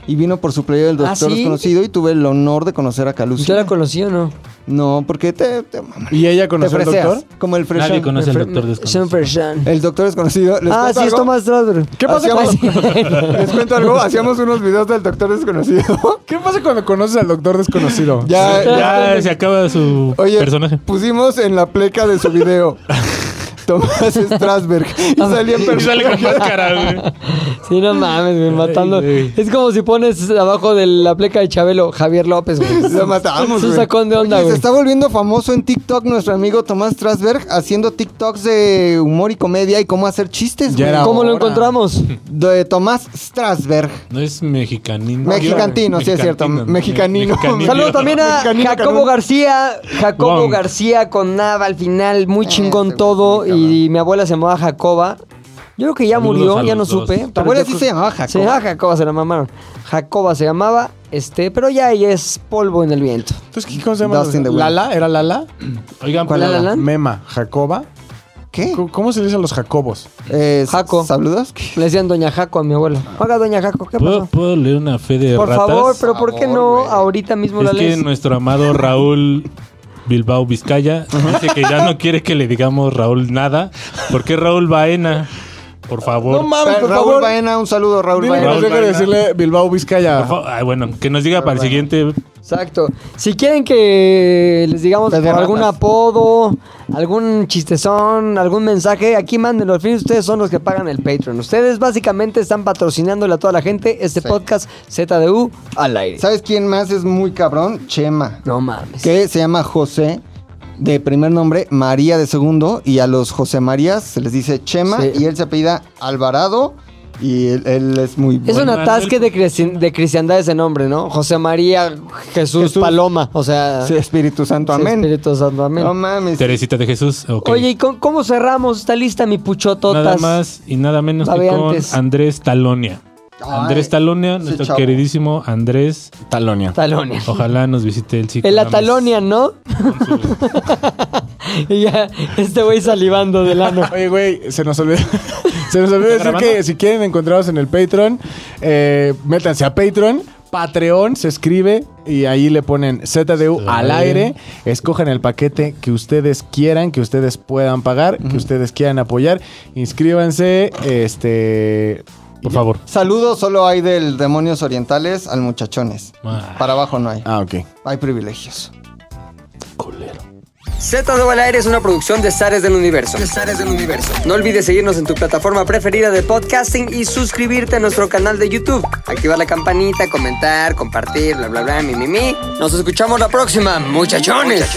Y vino por su playera del ¿Ah, Doctor sí? Desconocido y tuve el honor de conocer a Calucila. ¿Usted la conocí o no? No, porque te, te mamas. ¿Y ella conoció Te al freseas, doctor? Como el freshón. Nadie conoce al Fre- doctor desconocido. Sean Freshan. El Doctor Desconocido. ¿Les Ah, cuento sí, es algo? Thomas Drudder. ¿Qué pasa Hacíamos- *laughs* Hacíamos- *laughs* Les cuento algo. Hacíamos unos videos del Doctor Desconocido. *laughs* ¿Qué pasa cuando conoces al doctor desconocido? ya, Ya se acaba su Oye, personaje. pusimos en la pleca de su *laughs* video Tomás Strasberg y salía en Y sale *laughs* con máscara, güey. Sí, no mames, güey, matando. güey. Es como si pones abajo de la pleca de Chabelo Javier López, güey. *laughs* Lo matamos, Es un güey. sacón de onda, Oye, Se güey. está volviendo famoso en TikTok nuestro amigo Tomás Strasberg haciendo TikToks de humor y comedia y cómo hacer chistes, Ya güey. era ¿Cómo lo *laughs* Ahora. encontramos? De Tomás Strasberg. No es mexicanino. Mexicantino, sí es cierto, mexicanino. Saludos también a Mexicanino, Jacobo cabrón. García. Jacobo Wow. García con Nava al final, muy chingón Ah, güey, todo. Y mi abuela se llamaba Jacoba. Yo creo que ya Saludos a murió, ya no los dos. supe. Tu pero abuela yo sí creo- se llamaba Se Jacob. llamaba Jacoba, se la mamaron. Jacoba se llamaba, este, pero ya ella es polvo en el viento. Entonces, ¿qué- ¿cómo se llama? Dust in the wind. ¿Lala? ¿Era Lala? Oigan, ¿Cuál era la? Mema, Jacoba. ¿Qué? ¿Cómo- ¿Cómo se le dice a los Jacobos? Eh, Jaco. ¿Saludos? Le decían Doña Jaco a mi abuela. Oiga, Doña Jaco, ¿qué ¿puedo, pasó? ¿puedo leer una fe de Por ratas? favor, pero ¿por qué Por no favor, güey. ahorita mismo la Es que lees? nuestro amado Raúl Bilbao Vizcaya dice que ya no quiere que le digamos Raúl nada, porque es Raúl Baena. Por favor. Raúl Baena, un saludo, Raúl Dile que Baena. nos deje Baena. decirle Bilbao Vizcaya. Por fa- ay, bueno, que nos diga para el siguiente. Exacto. Si quieren que les digamos Las por derratas. algún apodo, algún chistezón, algún mensaje, aquí mándenlo. Al fin ustedes son los que pagan el Patreon. Ustedes básicamente están patrocinándole a toda la gente este Sí. podcast ZDU al aire. ¿Sabes quién más es muy cabrón? Chema. No mames. que se llama José de primer nombre, María de segundo, y a los José Marías se les dice Chema Sí. y él se apellida Alvarado y él, él es muy Es bueno. un Manuel- atasque de, creci- de cristiandad ese nombre, ¿no? José María Jesús, Jesús. Paloma. O sea, Sí, Espíritu Santo, sí, amén. Espíritu Santo, amén. No mames. Teresita de Jesús. ok. Oye, ¿y con- cómo cerramos? ¿Está lista mi puchototas? nada más y nada menos que con Babeantes. Andrés Talonia. Andrés Talonia, nuestro chavo. queridísimo Andrés. Talonia. Talonia. Ojalá nos visite el sitio. El Atalonia, ¿no? *laughs* y ya, este güey salivando del ano. Oye, güey, se nos olvidó. *laughs* se nos olvidó decir grabando? que si quieren encontrarnos en el Patreon, eh, métanse a Patreon. Patreon se escribe y ahí le ponen ZDU al aire. Escojan el paquete que ustedes quieran, que ustedes puedan pagar, que ustedes quieran apoyar. Inscríbanse, este. Por favor. Saludos solo hay del Demonios Orientales al Muchachones. Ah. Para abajo no hay. Ah, ok. Hay privilegios. Z2 al aire es una producción de Zares del Universo. del universo. No olvides seguirnos en tu plataforma preferida de podcasting y suscribirte a nuestro canal de YouTube. Activar la campanita, comentar, compartir, bla, bla, bla, mi, mi, mi. Nos escuchamos la próxima, muchachones.